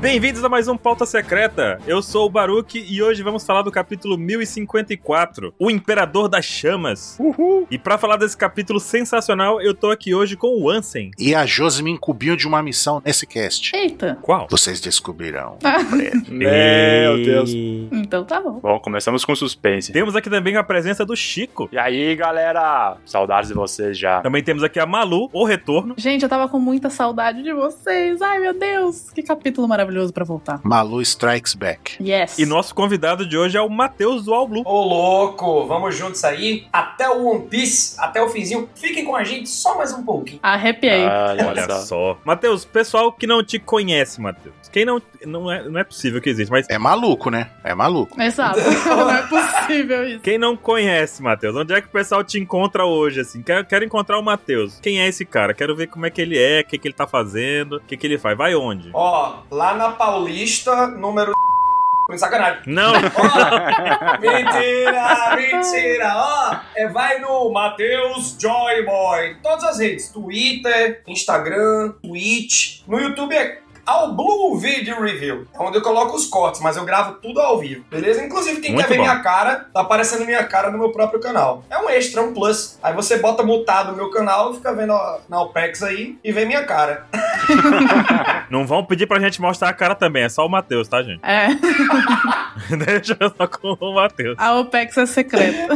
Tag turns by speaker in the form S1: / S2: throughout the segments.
S1: Bem-vindos a mais um Pauta Secreta. Eu sou o Baruque e hoje vamos falar do capítulo 1054, O Imperador das Chamas.
S2: Uhul!
S1: E pra falar desse capítulo sensacional, eu tô aqui hoje com o Ansem.
S3: E a Josi me incumbiu de uma missão nesse cast.
S4: Eita.
S1: Qual?
S3: Vocês descobrirão.
S2: Meu Deus.
S4: Então tá bom.
S2: Bom, começamos com suspense.
S1: Temos aqui também a presença do Chico.
S2: E aí, galera? Saudades de vocês já.
S1: Também temos aqui a Malu, o retorno.
S4: Gente, eu tava com muita saudade de vocês. Ai, meu Deus. Que capítulo maravilhoso pra voltar.
S3: Malu Strikes Back.
S4: Yes.
S1: E nosso convidado de hoje é o Matheus do All Blue.
S5: Ô louco, vamos juntos aí até o One Piece, até o finzinho. Fiquem com a gente só mais um pouquinho.
S4: Arrepiei.
S2: Ah,
S1: Olha só. Matheus, pessoal que não te conhece, Matheus. Quem não. Não é, não é possível que existe, mas.
S3: É maluco, né? É
S1: Ah.
S3: maluco.
S4: Exato. Não é possível isso.
S1: Quem não conhece, Matheus, onde é que o pessoal te encontra hoje, assim? Quero, quero encontrar o Matheus. Quem é esse cara? Quero ver como é que ele é, o que, que ele tá fazendo, o que, que ele faz. Vai onde?
S5: Ó, lá na Paulista, número. Sacanagem.
S1: Não!
S5: Ó, mentira, mentira. Ó, é, vai no Matheus Joy Boy. Todas as redes: Twitter, Instagram, Twitch. No YouTube é. Ao Blue Video Review, é onde eu coloco os cortes, mas eu gravo tudo ao vivo, beleza? Inclusive, quem
S1: Muito
S5: quer ver
S1: bom.
S5: minha cara, tá aparecendo minha cara no meu próprio canal. É um extra, é um plus. Aí você bota mutado o meu canal, fica vendo a- na OPEX aí e vê minha cara.
S1: não vão pedir pra gente mostrar a cara também, é só o Matheus, tá, gente?
S4: É,
S1: Deixa eu só com o Matheus.
S4: a OPEX é secreta.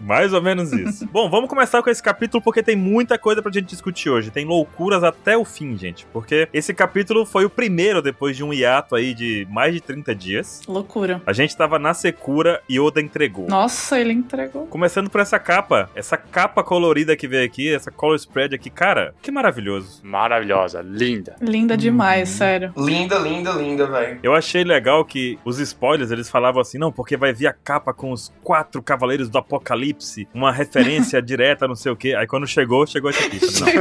S1: Mais ou menos isso. Bom, vamos começar com esse capítulo porque tem muita coisa pra gente discutir hoje. Tem loucuras até o fim, gente. Porque esse capítulo foi o primeiro depois de um hiato aí de mais de 30 dias.
S4: Loucura.
S1: A gente tava na secura e Oda entregou.
S4: Nossa, ele entregou.
S1: Começando por essa capa, essa capa colorida que veio aqui, essa color spread aqui, cara, que maravilhoso.
S2: Maravilhosa, linda.
S4: Linda
S1: Uhum.
S4: demais, sério.
S5: Linda, linda, linda, velho.
S1: Eu achei legal que os spoilers eles falavam assim, não, porque vai vir a capa com os quatro cavaleiros do apocalipse, uma referência direta, não sei o quê. Aí quando chegou, chegou esse aqui. Falei,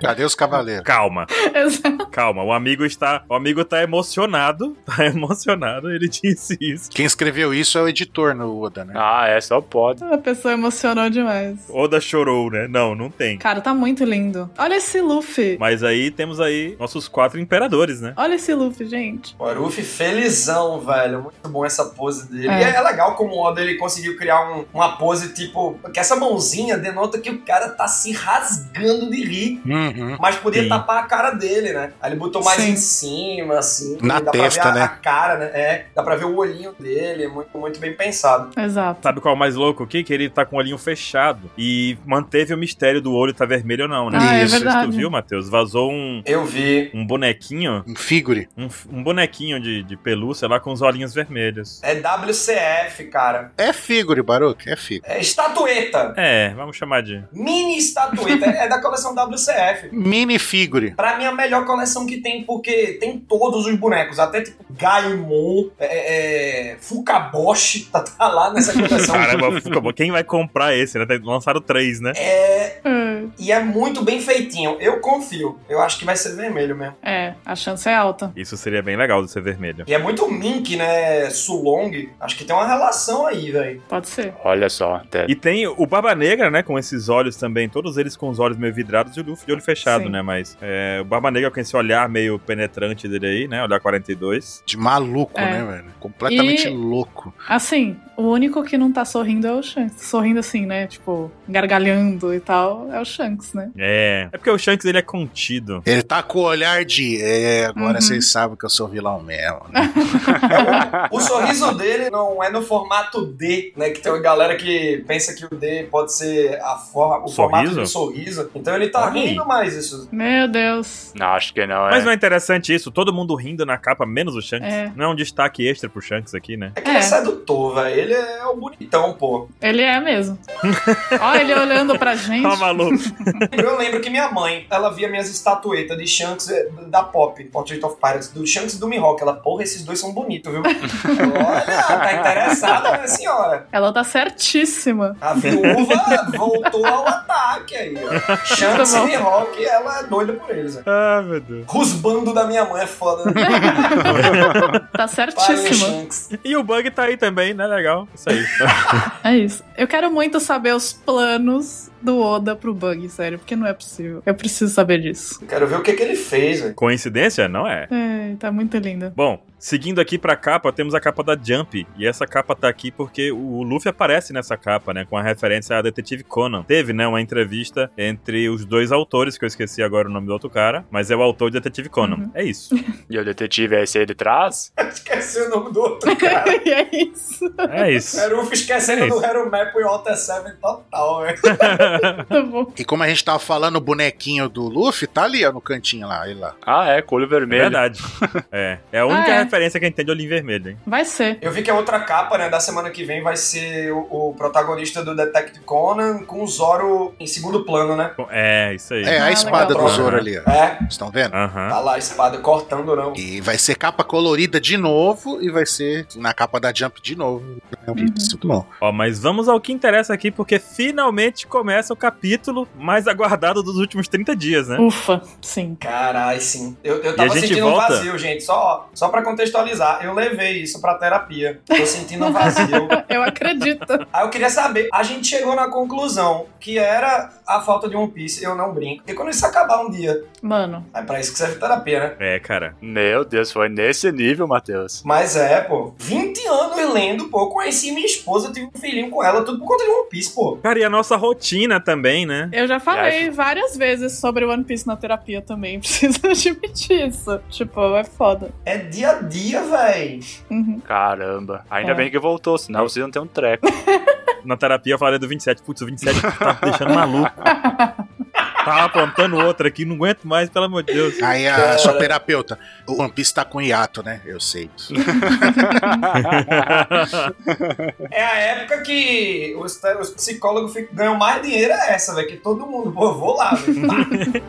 S3: Cadê os
S1: não,
S3: cavaleiros?
S1: calma,
S4: Exato.
S1: calma. O amigo está, o amigo tá emocionado, tá emocionado. Ele disse isso.
S3: Quem escreveu isso é o editor no Oda, né?
S2: Ah, é, só pode.
S4: A pessoa emocionou demais.
S1: Oda chorou, né? Não, não tem.
S4: Cara, tá muito lindo. Olha esse Luffy.
S1: Mas aí temos aí nossos quatro imperadores, né?
S4: Olha esse Luffy, gente.
S5: O Arufi felizão, velho. Muito bom essa pose dele.
S4: É.
S5: E é legal como o Oda ele conseguiu criar um- uma pose tipo. Que essa mãozinha denota que o cara tá se rasgando de rir.
S3: Uhum.
S5: Mas podia
S1: Sim.
S5: tapar a cara dele, né? Aí ele botou mais
S4: Sim.
S5: em cima, assim.
S3: Na
S5: dá
S3: testa,
S5: pra ver a,
S3: né?
S5: a cara, né? É, dá pra ver o olhinho dele. Muito, muito bem pensado.
S4: Exato.
S1: Sabe qual é o mais louco aqui? Que ele tá com o olhinho fechado e manteve o mistério do olho tá vermelho ou não, né?
S4: Ah, é
S3: Isso,
S1: Tu
S4: verdade.
S1: viu, Matheus? Vazou um,
S5: Eu vi.
S1: um bonequinho,
S3: Um figure.
S1: um, f- um bonequinho de, de pelúcia lá com os olhinhos vermelhos.
S5: É WCF, cara.
S3: É figure, Baruch. É figure.
S5: É estatueta.
S1: É, vamos chamar de.
S5: Mini estatueta. é da coleção WCF.
S3: Mini figure.
S5: Pra mim, é a melhor coleção que tem, porque tem todos os bonecos, até tipo Gaimon, é, é, Fukaboshi, tá, tá lá nessa coleção.
S1: Caramba, Fukabo, quem vai comprar esse, né? Tá- Lançaram três, né?
S5: É,
S4: É.
S5: e é muito bem feitinho. Eu confio. Eu acho que vai ser vermelho mesmo.
S4: É, a chance é alta.
S1: Isso seria bem legal de ser vermelho.
S5: E é muito Mink, né? Sulong. Acho que tem uma relação aí, velho.
S4: Pode ser.
S2: Olha só, até.
S1: É. E tem o Barba Negra, né? Com esses olhos também, todos eles com os olhos meio vidrados e o Luffy de olho fechado,
S4: Sim.
S1: né? Mas é, o Barba Negra com esse olhar meio penetrante dele aí, né? Olhar 42.
S3: De maluco,
S4: É.
S3: né, velho? Completamente
S4: E-
S3: louco.
S4: Assim, o único que não tá sorrindo é o Shanks. Sorrindo assim, né? Tipo, gargalhando e tal, é o Shanks, né?
S1: É. É porque o Shanks ele é contido.
S3: Ele tá com o olhar de. É, agora
S4: Uhum.
S3: vocês sabem que eu sou vilão mesmo. Né?
S5: O sorriso dele não é no formato D, né? Que tem uma galera que pensa que o D pode ser a forma, o formato
S1: Sorriso?
S5: do sorriso. Então ele tá
S1: Olha aí.
S5: rindo mais isso.
S4: Meu Deus.
S2: Não, acho que não, é.
S1: Mas não é interessante isso? Todo mundo rindo na capa, menos o Shanks.
S4: É.
S1: Não é um destaque extra pro Shanks aqui, né?
S5: É que ele
S4: É.
S5: é sedutor, velho. Ele é o bonitão, pô.
S4: Ele é mesmo. Ó, ele olhando pra gente.
S1: Tá maluco.
S5: Eu lembro que minha mãe, ela via minhas estatuetas de Shanks eh, da Pop, Portrait of Pirates, do Shanks e do Mihawk. Ela, porra, esses dois são bonitos, viu? Olha, tá interessada, né, senhora?
S4: Ela tá certíssima.
S5: A viúva voltou ao ataque aí, ó. Shanks
S4: Tá
S5: e
S4: bom.
S5: Mihawk, ela é doida por eles, né?
S1: ah, Ah, meu Deus.
S5: Rusbando da minha mãe é foda. né?
S4: Tá
S5: Valeu,
S4: certíssimo.
S5: Shanks.
S1: E o Bug tá aí também, né? Legal. Isso aí.
S4: É isso. Eu quero muito saber os planos do Oda pro Bug, sério, porque não é possível. Eu preciso saber disso.
S5: Quero ver o que, que ele fez, velho.
S1: Coincidência? Não é.
S4: É, tá muito linda.
S1: Bom, seguindo aqui pra capa, temos a capa da Jump. E essa capa tá aqui porque o Luffy aparece nessa capa, né? Com a referência a Detetive Conan. Teve, né? Uma entrevista entre os dois autores, que eu esqueci agora o nome do outro cara. Mas é o autor de Detetive Conan.
S4: Uhum.
S1: É isso.
S2: E o detetive é esse aí de trás?
S5: Esqueci o nome um do outro cara.
S4: E é isso.
S1: É isso.
S5: Seruf esquecendo
S1: É isso.
S5: do Hero Map e o Alter 7 total, velho.
S4: Tá bom.
S3: E como a gente tava falando, o bonequinho do Luffy tá ali, ó, no cantinho lá, ele lá.
S2: Ah, é, colho vermelho.
S1: Verdade. É. É a única
S4: Ah, é.
S1: referência que a gente tem de Olhinho Vermelho, hein?
S4: Vai ser.
S5: Eu vi que a outra capa, né, da semana que vem vai ser o, o protagonista do Detective Conan com o Zoro em segundo plano, né?
S1: É, isso aí.
S3: É,
S4: Ah,
S3: a espada
S4: legal.
S3: do Zoro ali, ó.
S5: É,
S3: Vocês estão vendo?
S1: Aham.
S5: tá lá a espada cortando, não.
S3: E vai ser capa colorida de novo e vai ser na capa da Jump de novo. Uhum. Isso, Muito bom.
S1: Ó, mas vamos ao que interessa aqui, porque finalmente começa o capítulo mais aguardado dos últimos 30 dias, né?
S4: Ufa, sim.
S5: Carai, sim. Eu, eu
S1: E a
S5: tava
S1: gente
S5: sentindo
S1: volta?
S5: um vazio, gente. Só, só pra contextualizar, eu levei isso pra terapia. Tô sentindo um vazio.
S4: Eu acredito.
S5: Aí eu queria saber, a gente chegou na conclusão que era a falta de One Piece, eu não brinco. E quando isso acabar um dia,
S4: Mano,
S5: é pra isso que serve terapia, né?
S1: É, cara.
S2: Meu Deus, foi nesse nível, Matheus.
S5: Mas é, pô, 20 anos lendo, pô, eu conheci minha esposa, eu tive um filhinho com ela, tudo por conta de One Piece, pô.
S1: Cara, e a nossa rotina também, né?
S4: eu já falei várias vezes sobre One Piece na terapia também. Preciso admitir isso. Tipo, é foda.
S5: É dia a dia, véi.
S4: Uhum.
S2: Caramba. Ainda
S4: É.
S2: bem que voltou, senão vocês não tem um treco.
S1: Na terapia eu falei do 27. Putz, o 27 tá me deixando maluco. Tá apontando outra aqui, não aguento mais, pelo amor de Deus.
S3: Aí a sua terapeuta, o One Piece tá com hiato, né? Eu sei.
S5: É a época que os, te- os psicólogos ficam- ganham mais dinheiro, é essa, velho, que todo mundo, pô, eu vou lá, velho. Tá.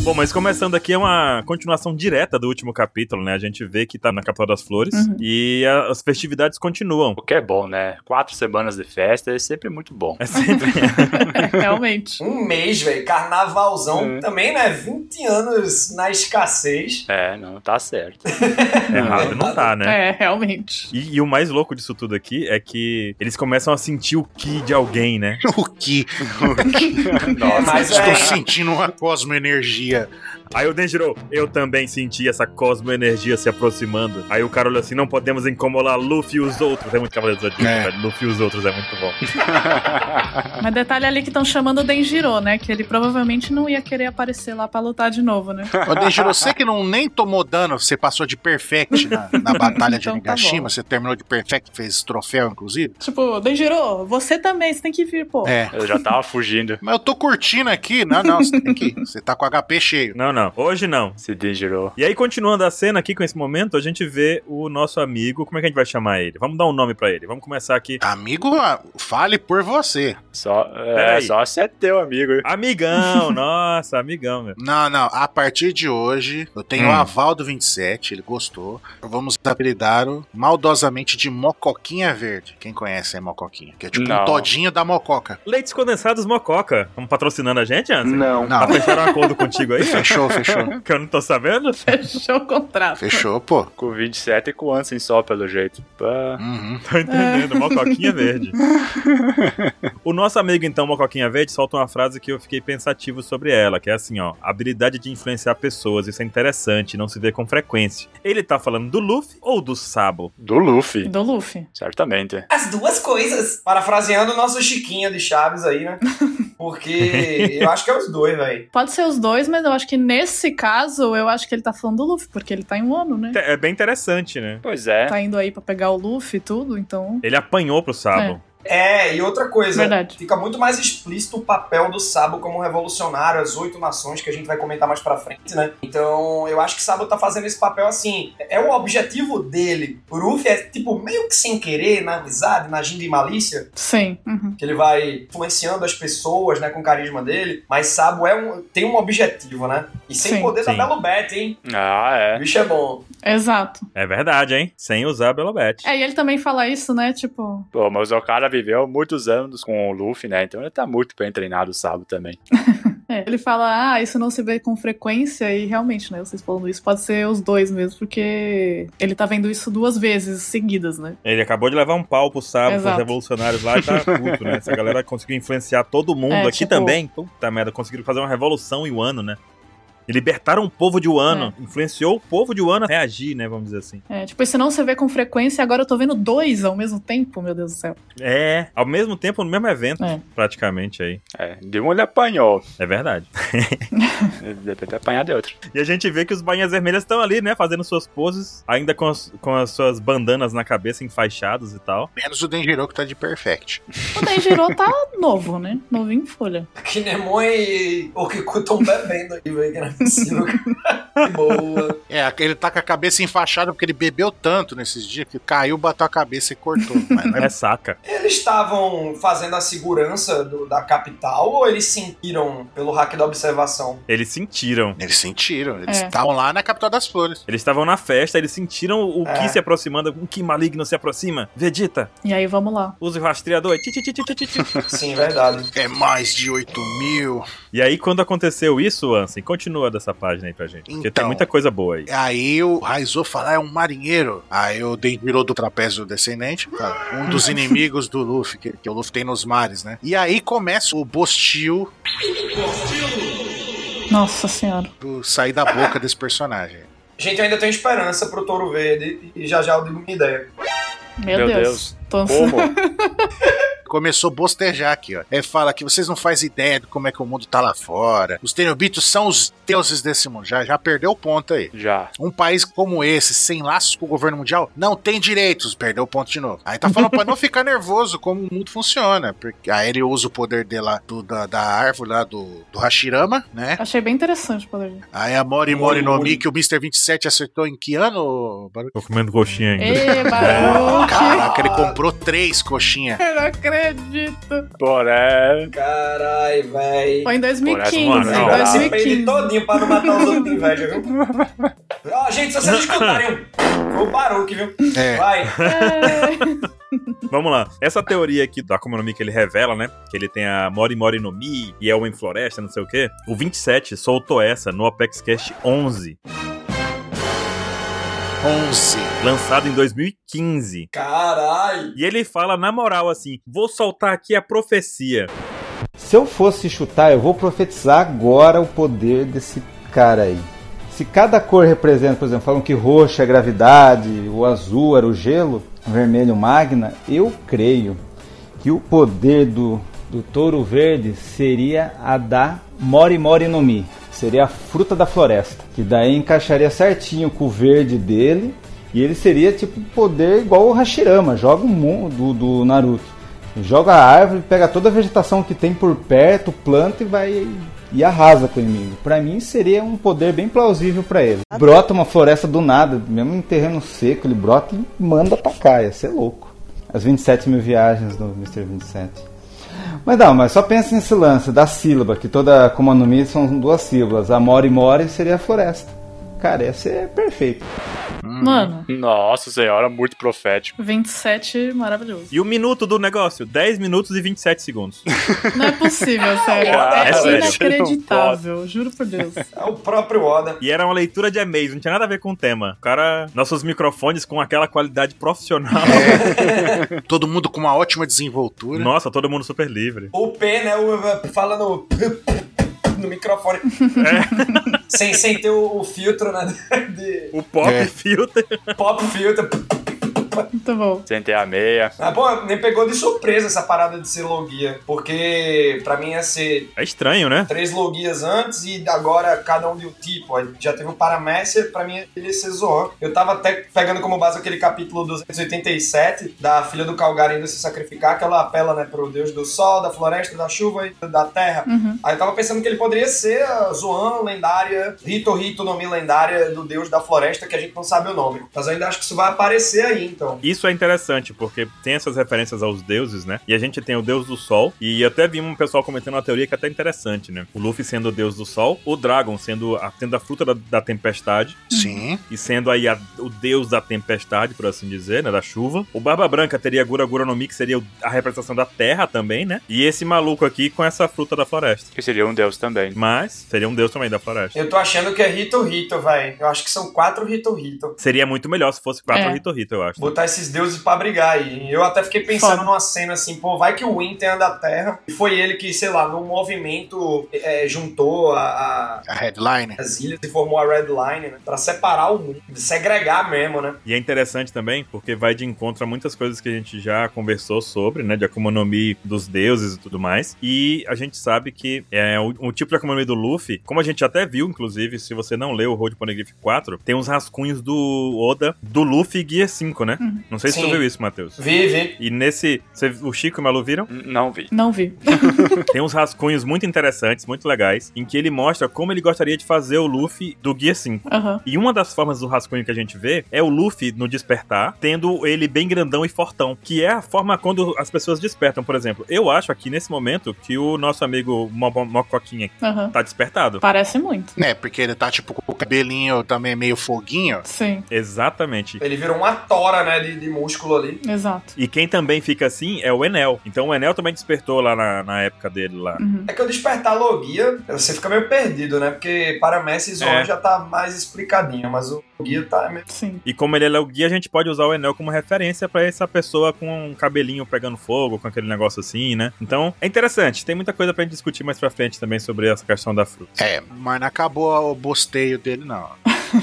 S1: Bom, mas começando aqui é uma continuação direta do último capítulo, né? A gente vê que tá na Capital das Flores
S4: Uhum.
S1: e a- as festividades continuam.
S2: o que é bom, né? Quatro semanas de festa é sempre muito bom.
S1: É sempre.
S4: É, realmente.
S5: Um mês, velho, carnavalzão
S2: É.
S5: também, né? 20 anos na escassez.
S2: É, não, tá certo.
S1: Errado não tá, né?
S4: É, realmente.
S1: E, e o mais louco disso tudo aqui é que eles começam a sentir o ki de alguém, né?
S3: o que?
S5: É,
S2: Nossa,
S5: mas
S3: Estou
S5: é,
S3: sentindo uma cosmoenergia.
S1: Aí o Denjiro, eu também senti essa cosmoenergia se aproximando. Aí o cara olhou assim, não podemos incomodar Luffy e os outros. É muito Cavaleiro do Zodíaco,
S3: É.
S1: velho. Luffy e os outros é muito bom.
S4: Mas detalhe ali que estão chamando o Denjiro, né? Que ele provavelmente não ia querer aparecer lá pra lutar de novo, né?
S3: Ô, Denjiro, você que não nem tomou dano, você passou de perfect na, na batalha de
S4: Então tá
S3: Onigashima,
S4: bom.
S3: você terminou de perfect, fez troféu, inclusive.
S4: Tipo, Denjiro, você também, você tem que vir, pô.
S3: É.
S2: eu já tava fugindo.
S3: Mas eu tô curtindo aqui. Não, não, você tem que. Você tá com HP cheio.
S1: Não, não. Hoje não.
S2: Se digirou.
S1: E aí, continuando a cena aqui com esse momento, a gente vê o nosso amigo. Como é que a gente vai chamar ele? Vamos dar um nome pra ele. Vamos começar aqui.
S3: Amigo, ah, fale por você.
S2: Só, é,
S1: Peraí.
S2: só se é teu amigo. hein?
S1: Amigão, nossa, amigão, meu.
S3: Não, não. A partir de hoje, eu tenho
S1: Hum.
S3: o aval do 27, ele gostou. Vamos apelidar-o maldosamente de Mocoquinha Verde. Quem conhece é Mocoquinha? Que é tipo
S2: Não.
S3: um todinho da mococa.
S1: Leites condensados Mococa. Estamos patrocinando a gente, Anson?
S2: Não.
S1: Tá
S3: Não,
S1: fechando um acordo contigo aí?
S3: fechou, fechou.
S1: Que eu não tô sabendo?
S4: Fechou o contrato.
S3: Fechou, pô.
S2: Com 27 e com o Ansem só, pelo jeito. Pá.
S3: Uhum.
S1: Tô Tá entendendo, uma coquinha verde. O nosso amigo, então, uma coquinha verde, solta uma frase que eu fiquei pensativo sobre ela, que é assim, ó. habilidade de influenciar pessoas, isso é interessante, não se vê com frequência. Ele tá falando do Luffy ou do Sabo?
S2: Do Luffy,
S4: Do Luffy.
S2: certamente.
S5: As duas coisas. Parafraseando o nosso Chiquinha de Chaves aí, né? Porque eu acho que é os dois, velho.
S4: Pode ser os dois, mas eu acho que nesse caso, eu acho que ele tá falando do Luffy, porque ele tá em Wano, né?
S1: Te- É bem interessante, né?
S2: Pois é.
S4: Tá indo aí pra pegar o Luffy e tudo, então.
S1: Ele apanhou pro Sabo.
S5: É, e outra coisa.
S4: Verdade.
S5: Fica muito mais explícito o papel do Sabo como revolucionário, as oito nações que a gente vai comentar mais pra frente, né? Então, eu acho que Sabo tá fazendo esse papel assim. É o objetivo dele. O Luffy é, tipo, meio que sem querer, na amizade, na ginga e malícia,
S4: Sim. Uhum.
S5: que ele vai influenciando as pessoas, né, com o carisma dele, mas Sabo é um, tem um objetivo, né? E sem
S4: Sim.
S5: poder
S1: Sim.
S5: da Belo Bete, hein?
S2: Ah,
S5: O
S2: é.
S5: bicho é bom.
S4: Exato.
S1: É verdade, hein? Sem usar Belobete.
S4: É, e ele também fala isso, né? Tipo,
S2: Pô, mas o cara viveu muitos anos com o Luffy, né? Então ele tá muito bem treinado o Sabo também.
S4: É, ele fala, ah, isso não se vê com frequência, e realmente, né, vocês falando isso, pode ser os dois mesmo, porque ele tá vendo isso duas vezes seguidas, né?
S1: Ele acabou de levar um pau pro sábado, os
S4: Exato.
S1: revolucionários lá e tá puto, né? Essa galera conseguiu influenciar todo mundo
S4: É,
S1: aqui
S4: tipo-
S1: também. Puta merda, conseguiram fazer uma revolução em Wano, né? E libertaram o povo de Wano, influenciou o povo de Wano a reagir, né? Vamos dizer assim.
S4: É, tipo, isso não se vê com frequência, agora eu tô vendo dois ao mesmo tempo, meu Deus do céu.
S1: É, ao mesmo tempo, no mesmo evento,
S4: É.
S1: praticamente aí.
S2: É, de um ele apanhou,
S1: É verdade.
S2: deve ter apanhado de outro.
S1: E a gente vê que os bainhas vermelhas estão ali, né? Fazendo suas poses, ainda com as, com as suas bandanas na cabeça, enfaixados e tal.
S3: Menos o Denjiro que tá de perfect.
S4: O Denjiro tá novo, né? Novinho em folha.
S5: Kinemon e o Kiku estão bebendo aí, velho, que não é possível. Que boa.
S3: É, ele tá com a cabeça enfaixada porque ele bebeu tanto nesses dias que caiu, bateu a cabeça e cortou. Mas não é
S1: É saca.
S5: Eles estavam fazendo a segurança do- da capital ou eles sentiram pelo hack da observação?
S1: Eles sentiram.
S3: Eles sentiram, eles
S4: É.
S3: estavam lá na capital das flores.
S1: Eles estavam na festa, eles sentiram o
S5: É.
S1: Ki se aproximando, o Ki maligno se aproxima. Vegeta,
S4: E aí, vamos lá.
S1: use o rastreador. Ti, ti, ti, ti, ti, ti, ti.
S5: Sim, verdade.
S3: É mais de 8 mil.
S1: e aí, quando aconteceu isso, Ansem, continua dessa página aí pra gente. Porque tem
S3: Então.
S1: muita coisa boa aí.
S3: Aí o Raizou fala, "Ah, é um marinheiro. Aí o Den virou do trapézio descendente, fala, um dos inimigos do Luffy, que, que o Luffy tem nos mares, né? E aí começa o bostil
S4: Nossa senhora.
S3: do sair da boca desse personagem.
S5: Gente, eu ainda tenho esperança pro Touro Verde e já já eu digo minha ideia.
S2: Meu
S4: Meu, Deus. Tô ansiosa.
S2: Como?
S3: Começou a bostejar aqui, ó. É, fala que vocês não fazem ideia de como é que o mundo tá lá fora. Os Tenobitos são os deuses desse mundo. Já, já perdeu o ponto aí.
S2: Já.
S3: Um país como esse, sem laços com o governo mundial, não tem direitos. Perdeu o ponto de novo. Aí tá falando pra não ficar nervoso como o mundo funciona. Porque aí ele usa o poder de lá, do- da, da árvore lá do, do Hashirama, né?
S4: Achei bem interessante o poder.
S3: Aí a Mori Mori no Mi,
S5: Mori.
S3: que o Mr. 27 acertou em que ano? Baruch?
S1: Tô comendo coxinha ainda.
S4: Ê, Baruque!
S3: Caraca, ele comprou três coxinhas.
S4: Eu não acredito.
S2: Porém.
S5: Carai, véi.
S4: Foi em 2015.
S2: Porra, essa
S4: Em
S2: moral.
S5: Cara, se
S4: 2015.
S5: perde todinho pra não matar os outros de inveja, viu? Ó, gente, se vocês escutarem um, o Baruque, viu?
S3: É.
S5: Vai.
S4: É.
S1: Vamos lá. Essa teoria aqui do Akuma no Mi que ele revela, né? Que ele tem a Mori Mori no Mi e é uma em floresta, não sei o quê. O 27 soltou essa no Apex Cast 11,
S3: 11.
S1: lançado em 2015.
S5: Carai.
S1: E ele fala, na moral, assim: vou soltar aqui a profecia.
S6: Se eu fosse chutar, eu vou profetizar agora o poder desse cara aí. Se cada cor representa, por exemplo, falam que roxo é a gravidade, o azul era o gelo, o vermelho magna, eu creio que o poder do, do touro verde seria a da Mori Mori no Mi, seria a fruta da floresta, que daí encaixaria certinho com o verde dele e ele seria tipo poder igual o Hashirama, joga o mundo do Naruto. Joga a árvore, pega toda a vegetação que tem por perto, planta e vai e arrasa com o inimigo. Pra mim seria um poder bem plausível pra ele. Brota uma floresta do nada, mesmo em terreno seco, ele brota e manda atacar. Ia ser louco. As 27 mil viagens do Mr. 27. Mas não, mas só pensa nesse lance da sílaba, que toda Akuma no Mi são duas sílabas. A Mori Mori seria a floresta. Cara, ia ser perfeito.
S4: É. Mano,
S2: Nossa senhora, muito profético.
S4: 27, maravilhoso.
S1: E o minuto do negócio? 10 minutos e 27 segundos.
S4: Não é possível, sério.
S2: Cara,
S4: é
S1: velho,
S4: inacreditável, juro por Deus.
S5: É o próprio Oda.
S1: E era uma leitura de e-mails, não tinha nada a ver com o tema. O cara, nossos microfones com aquela qualidade profissional.
S3: Todo mundo com uma ótima desenvoltura.
S1: Nossa, todo mundo super livre.
S5: O P, né? O, o- falando p- p- p- no microfone. sem, sem ter o, o filtro, né? De
S1: O pop
S3: É.
S1: filter.
S5: pop filter.
S4: Muito bom.
S2: Sem ter a meia.
S5: Mas, pô, me pegou de surpresa essa parada de ser logia. Porque pra mim ia ser
S1: É estranho, né?
S5: três logias antes e agora cada um de um tipo. Aí Já teve o Paramécia, pra mim ele ia ser Zoan. Eu tava até pegando como base aquele capítulo 287 da filha do Calgary indo se sacrificar, que ela apela, né, pro deus do sol, da floresta, da chuva e da terra.
S4: Uhum.
S5: Aí eu tava pensando que ele poderia ser a Zoan lendária, Rito Rito, nome lendária do deus da floresta, que a gente não sabe o nome. Mas eu ainda acho que isso vai aparecer aí, então. então.
S1: Isso é interessante, porque tem essas referências aos deuses, né? E a gente tem o deus do sol. E até vi um pessoal comentando uma teoria que é até interessante, né? O Luffy sendo o deus do sol, o Dragon sendo a, sendo a fruta da, da tempestade,
S3: Sim.
S1: e sendo aí a- o deus da tempestade, por assim dizer, né? Da chuva. O Barba Branca teria Gura Gura no Mi, que seria o- a representação da terra também, né? E esse maluco aqui com essa fruta da floresta.
S2: Que seria um deus também.
S1: Mas seria um deus também da floresta.
S5: Eu tô achando que é Rito Rito, velho. Eu acho que são quatro Rito Rito.
S1: Seria muito melhor se fosse quatro
S4: É.
S1: Rito Rito, eu acho.
S5: Botar esses deuses pra brigar aí. Eu até fiquei pensando
S4: Foda.
S5: numa cena assim, pô, vai que o Winter anda a terra. E foi ele que, sei lá, num movimento é, juntou a, a-
S3: A headline.
S5: as ilhas e formou a Red Line, né? Pra separar o mundo, segregar mesmo, né?
S1: E é interessante também, porque vai de encontro a muitas coisas que a gente já conversou sobre, né? De Akuma no Mi dos deuses e tudo mais. E a gente sabe que é o, o tipo de Akuma no Mi do Luffy, como a gente até viu, inclusive, se você não leu o Road Poneglyph 4, tem uns rascunhos do Oda do Luffy Gear 5, né?
S4: Uhum.
S1: Não sei se tu
S5: Sim.
S1: viu isso, Matheus.
S5: Vive.
S1: E nesse. cê- o Chico e o Malu viram?
S2: N- Não vi.
S4: Não vi.
S1: Tem uns rascunhos muito interessantes, muito legais, em que ele mostra como ele gostaria de fazer o Luffy do Gear 5.
S4: Aham.
S1: E uma das formas do rascunho que a gente vê é o Luffy no despertar, tendo ele bem grandão e fortão, que é a forma quando as pessoas despertam, por exemplo. Eu acho aqui nesse momento que o nosso amigo Mo- Mo- Mocoquinha
S4: Aham.
S1: tá despertado.
S4: Parece muito.
S3: É, porque ele tá tipo com o cabelinho também meio foguinho.
S4: Sim,
S1: Exatamente.
S5: Ele virou uma tora, né, de, de músculo ali.
S4: exato.
S1: E quem também fica assim é o Enel. Então o Enel também despertou lá na, na época dele lá.
S4: Uhum.
S5: É que eu despertar logia, você fica meio perdido, né? Porque para Messi Zona
S1: É.
S5: já tá mais explicadinho, mas o guia tá meio.
S4: Sim.
S1: E como ele é o guia, a gente pode usar o Enel como referência pra essa pessoa com um cabelinho pegando fogo, com aquele negócio assim, né? Então, é interessante. Tem muita coisa pra gente discutir mais pra frente também sobre essa questão da fruta.
S3: É, mas não acabou o bosteio dele, não.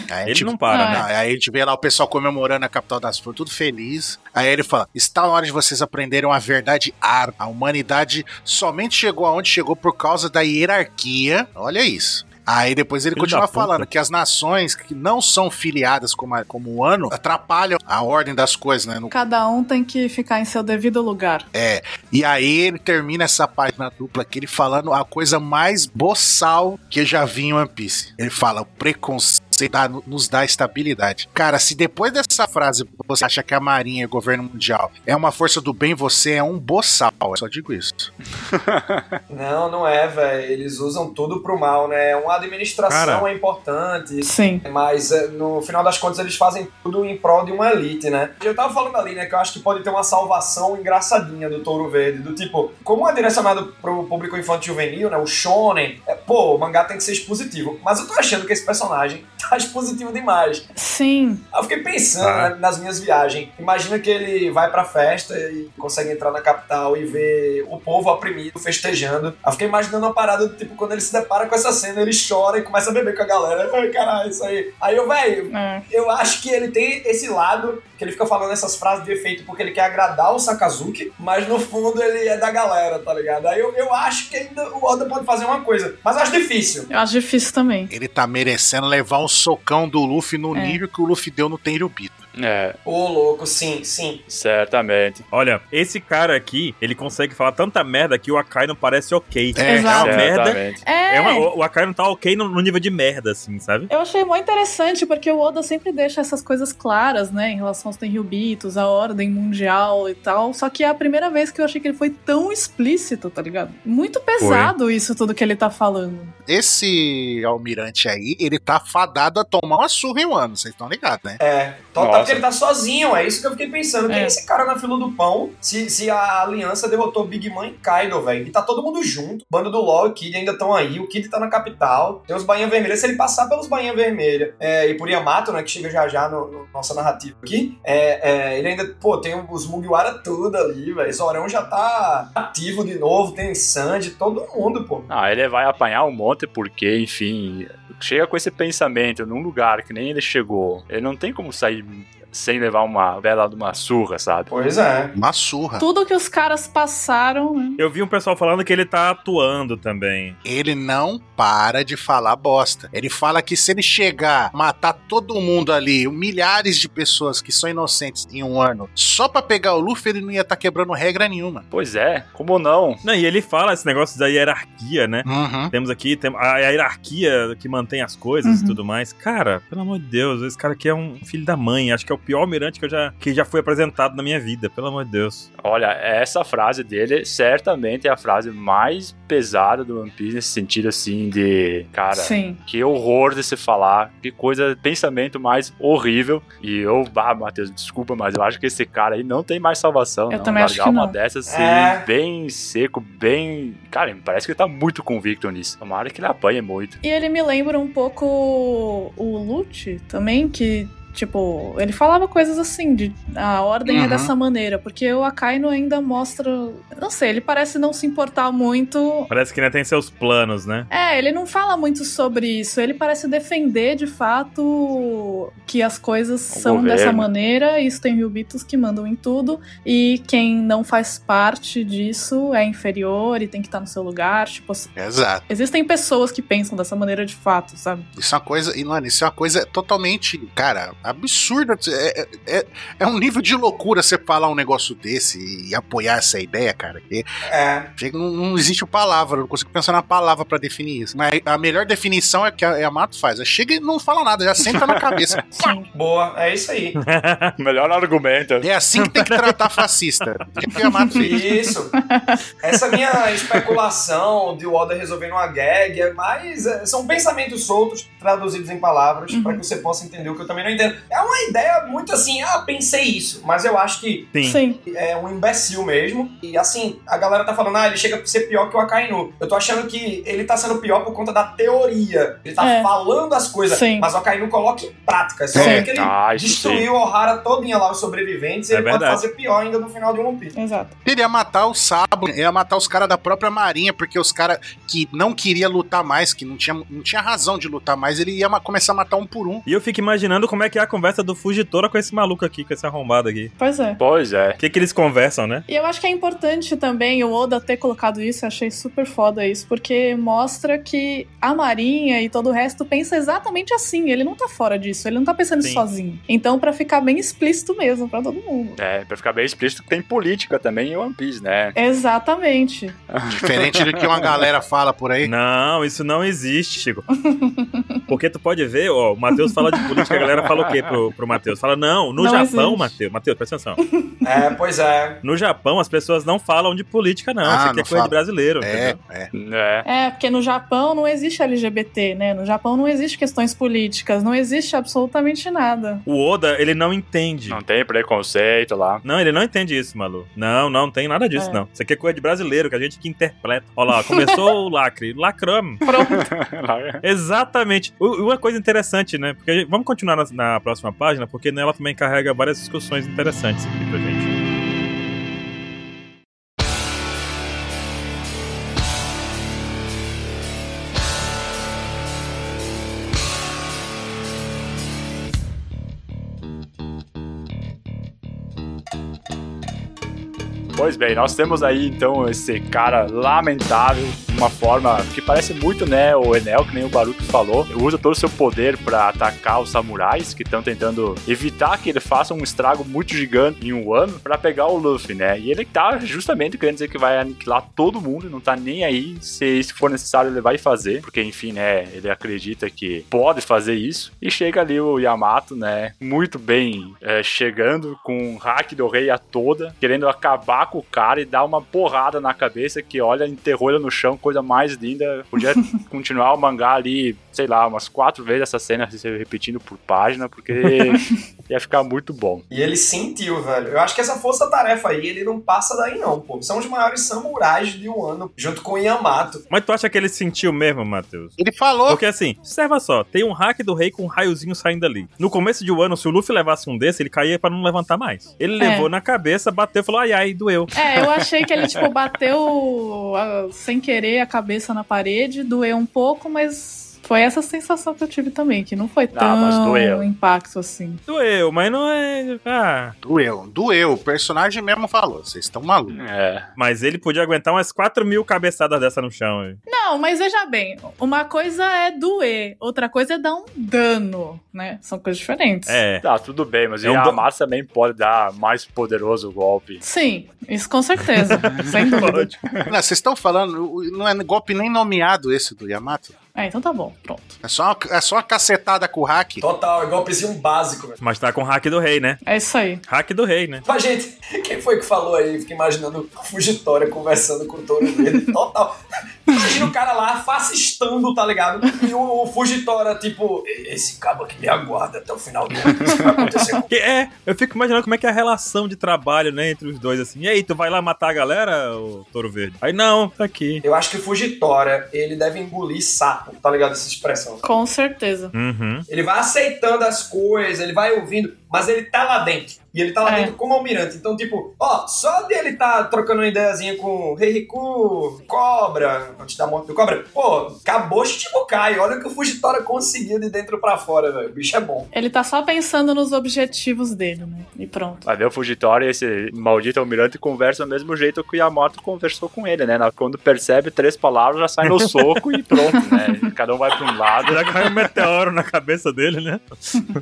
S3: Aí,
S1: Ele
S3: tipo,
S1: não para,
S4: Ah,
S1: né?
S3: Não, aí a gente vê lá o pessoal comemorando a capital das flores, tudo feliz. Aí ele fala: está na hora de vocês aprenderem a verdade ar. A humanidade somente chegou aonde chegou por causa da hierarquia. Olha isso. Aí depois ele
S1: Filho da
S3: continua
S1: puta.
S3: falando que as nações que não são filiadas como, a- como o ano atrapalham a ordem das coisas, né? No-
S4: Cada um tem que ficar em seu devido lugar.
S3: é. E aí ele termina essa página dupla aqui ele falando a coisa mais boçal que eu já vi em One Piece. Ele fala, o preconceito dá- nos dá estabilidade. Cara, se depois dessa frase você acha que a Marinha e o governo mundial é uma força do bem, você é um boçal. Eu só digo isso.
S5: Não, não é, velho. Eles usam tudo pro mal, né? Uma administração
S1: Cara.
S5: é importante.
S4: Sim.
S5: Mas eh, no final das contas eles fazem tudo em prol de uma elite, né? Eu tava falando ali, né, que eu acho que pode ter uma salvação engraçadinha do Touro Verde, do tipo, como é direcionado pro público infantil juvenil, né, o shonen, é, pô, o mangá tem que ser expositivo. Mas eu tô achando que esse personagem tá expositivo demais.
S4: Sim.
S5: Aí Eu fiquei pensando
S1: Tá.
S5: né, nas minhas viagens. Imagina que ele vai pra festa e consegue entrar na capital e ver o povo oprimido, festejando. Aí Eu fiquei imaginando uma parada do tipo, quando ele se depara com essa cena, ele chora e começa a beber com a galera. Ai, caralho, isso aí. Aí eu, velho,
S4: É.
S5: eu acho que ele tem esse lado que ele fica falando essas frases de efeito porque ele quer agradar o Sakazuki, mas no fundo ele é da galera, tá ligado? Aí eu, eu acho que ainda o Oda pode fazer uma coisa, mas eu acho difícil.
S4: Eu acho difícil também.
S3: Ele tá merecendo levar um socão do Luffy no
S4: É.
S3: nível que o Luffy deu no Tenryubito.
S2: É,
S5: Ô, louco, sim, sim.
S2: certamente.
S1: Olha, esse cara aqui, ele consegue falar tanta merda que o Akai não parece ok.
S3: É,
S4: Exato.
S1: uma merda.
S2: Certamente.
S4: É.
S1: É uma- o, o Akai não tá ok no, no nível de merda, assim, sabe?
S4: Eu achei muito interessante, porque o Oda sempre deixa essas coisas claras, né, em relação aos Tenryubitos, a ordem mundial e tal. Só que é a primeira vez que eu achei que ele foi tão explícito, tá ligado? Muito pesado isso tudo que ele tá falando.
S3: Esse almirante aí, ele tá fadado a tomar uma surra em um ano, vocês estão ligados, né?
S5: É, total
S2: Nossa.
S5: porque ele tá sozinho, é isso que eu fiquei pensando. Quem
S4: É.
S5: é esse cara na fila do pão se, se a aliança derrotou Big Man e Kaido, velho? E tá todo mundo junto. Bando do LOL e o Kid ainda estão aí, o Kid tá na capital. Tem os Bainha Vermelha. Se ele passar pelos Bainha Vermelha é, e por Yamato, né, que chega já já no, no- nossa narrativa aqui, é, é, ele ainda, pô, tem os Mugiwara tudo ali, velho. Zorão já tá ativo de novo, tem Sanji, todo mundo, pô.
S2: Ah, ele vai apanhar um monte porque, enfim, chega com esse pensamento num lugar que nem ele chegou. Ele não tem como sair sem levar uma bela de uma surra, sabe?
S5: Pois é.
S3: Uma surra.
S4: Tudo que os caras passaram, né?
S1: Eu vi um pessoal falando que ele tá atuando também.
S3: Ele não para de falar bosta. Ele fala que se ele chegar, matar todo mundo ali, milhares de pessoas que são inocentes em um ano, só pra pegar o Luffy, ele não ia estar quebrando regra nenhuma.
S2: Pois é, como não?
S1: Não, e ele fala esse negócio da hierarquia, né?
S3: Uhum.
S1: Temos aqui tem a, a hierarquia que mantém as coisas e
S4: Uhum.
S1: tudo mais. Cara, pelo amor de Deus, esse cara aqui é um filho da mãe. Acho que é o pior almirante que, eu já, que já foi apresentado na minha vida, pelo amor de Deus.
S2: Olha, essa frase dele certamente é a frase mais pesada do One Piece nesse sentido assim de cara,
S4: Sim.
S2: que horror de se falar, que coisa, pensamento mais horrível. E eu, bah, Matheus, desculpa, mas eu acho que esse cara aí não tem mais salvação.
S4: Eu
S2: não.
S4: também acho
S2: Largar
S4: que
S2: uma
S4: não.
S2: dessas assim,
S5: É.
S2: bem seco, bem. Cara, parece que ele tá muito convicto nisso. Tomara que ele apanhe muito.
S4: E ele me lembra um pouco o Lute também, que, tipo, ele falava coisas assim, de a ordem é
S3: Uhum.
S4: dessa maneira, porque o Akainu ainda mostra. Não sei, ele parece não se importar muito.
S1: Parece que ainda tem seus planos, né?
S4: É, ele não fala muito sobre isso. Ele parece defender de fato que as coisas
S2: O
S4: são
S2: governo.
S4: dessa maneira. Isso tem Ryubitos que mandam em tudo. E quem não faz parte disso é inferior e tem que estar no seu lugar. Tipo,
S3: Exato.
S4: existem pessoas que pensam dessa maneira de fato, sabe?
S3: Isso é uma coisa, e mano, isso é uma coisa totalmente, cara, absurda. É, é- é, é um nível de loucura você falar um negócio desse e apoiar essa ideia, cara. que
S5: É.
S3: Chega- Não, não existe palavra, eu não consigo pensar na palavra pra definir isso. Mas a melhor definição é que a, é a Mato faz. É chega e não fala nada, já senta na cabeça.
S4: Sim.
S5: Boa, é isso aí.
S2: Melhor argumento.
S3: É assim que tem que tratar fascista. O que a Mato fez?
S5: Isso. Essa minha especulação de o Oda resolvendo uma gag é mais. é, São pensamentos soltos traduzidos em palavras
S4: Uhum.
S5: pra que você possa entender o que eu também não entendo. É uma ideia muito assim, ah, pensei isso, mas eu acho que
S1: Sim.
S4: Sim.
S5: é um imbecil mesmo. E assim, a galera tá falando, ah, ele chega a ser pior que o Akainu. Eu tô achando que ele tá sendo pior por conta da teoria. Ele tá
S4: É.
S5: falando as coisas,
S4: Sim.
S5: mas o Akainu coloca em prática. Só
S3: É.
S5: que ele
S2: Ah, isso sim.
S5: destruiu o Ohara todinha lá, os sobreviventes, e
S1: É
S5: ele
S1: verdade.
S5: pode fazer pior ainda no final de One Piece.
S4: Exato.
S3: Ele ia matar o Sabo, ele ia matar os caras da própria marinha, porque os caras que não queria lutar mais, que não tinha, não tinha razão de lutar mais, ele ia ma- começar a matar um por um.
S1: E eu fico imaginando como é que é a conversa do Fugitora com esse maluco aqui, com esse arrombado aqui.
S4: Pois é.
S2: Pois é.
S1: O que, que eles conversam, né?
S4: E eu acho que é importante também o Oda ter colocado isso, eu achei super foda isso, porque mostra que a Marinha e todo o resto pensa exatamente assim, ele não tá fora disso, ele não tá pensando
S1: Sim.
S4: isso sozinho. Então, pra ficar bem explícito mesmo pra todo mundo.
S2: É, pra ficar bem explícito, tem política também em One Piece, né?
S4: Exatamente.
S3: Diferente do que uma galera fala por aí.
S1: Não, isso não existe, Chico. Porque tu pode ver, ó, o Matheus fala de política, a galera fala o quê pro, pro Matheus? Fala, não, no
S4: Não
S1: Japão,
S4: existe.
S1: Matheus. Matheus, presta atenção.
S5: É, pois é.
S1: No Japão, as pessoas não falam de política, não.
S3: Ah,
S1: Isso aqui é
S3: não
S1: coisa
S3: fala.
S1: de brasileiro.
S3: É,
S1: entendeu?
S3: é.
S2: É.
S4: É, porque no Japão não existe LGBT, né? No Japão não existe questões políticas, não existe absolutamente nada.
S1: O Oda, ele não entende.
S2: Não tem preconceito lá.
S1: Não, ele não entende isso, Malu. Não, não tem nada disso,
S4: É.
S1: não. Isso aqui é coisa de brasileiro, que a gente que interpreta. Olha lá, começou o lacre. Lacramos.
S4: Pronto.
S2: é
S1: Exatamente. U- Uma coisa interessante, né? Porque a gente- vamos continuar na, na próxima página, porque nela também carrega várias discussões interessantes aqui pra gente.
S2: Pois bem, nós temos aí então esse cara lamentável, de uma forma que parece muito, né, o Enel, que nem o Baruto falou, usa todo o seu poder pra atacar os samurais que estão tentando evitar que ele faça um estrago muito gigante em um ano pra pegar o Luffy, né? E ele tá justamente querendo dizer que vai aniquilar todo mundo, não tá nem aí se isso for necessário ele vai fazer, porque enfim, né, ele acredita que pode fazer isso. E chega ali o Yamato, né, muito bem é, chegando com um hack do rei a toda, querendo acabar com o cara e dar uma porrada na cabeça que, olha, enterrou ele no chão, coisa mais linda. Podia continuar o mangá ali, sei lá, umas quatro vezes essa cena se repetindo por página, porque ia ficar muito bom.
S5: E ele sentiu, velho. Eu acho que essa força-tarefa aí, ele não passa daí, não, pô. São os maiores samurais de um ano, junto com o Yamato.
S1: Mas tu acha que ele sentiu mesmo, Matheus?
S3: Ele falou.
S1: Porque assim, observa só, tem um hack do rei com um raiozinho saindo ali. No começo de um ano, se o Luffy levasse um desse, ele caía pra não levantar mais. Ele
S4: É.
S1: levou na cabeça, bateu e falou, ai ai, doeu.
S4: É, eu achei que ele, tipo, bateu ah, sem querer a cabeça na parede, doeu um pouco, mas foi essa sensação que eu tive também, que não foi tão
S2: Ah, mas doeu.
S4: impacto assim.
S1: Doeu, mas não é. Ah.
S3: Doeu, doeu. O personagem mesmo falou. Vocês estão malucos.
S2: É.
S1: Mas ele podia aguentar umas 4 mil cabeçadas dessa no chão. hein?
S4: Não, mas veja bem, uma coisa é doer, outra coisa é dar um dano, né? São coisas diferentes.
S1: É.
S2: Tá, tudo bem, mas
S1: É
S2: o
S1: um do-
S2: Yamato também pode dar mais poderoso golpe.
S4: Sim, isso com certeza, sem dúvida.
S3: Não, Vocês estão falando. o- Não é golpe nem nomeado esse do Yamato.
S4: É, então tá bom, pronto.
S3: É só, uma- é só uma cacetada com o hack.
S5: Total, é golpezinho básico, velho.
S1: Mas tá com o hack do rei, né?
S4: É isso aí.
S1: Hack do rei, né?
S5: Mas, gente, quem foi que falou aí? Fiquei imaginando o Fugitória conversando com o Toro dele. Total. Imagina o cara lá fascistando, tá ligado? E o, o Fugitória, tipo, "E- esse cabo aqui me aguarda até o final do ano. Isso que vai acontecer com
S1: Que é, eu fico imaginando como é que é a relação de trabalho, né, entre os dois, assim. E aí, tu vai lá matar a galera, o Touro Verde? Aí, não, tá aqui.
S5: Eu acho que Fugitória, ele deve engolir sapo, tá ligado? Essa expressão.
S4: Com certeza.
S1: Uhum.
S5: Ele vai aceitando as coisas, ele vai ouvindo, mas ele tá lá dentro. E ele tá lá
S4: É.
S5: dentro como almirante. Então, tipo, ó, só dele tá trocando uma ideiazinha com o Rei Riku, Cobra, antes da morte do Cobra. Pô, acabou Shichibukai. Olha o que o Fujitora conseguiu de dentro pra fora, velho. O bicho é bom.
S4: Ele tá só pensando nos objetivos dele, né? E pronto.
S2: Vai ver o Fugitório e esse maldito almirante conversa do mesmo jeito que o Yamato conversou com ele, né? Na- Quando percebe três palavras, já sai no soco e pronto, né? Cada um vai pra um lado,
S1: Já caiu um meteoro na cabeça dele, né?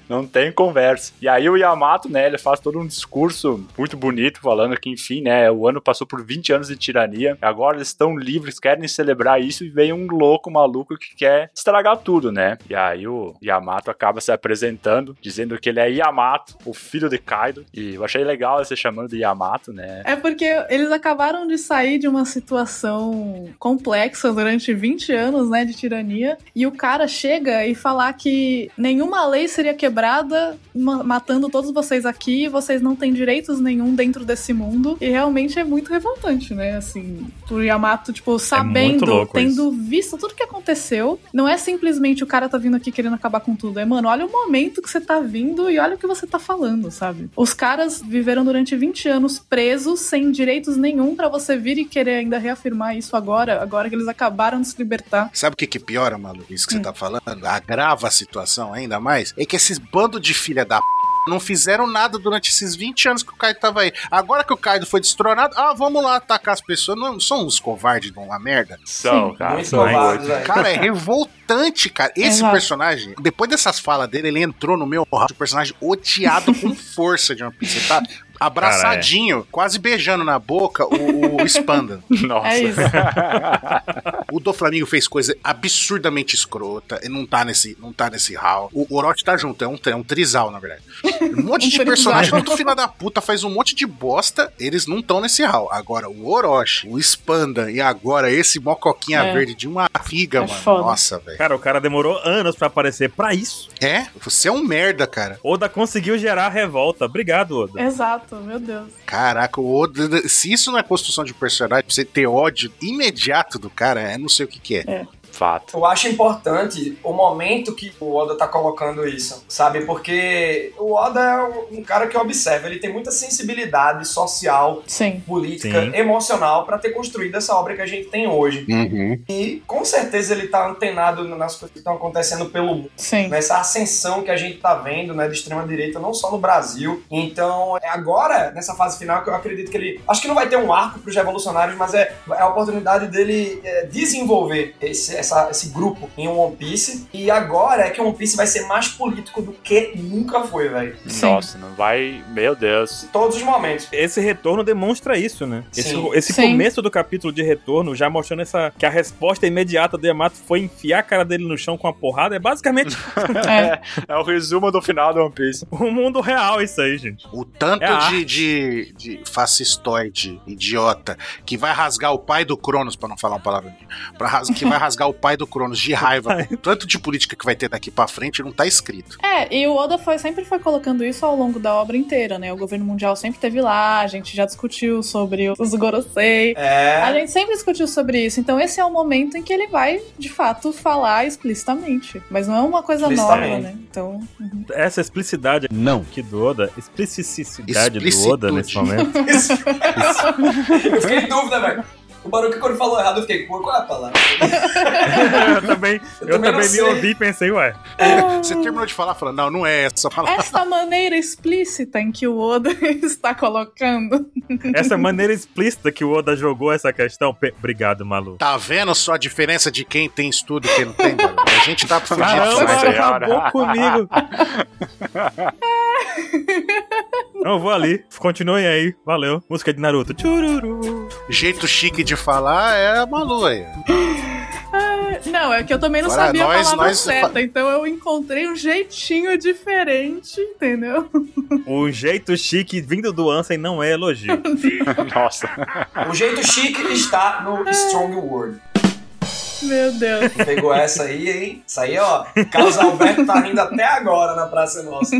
S2: não tem conversa. E aí o Yamato, né, ele faz todo um discurso muito bonito, falando que, enfim, né, o ano passou por 20 anos de tirania, agora eles estão livres, querem celebrar isso, e vem um louco maluco que quer estragar tudo, né? E aí o Yamato acaba se apresentando, dizendo que ele é Yamato, o filho de Kaido, e eu achei legal ele ser chamando de Yamato, né?
S4: É porque eles acabaram de sair de uma situação complexa durante 20 anos, né, de tirania, e o cara chega e falar que nenhuma lei seria quebrada ma- matando todos vocês aqui, vocês não têm direitos nenhum dentro desse mundo, e realmente é muito revoltante, né, assim, pro Yamato, tipo, sabendo,
S1: louco
S4: tendo visto tudo que aconteceu, não é simplesmente o cara tá vindo aqui querendo acabar com tudo, é, mano, olha o momento que você tá vindo e olha o que você tá falando, sabe? Os caras viveram durante 20 anos presos, sem direitos nenhum pra você vir e querer ainda reafirmar isso agora, agora que eles acabaram de se libertar.
S3: Sabe o que, que piora, Malu? Isso que você tá falando? Agrava a situação ainda mais? É que esses bando de filha da p... não fizeram nada durante esses 20 anos que o Kaido tava aí. Agora que o Kaido foi destronado, ah, vamos lá atacar as pessoas. Não são uns covardes de uma merda.
S2: São,
S4: Sim.
S2: cara. é
S5: Muito
S2: são.
S5: covarde, velho.
S3: Cara, é revoltante, cara. Esse
S4: Exato.
S3: personagem, depois dessas falas dele, ele entrou no meu rádio, um personagem odiado com força de uma Piece. Ele tá abraçadinho, quase beijando na boca o, o Spanda.
S2: Nossa.
S4: É isso.
S3: O Doflamingo fez coisa absurdamente escrota. Ele não tá nesse, não tá nesse hall. O Orochi tá junto, é um, é um trisal, na verdade. Um monte
S4: Um
S3: de
S4: trisal.
S3: personagem, outro filho da puta, faz um monte de bosta. Eles não estão nesse hall. Agora, o Orochi, o Spanda e agora esse mocoquinha
S4: É.
S3: verde de uma figa,
S4: É
S3: mano.
S4: foda.
S3: Nossa, velho.
S1: Cara, o cara demorou anos pra aparecer pra isso.
S3: É? Você é um merda, cara.
S1: Oda conseguiu gerar a revolta. Obrigado, Oda.
S4: Exato, meu Deus.
S3: Caraca, o Oda. Se isso não é construção de personagem, pra você ter ódio imediato do cara, eu não sei o que, que é.
S2: Fato.
S5: Eu acho importante o momento que o Oda tá colocando isso, sabe? Porque o Oda é um- um cara que observa, ele tem muita sensibilidade social,
S4: Sim.
S5: política,
S1: Sim.
S5: emocional pra ter construído essa obra que a gente tem hoje.
S3: Uhum.
S5: E com certeza ele tá antenado nas coisas que estão acontecendo pelo mundo,
S4: Sim.
S5: nessa ascensão que a gente tá vendo, né, de extrema direita, não só no Brasil. Então, é agora, nessa fase final, que eu acredito que ele. Acho que não vai ter um arco pros revolucionários, mas é, é a oportunidade dele é, desenvolver esse, essa- esse grupo em um One Piece. E agora é que One Piece vai ser mais político do que nunca foi, velho.
S4: Sim.
S2: Nossa, não vai. Meu Deus.
S5: Em todos os momentos.
S1: Esse retorno demonstra isso, né? Esse,
S5: Sim.
S1: esse
S4: Sim.
S1: começo do capítulo de retorno já mostrando essa que a resposta imediata do Yamato foi enfiar a cara dele no chão com a porrada. É basicamente
S4: É.
S2: É o resumo do final do One Piece.
S1: o mundo real isso aí, gente.
S3: O tanto
S1: É a
S3: de, de, de fascistoide, idiota, que vai rasgar o pai do Cronos, pra não falar uma palavra, pra ras- que vai rasgar o pai do Cronos de raiva. com o tanto de política que vai ter daqui pra frente não tá escrito.
S4: É, e o Oda foi, sempre foi colocando isso ao longo da obra inteira, né? O governo mundial sempre teve lá, a gente já discutiu sobre os Gorosei. A
S5: É.
S4: gente sempre discutiu sobre isso, então esse é o momento em que ele vai, de fato, falar explicitamente. Mas não é uma coisa nova,
S5: Explicitamente.
S4: né? Então, uhum.
S1: Essa explicidade
S6: Não.
S1: aqui do Oda, explicicidade do
S3: Explicitude.
S1: Oda nesse momento.
S5: eu fiquei em dúvida, velho. O Baruque, quando falou errado, eu fiquei, pô, qual é a palavra?
S1: eu também, eu
S5: Eu também não
S1: também me
S5: sei.
S1: ouvi e pensei, ué.
S3: Você terminou de falar, falando, não, não é essa palavra.
S4: essa maneira explícita em que o Oda está colocando.
S1: Essa maneira explícita que o Oda jogou essa questão. Pe- Obrigado, Malu.
S3: Tá vendo só a diferença de quem tem estudo e quem não tem? mano? A gente tá fugindo.
S2: Nossa
S1: Caramba,
S3: demais.
S1: cara,
S2: Senhora.
S1: acabou comigo. Não, eu vou ali. Continuem aí. Valeu. Música de Naruto. Tchururu.
S3: é. Jeito chique de falar é a Malu aí.
S4: Não, é que eu também não
S3: Fora
S4: sabia
S3: nós,
S4: a palavra
S3: nós-
S4: certa, então eu encontrei um jeitinho diferente, entendeu?
S1: O Um jeito chique vindo do Ansem não é elogio.
S2: Nossa.
S5: O jeito chique está no Strong World.
S4: Meu Deus.
S5: Pegou essa aí, hein? Isso aí, ó. Carlos Alberto tá rindo até agora na Praça Nossa.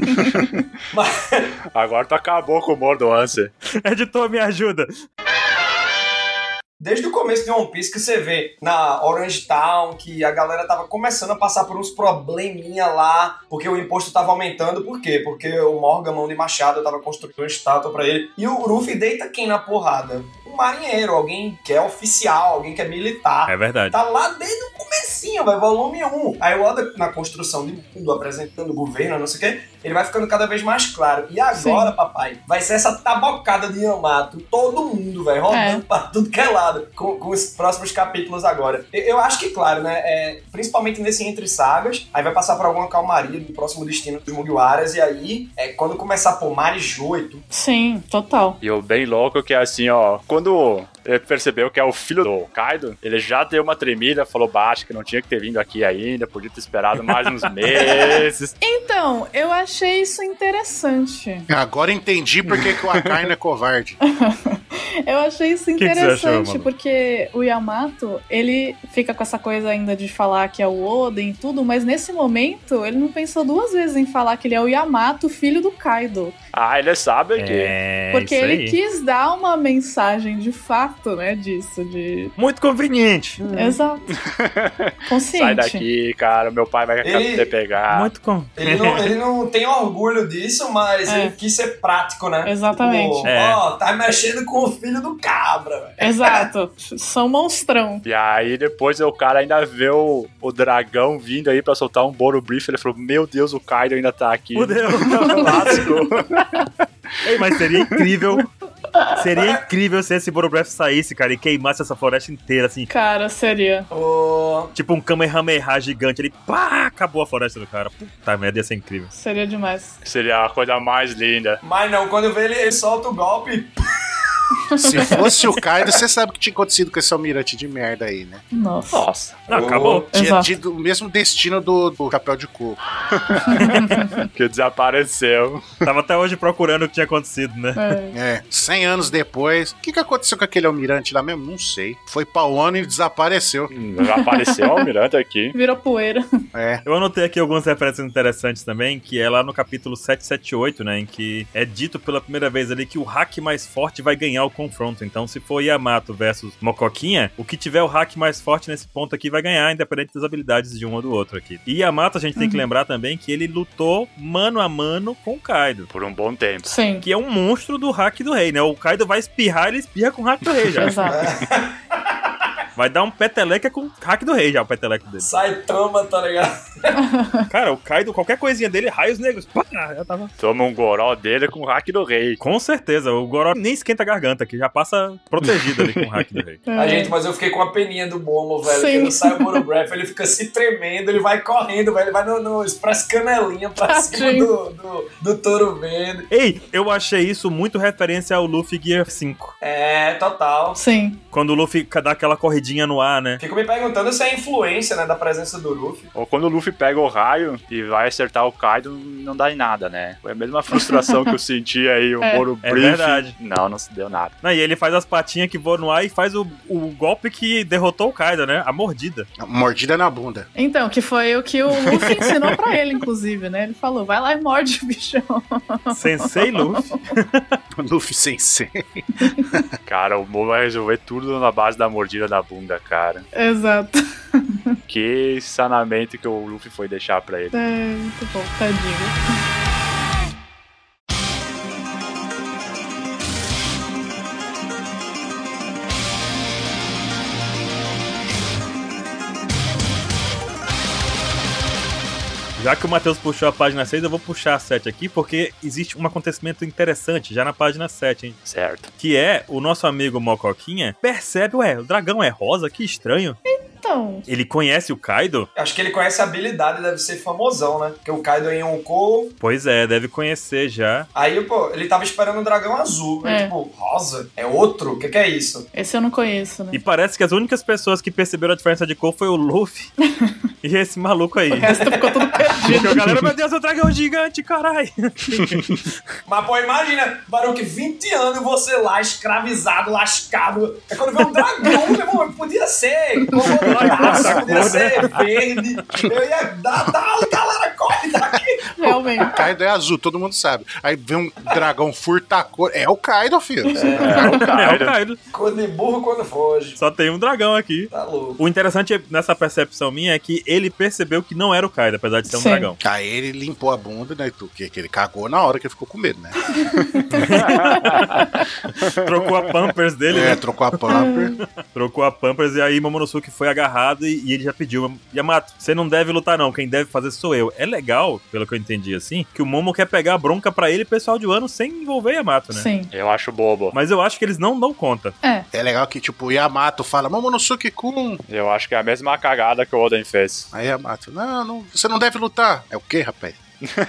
S2: Agora tu acabou com o humor do Ansem.
S1: Editor, me ajuda.
S5: Desde o começo de One Piece que você vê na Orange Town que a galera tava começando a passar por uns probleminha lá, porque o imposto tava aumentando. Por quê? Porque o Morgan Mão de Machado tava construindo uma estátua pra ele. E o Ruffy deita quem na porrada? Um marinheiro, alguém que é oficial, alguém que é militar.
S1: É verdade.
S5: Tá lá desde o comecinho, vai volume 1. Aí o Oda, na construção de mundo, apresentando o governo, não sei o quê, ele vai ficando cada vez mais claro. E agora, papai, vai ser essa tabocada de Yamato. Todo mundo, velho, rodando pra tudo que é lado, com, com os próximos capítulos agora. Eu, eu acho que, claro, né, é, principalmente nesse entre sagas, aí vai passar por alguma calmaria do próximo destino dos Mugiwaras, e aí, é, quando começar por Marijô e tudo,
S4: Sim, total.
S2: E o bem louco que é assim, ó. Quando ele percebeu que é o filho do Kaido, ele já deu uma tremida, falou baixo que não tinha que ter vindo aqui ainda, podia ter esperado mais uns meses.
S4: Então, eu achei isso interessante.
S3: Agora entendi por que, que o Akainu é covarde.
S4: Eu achei isso
S1: que você achou,
S4: interessante,
S1: Manu?
S4: porque o Yamato, ele fica com essa coisa ainda de falar que é o Oden e tudo, mas nesse momento ele não pensou duas vezes em falar que ele é o Yamato, filho do Kaido.
S2: Ah, ele sabe que.
S1: É,
S4: porque
S1: isso
S4: ele
S1: aí.
S4: quis dar uma mensagem de fato, né, disso, de...
S1: Muito conveniente.
S5: Hum.
S4: Exato. Consciente.
S2: Sai daqui, cara, meu pai vai
S5: Ele-
S2: te pegar.
S1: Muito com...
S5: ele não, ele não tem orgulho disso, mas
S4: É.
S5: ele quis ser prático, né?
S4: Exatamente.
S5: Tipo,
S1: É.
S5: Ó, tá mexendo com o filho do cabra, velho.
S4: Exato. São monstrão.
S2: E aí depois o cara ainda vê o, o dragão vindo aí pra soltar um Boro Brief, ele falou, meu Deus, o Kaido ainda tá aqui.
S1: Fudeu.
S2: Clássico.
S1: Ei, mas seria incrível. Seria incrível se esse Borobreath saísse, cara, e queimasse essa floresta inteira, assim.
S4: Cara, seria.
S5: Ô,
S1: Tipo um Kamehameha gigante. Ele pá, acabou a floresta do cara. Puta merda, ia ser incrível.
S4: Seria demais.
S2: Seria a coisa mais linda.
S5: Mas não, quando vê ele, ele solta o golpe.
S3: Se fosse o Kaido, você sabe o que tinha acontecido com esse almirante de merda aí, né?
S4: Nossa.
S2: Nossa.
S1: Não,
S5: Ô,
S1: acabou.
S3: Tinha
S4: Exato.
S3: tido o É mesmo destino do, do Chapéu de Coco.
S2: Que desapareceu.
S1: Tava até hoje procurando o que tinha acontecido, né?
S4: É.
S3: É, 100 anos depois. O que, que aconteceu com aquele almirante lá mesmo? Não sei. Foi pra ONU e desapareceu.
S2: Hum, Já apareceu o almirante aqui.
S4: Virou poeira.
S3: É.
S1: Eu anotei aqui algumas referências interessantes também, que é lá no capítulo 778, né, em que é dito pela primeira vez ali que o hack mais forte vai ganhar o confronto. Então, se for Yamato versus Mocoquinha, o que tiver o hack mais forte nesse ponto aqui vai ganhar, independente das habilidades de um ou do outro aqui. E Yamato, a gente tem que lembrar também que ele lutou mano a mano com o Kaido.
S2: Por um bom tempo.
S4: Sim.
S1: Que é um monstro do hack do rei, né? O Kaido vai espirrar, ele espirra com o hack do rei já.
S4: Exato.
S1: Vai dar um peteleca com o hack do rei já, o peteleco dele.
S5: Sai trama, tá ligado?
S1: Cara, o Kaido, qualquer coisinha dele, raios negros, pá, já tava
S2: Toma um goró dele com o hack do rei.
S1: Com certeza, o Goró nem esquenta a garganta, que já passa protegido ali com o hack do rei.
S5: A gente, mas eu fiquei com a peninha do Momo, velho.
S4: É. Sim.
S5: Que não sai o Moro Breath, ele fica se tremendo, ele vai correndo, velho. Ele vai no, no express canelinha pra cima
S4: Tadinho.
S5: do, do, do touro verde.
S1: Ei, eu achei isso muito referência ao Luffy Gear 5.
S5: É, total.
S4: Sim.
S1: Quando o Luffy ca- dá aquela corridinha no ar, né?
S5: Fico me perguntando se é influência, né, da presença do Luffy.
S2: Ou quando o Luffy pega o raio e vai acertar o Kaido, não dá em nada, né? Foi a mesma frustração que eu senti aí, o
S4: É.
S2: Boro
S1: É
S2: Brief.
S1: verdade.
S2: Não, não se deu nada.
S1: Não, e ele faz as patinhas que voam no ar e faz o, o golpe que derrotou o Kaido, né? A mordida.
S3: Mordida na bunda.
S4: Então, que foi o que o Luffy ensinou pra ele, inclusive, né? Ele falou, vai lá e morde o bichão.
S1: Sensei Luffy.
S3: Luffy sensei.
S2: Cara, o Mo vai resolver tudo na base da mordida da bunda, cara.
S4: Exato.
S2: Que sanamento que o Luffy foi deixar pra ele.
S4: É, muito bom, tadinho.
S1: Já que o Matheus puxou a página 6, eu vou puxar a 7 aqui, porque existe um acontecimento interessante já na página 7, hein?
S2: Certo.
S1: Que é o nosso amigo Mocoquinha percebe, ué, o dragão é rosa, que estranho.
S4: Então,
S1: Ele conhece o Kaido?
S5: Acho que ele conhece a habilidade, deve ser famosão, né? Porque o Kaido é em Yonkou.
S1: Pois é, deve conhecer já.
S5: Aí, pô, ele tava esperando um dragão azul. Aí,
S4: É.
S5: tipo, rosa? É outro? O que, que é isso?
S4: esse eu não conheço, né?
S1: E parece que as únicas pessoas que perceberam a diferença de cor foi o Luffy e esse maluco aí.
S4: O resto é ficou tudo
S1: Porque a
S4: perdido.
S1: galera, meu Deus, o dragão gigante, caralho.
S5: Mas, pô, imagina, Baruque, 20 anos você lá, escravizado, lascado. É quando vê um dragão, meu irmão, podia ser coloradaço, podia
S2: né?
S5: ser verde. Eu ia dar, tá, galera, corre daqui.
S4: Realmente.
S3: Kaido é azul, todo mundo sabe. Aí vem um dragão furtacor. É o Kaido, filho.
S2: É o
S1: É o
S2: Kaido.
S1: Kaido.
S5: Cor de burro quando foge.
S1: Só tem um dragão aqui.
S5: Tá louco.
S1: O interessante nessa percepção minha é que ele percebeu que não era o Kaido, apesar de ser um
S4: Sim.
S1: dragão.
S3: Aí ele limpou a bunda, né? tu- Que, que ele cagou na hora que ele ficou com medo, né?
S1: Trocou a Pampers dele,
S3: é,
S1: né?
S3: trocou a pamper.
S1: Trocou a Pampers e aí Momonosuke foi agarrado e, e ele já pediu. Yamato, você não deve lutar não, quem deve fazer sou eu. É legal, pelo que eu entendi assim, que o Momo quer pegar a bronca pra ele e pessoal de Wano sem envolver Yamato, né?
S4: Sim.
S2: Eu acho bobo.
S1: Mas eu acho que eles não dão conta.
S4: É.
S3: é legal que, tipo, o Yamato fala, Momonosuke-kun.
S2: Eu acho que é a mesma cagada que o Oden fez.
S3: Aí Yamato, não, não, você não deve lutar. É o quê, rapaz?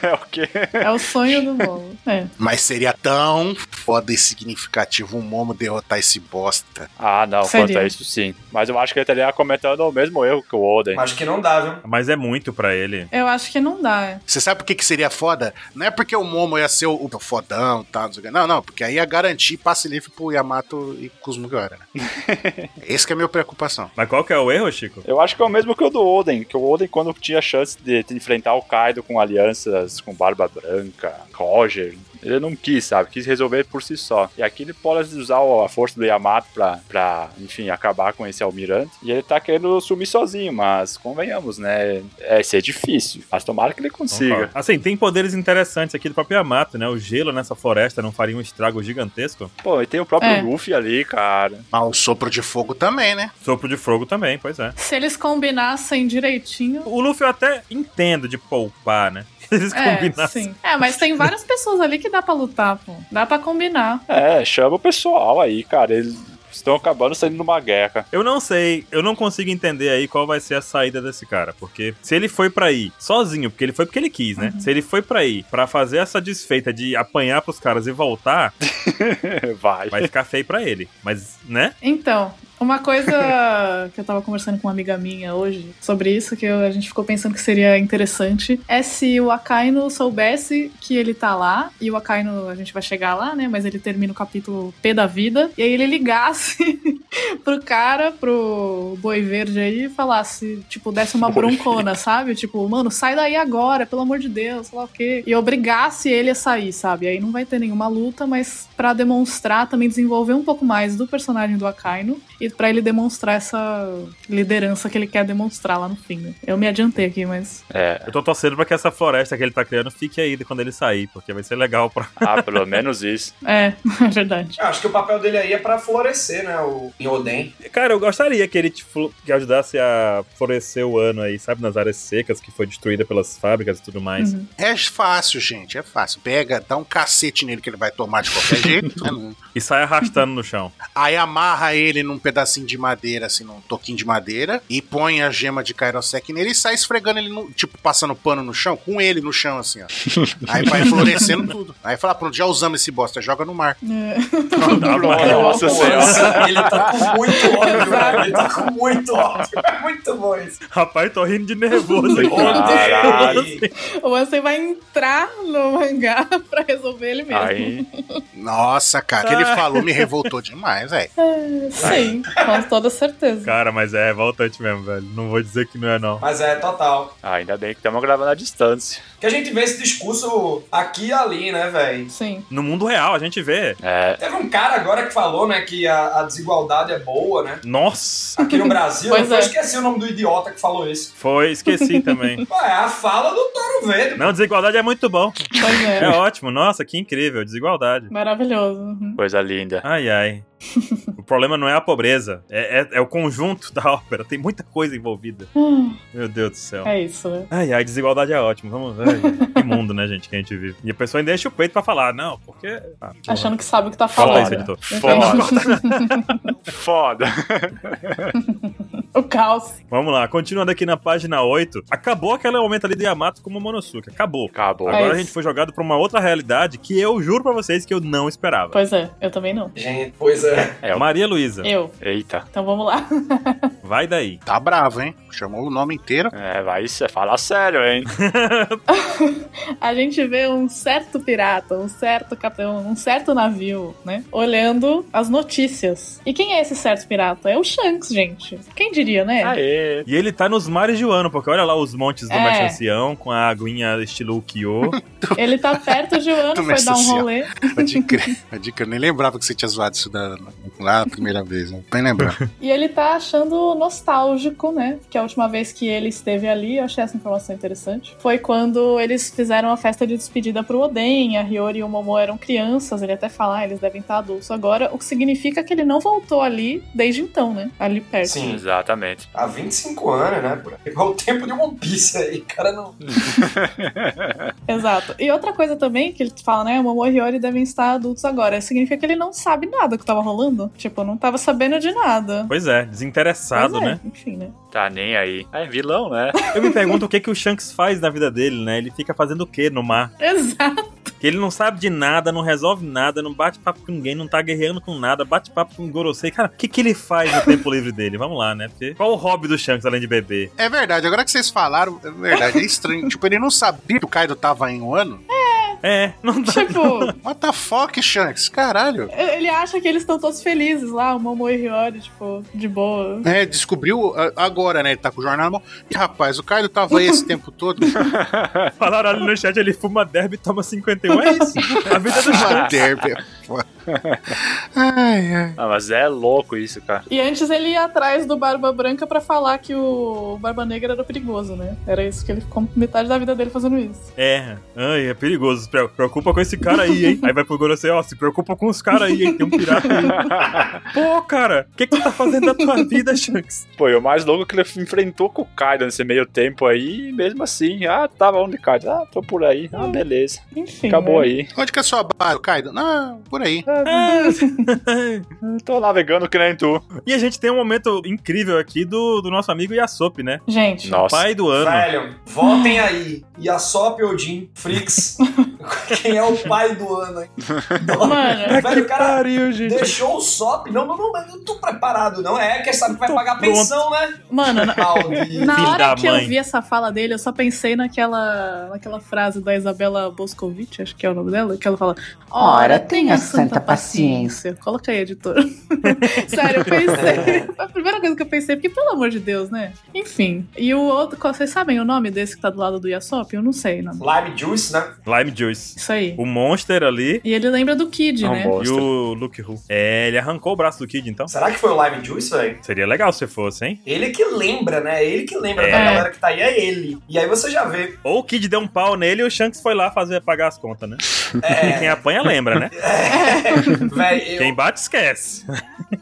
S2: É o quê?
S4: É o sonho do bolo. É.
S3: Mas seria tão foda e significativo o Momo derrotar esse bosta.
S2: Ah, não, quanto a
S4: Seria.
S2: isso sim. Mas eu acho que ele estaria cometendo o mesmo erro que o Oden.
S5: Acho que não dá, viu?
S1: Mas é muito pra ele.
S4: Eu acho que não dá. é.
S3: Você sabe por que, que seria foda? Não é porque o Momo ia ser o, o fodão e tal, não sei o quê. Não, não, porque aí ia garantir passe livre pro Yamato e Kuzmugara, né? Esse que é a minha preocupação.
S1: Mas qual que é o erro, Chico?
S2: Eu acho que é o mesmo que o do Oden, que o Oden, quando tinha chance de te enfrentar o Kaido com alianças com Barba Branca, Roger, ele não quis, sabe? Quis resolver por si só. E aqui ele pode usar a força do Yamato pra, pra enfim, acabar com esse almirante. E ele tá querendo sumir sozinho, mas convenhamos, né? É, isso é difícil. Mas tomara que ele consiga.
S1: Assim, tem poderes interessantes aqui do próprio Yamato, né? O gelo nessa floresta não faria um estrago gigantesco?
S2: Pô, e tem o próprio
S4: É.
S2: Luffy ali, cara.
S3: Mas o sopro de fogo também, né?
S1: Sopro de fogo também, pois é.
S4: Se eles combinassem direitinho.
S1: O Luffy eu até entendo de poupar, né? Eles
S4: É,
S1: combinassem.
S4: sim. É, mas tem várias pessoas ali que dá pra lutar, pô. Dá pra combinar.
S2: É, chama o pessoal aí, cara. Eles estão acabando saindo numa guerra.
S1: Eu não sei, eu não consigo entender aí qual vai ser a saída desse cara, porque se ele foi pra ir sozinho, porque ele foi porque ele quis,
S4: Uhum.
S1: né? Se ele foi pra ir pra fazer essa desfeita de apanhar pros caras e voltar,
S2: Vai.
S1: vai ficar feio pra ele. Mas, né?
S4: Então, uma coisa que eu tava conversando com uma amiga minha hoje sobre isso, que eu- a gente ficou pensando que seria interessante, é se o Akainu soubesse que ele tá lá, e o Akainu, a gente vai chegar lá, né? Mas ele termina o capítulo P da vida, e aí ele ligasse pro cara, pro boi verde aí, e falasse, tipo, desse uma
S2: Boi
S4: broncona, sabe? Tipo, mano, sai daí agora, pelo amor de Deus, sei lá o quê. E obrigasse ele a sair, sabe? Aí não vai ter nenhuma luta, mas pra demonstrar, também desenvolver um pouco mais do personagem do Akainu e pra ele demonstrar essa liderança que ele quer demonstrar lá no fim, né? Eu me adiantei aqui, mas.
S2: É.
S1: Eu tô torcendo pra que essa floresta que ele tá criando fique aí quando ele sair, porque vai ser legal pra.
S2: Ah, pelo menos isso.
S4: É, é verdade.
S5: Eu Acho que o papel dele aí é pra florescer, né? O Yoden.
S1: Cara, eu gostaria que ele te flu- que ajudasse a florescer o ano aí, sabe? Nas áreas secas que foi destruída pelas fábricas e tudo mais.
S4: Uhum.
S3: É fácil, gente, é fácil. Pega, dá um cacete nele que ele vai tomar de qualquer jeito. né? Não-
S1: E sai arrastando no chão.
S3: Aí amarra ele num pedacinho de madeira, assim, num toquinho de madeira, e põe a gema de Kairosek nele e sai esfregando ele, no- tipo, passando pano no chão, com ele no chão, assim, ó. Aí vai florescendo tudo. Aí fala, "Ah, pronto, já usamos esse bosta, joga no mar.
S4: É.
S2: Nossa senhora.
S5: Ele tá com muito ódio, né? Ele tá com muito ódio. É muito bom isso.
S1: Rapaz, tô rindo de nervoso
S2: Foi
S1: aqui.
S2: Caralho.
S5: Odeio.
S4: O Ansem vai entrar no mangá pra resolver ele mesmo.
S2: Aí,
S3: Nossa, cara, o que
S1: Ah.
S3: ele falou me revoltou demais, velho.
S4: Sim, com toda certeza.
S1: Cara, mas é revoltante mesmo, velho. Não vou dizer que não é, não.
S5: Mas é, total.
S2: Ah, ainda bem que estamos gravando à distância.
S5: Que a gente vê esse discurso aqui e ali, né, velho?
S4: Sim.
S1: No mundo real, a gente vê.
S2: É,
S5: Teve um cara agora que falou, né, que a, a desigualdade é boa, né?
S1: Nossa!
S5: Aqui no Brasil,
S4: Pois
S5: eu
S4: é.
S5: esqueci o nome do idiota que falou isso.
S1: Foi, esqueci também.
S5: Pô, é a fala do Toro Verde.
S1: Não, desigualdade é muito bom.
S4: Pois
S1: É
S4: é.
S1: ótimo. Nossa, que incrível. Desigualdade.
S4: Maravilhoso. Uhum.
S2: coisa linda.
S1: Ai, ai. O problema não é a pobreza. É, é- é o conjunto da ópera. Tem muita coisa envolvida. Meu Deus do céu.
S4: É isso, né?
S1: Ai, ai, desigualdade é ótimo. Vamos ver. Que mundo, né, gente, que a gente vive. E a pessoa ainda enche o peito pra falar, não, porque. Ah, porra.
S4: Achando que sabe o que tá
S1: Corta
S4: falando.
S1: isso, editor.
S2: Foda. Foda.
S4: O caos.
S1: Vamos lá, continuando aqui na página 8. Acabou aquele momento ali do Yamato como Monosuke. Acabou.
S2: Acabou.
S4: É
S1: Agora a
S4: isso.
S1: gente foi jogado pra uma outra realidade que eu juro pra vocês que eu não esperava.
S4: Pois é, eu também não.
S5: Gente, pois é.
S2: É.
S1: Maria Luísa,
S4: Eu.
S2: Eita.
S4: Então vamos lá.
S1: vai daí.
S3: Tá bravo, hein? Chamou o nome inteiro.
S2: É, vai se- falar sério, hein?
S4: A gente vê um certo pirata, um certo capitão, um certo navio, né? Olhando as notícias. E quem é esse certo pirata? É o Shanks, gente. Quem diria, né?
S2: Aê.
S1: E ele tá nos mares de Wano, porque olha lá os montes do
S4: É.
S1: Machancião com a aguinha estilo Ukyo.
S4: Ele tá perto de
S3: Tu
S4: Wano,
S3: me
S4: foi dar um
S3: associa.
S4: rolê.
S3: Pode crer. Pode crer. Eu nem lembrava que você tinha zoado isso da, lá a primeira vez. né? Não nem lembrando.
S4: E ele tá achando nostálgico, né? Que a última vez que ele esteve ali, eu achei essa informação interessante. Foi quando eles fizeram a festa de despedida pro Oden. A Hiyori e o Momo eram crianças, ele até fala, ah, eles devem estar adultos agora. O que significa que ele não voltou ali desde então, né? Ali perto.
S5: Sim.
S2: Exatamente.
S5: Há 25 anos, né? pô? Igual o tempo de One Piece aí, cara não.
S4: Exato. E outra coisa também que ele fala, né? O Momo e a Hiyori devem estar adultos agora. Isso significa que ele não sabe nada que tava rolando. Tipo, não tava sabendo de nada.
S1: pois é, desinteressado,
S4: Pois é,
S1: né?
S4: Enfim, né?
S2: Tá nem aí. É vilão, né?
S1: Eu me pergunto o que, que o Shanks faz na vida dele, né? Ele fica fazendo o quê no mar?
S4: Exato.
S1: Que ele não sabe de nada, não resolve nada, não bate papo com ninguém, não tá guerreando com nada, bate papo com Gorosei. Cara, o que, que ele faz no tempo livre dele? Vamos lá, né? Porque qual o hobby do Shanks além de beber?
S3: É verdade. Agora que vocês falaram, é verdade. É estranho. tipo, ele não sabia que o Kaido tava em um ano.
S1: É, não tá.
S4: Tipo,
S3: What the fuck, Shanks? Caralho.
S4: ele acha que eles estão todos felizes lá, o Momo e a Hiyori, tipo, de boa.
S3: É, descobriu a- agora, né? Ele tá com o jornal na mão. E, rapaz, o Kaido tava aí esse tempo todo.
S1: Falaram ali no chat, ele fuma derby e toma 51. É isso. A vida do Shanks.
S3: Uma derby. é foda. Ai, ai.
S2: Ah, mas é louco isso, cara.
S4: E antes ele ia atrás do Barba Branca pra falar que o Barba Negra era perigoso, né? Era isso que ele ficou metade da vida dele fazendo isso.
S1: É, ai, é perigoso. Se pre- preocupa com esse cara aí, hein? Aí vai pro Gorosei, ó, se preocupa com os caras aí, hein? Tem um pirata aí. Pô, cara, o que, que tu tá fazendo da tua vida, Shanks?
S2: Pô, e o mais louco é que ele enfrentou com o Kaido nesse meio tempo aí, e mesmo assim, ah, tava onde Kaido? Ah, tô por aí. Ah, beleza.
S4: Enfim.
S2: Acabou
S4: né?
S2: aí.
S3: Onde que é a sua base, Kaido? Não, por aí.
S2: Tô navegando que nem tu.
S1: E a gente tem um momento incrível aqui do, do nosso amigo Yasop, né?
S4: Gente,
S2: Nossa.
S1: Pai do ano.
S5: Velho, voltem aí. E a Sop Odin, Frix. Quem é o pai do ano aí?
S4: mano.
S5: Velho, o cara
S1: Pariu, gente.
S5: deixou o Sop. Não, não, não, eu não tô preparado, não. É, quer saber que vai
S1: Tô
S5: pagar
S1: pronto.
S5: pensão, né?
S4: Mano, na-
S5: Maldito.
S4: na
S1: Filho da
S4: hora que
S1: mãe.
S4: eu vi essa fala dele, eu só pensei naquela, naquela frase da Isabela Boscovitch, acho que é o nome dela, que ela fala:
S7: Ora, tenha santa paciência."
S4: Coloca aí, editor. Sério, eu pensei. Foi a primeira coisa que eu pensei, porque pelo amor de Deus, né? Enfim. E o outro, qual- vocês sabem o nome desse que tá do lado do Yasop? Eu não sei, não.
S5: Lime Juice, né?
S1: Lime Juice.
S4: Isso aí.
S1: O Monster ali
S4: E ele lembra do Kid,
S2: Não,
S4: né?
S2: bom.
S1: e
S2: Monster.
S1: o Luke Who. É, ele arrancou o braço do Kid, então.
S5: Será que foi o Lime Juice, velho?
S1: Seria legal se fosse, hein?
S5: Ele que lembra, né? Ele que lembra
S1: É.
S5: da galera que tá aí, é ele. E aí você já vê.
S1: Ou o Kid deu um pau nele e o Shanks foi lá fazer pagar as contas, né? E
S5: É,
S1: quem apanha lembra, né?
S5: véi, eu-
S1: Quem bate esquece.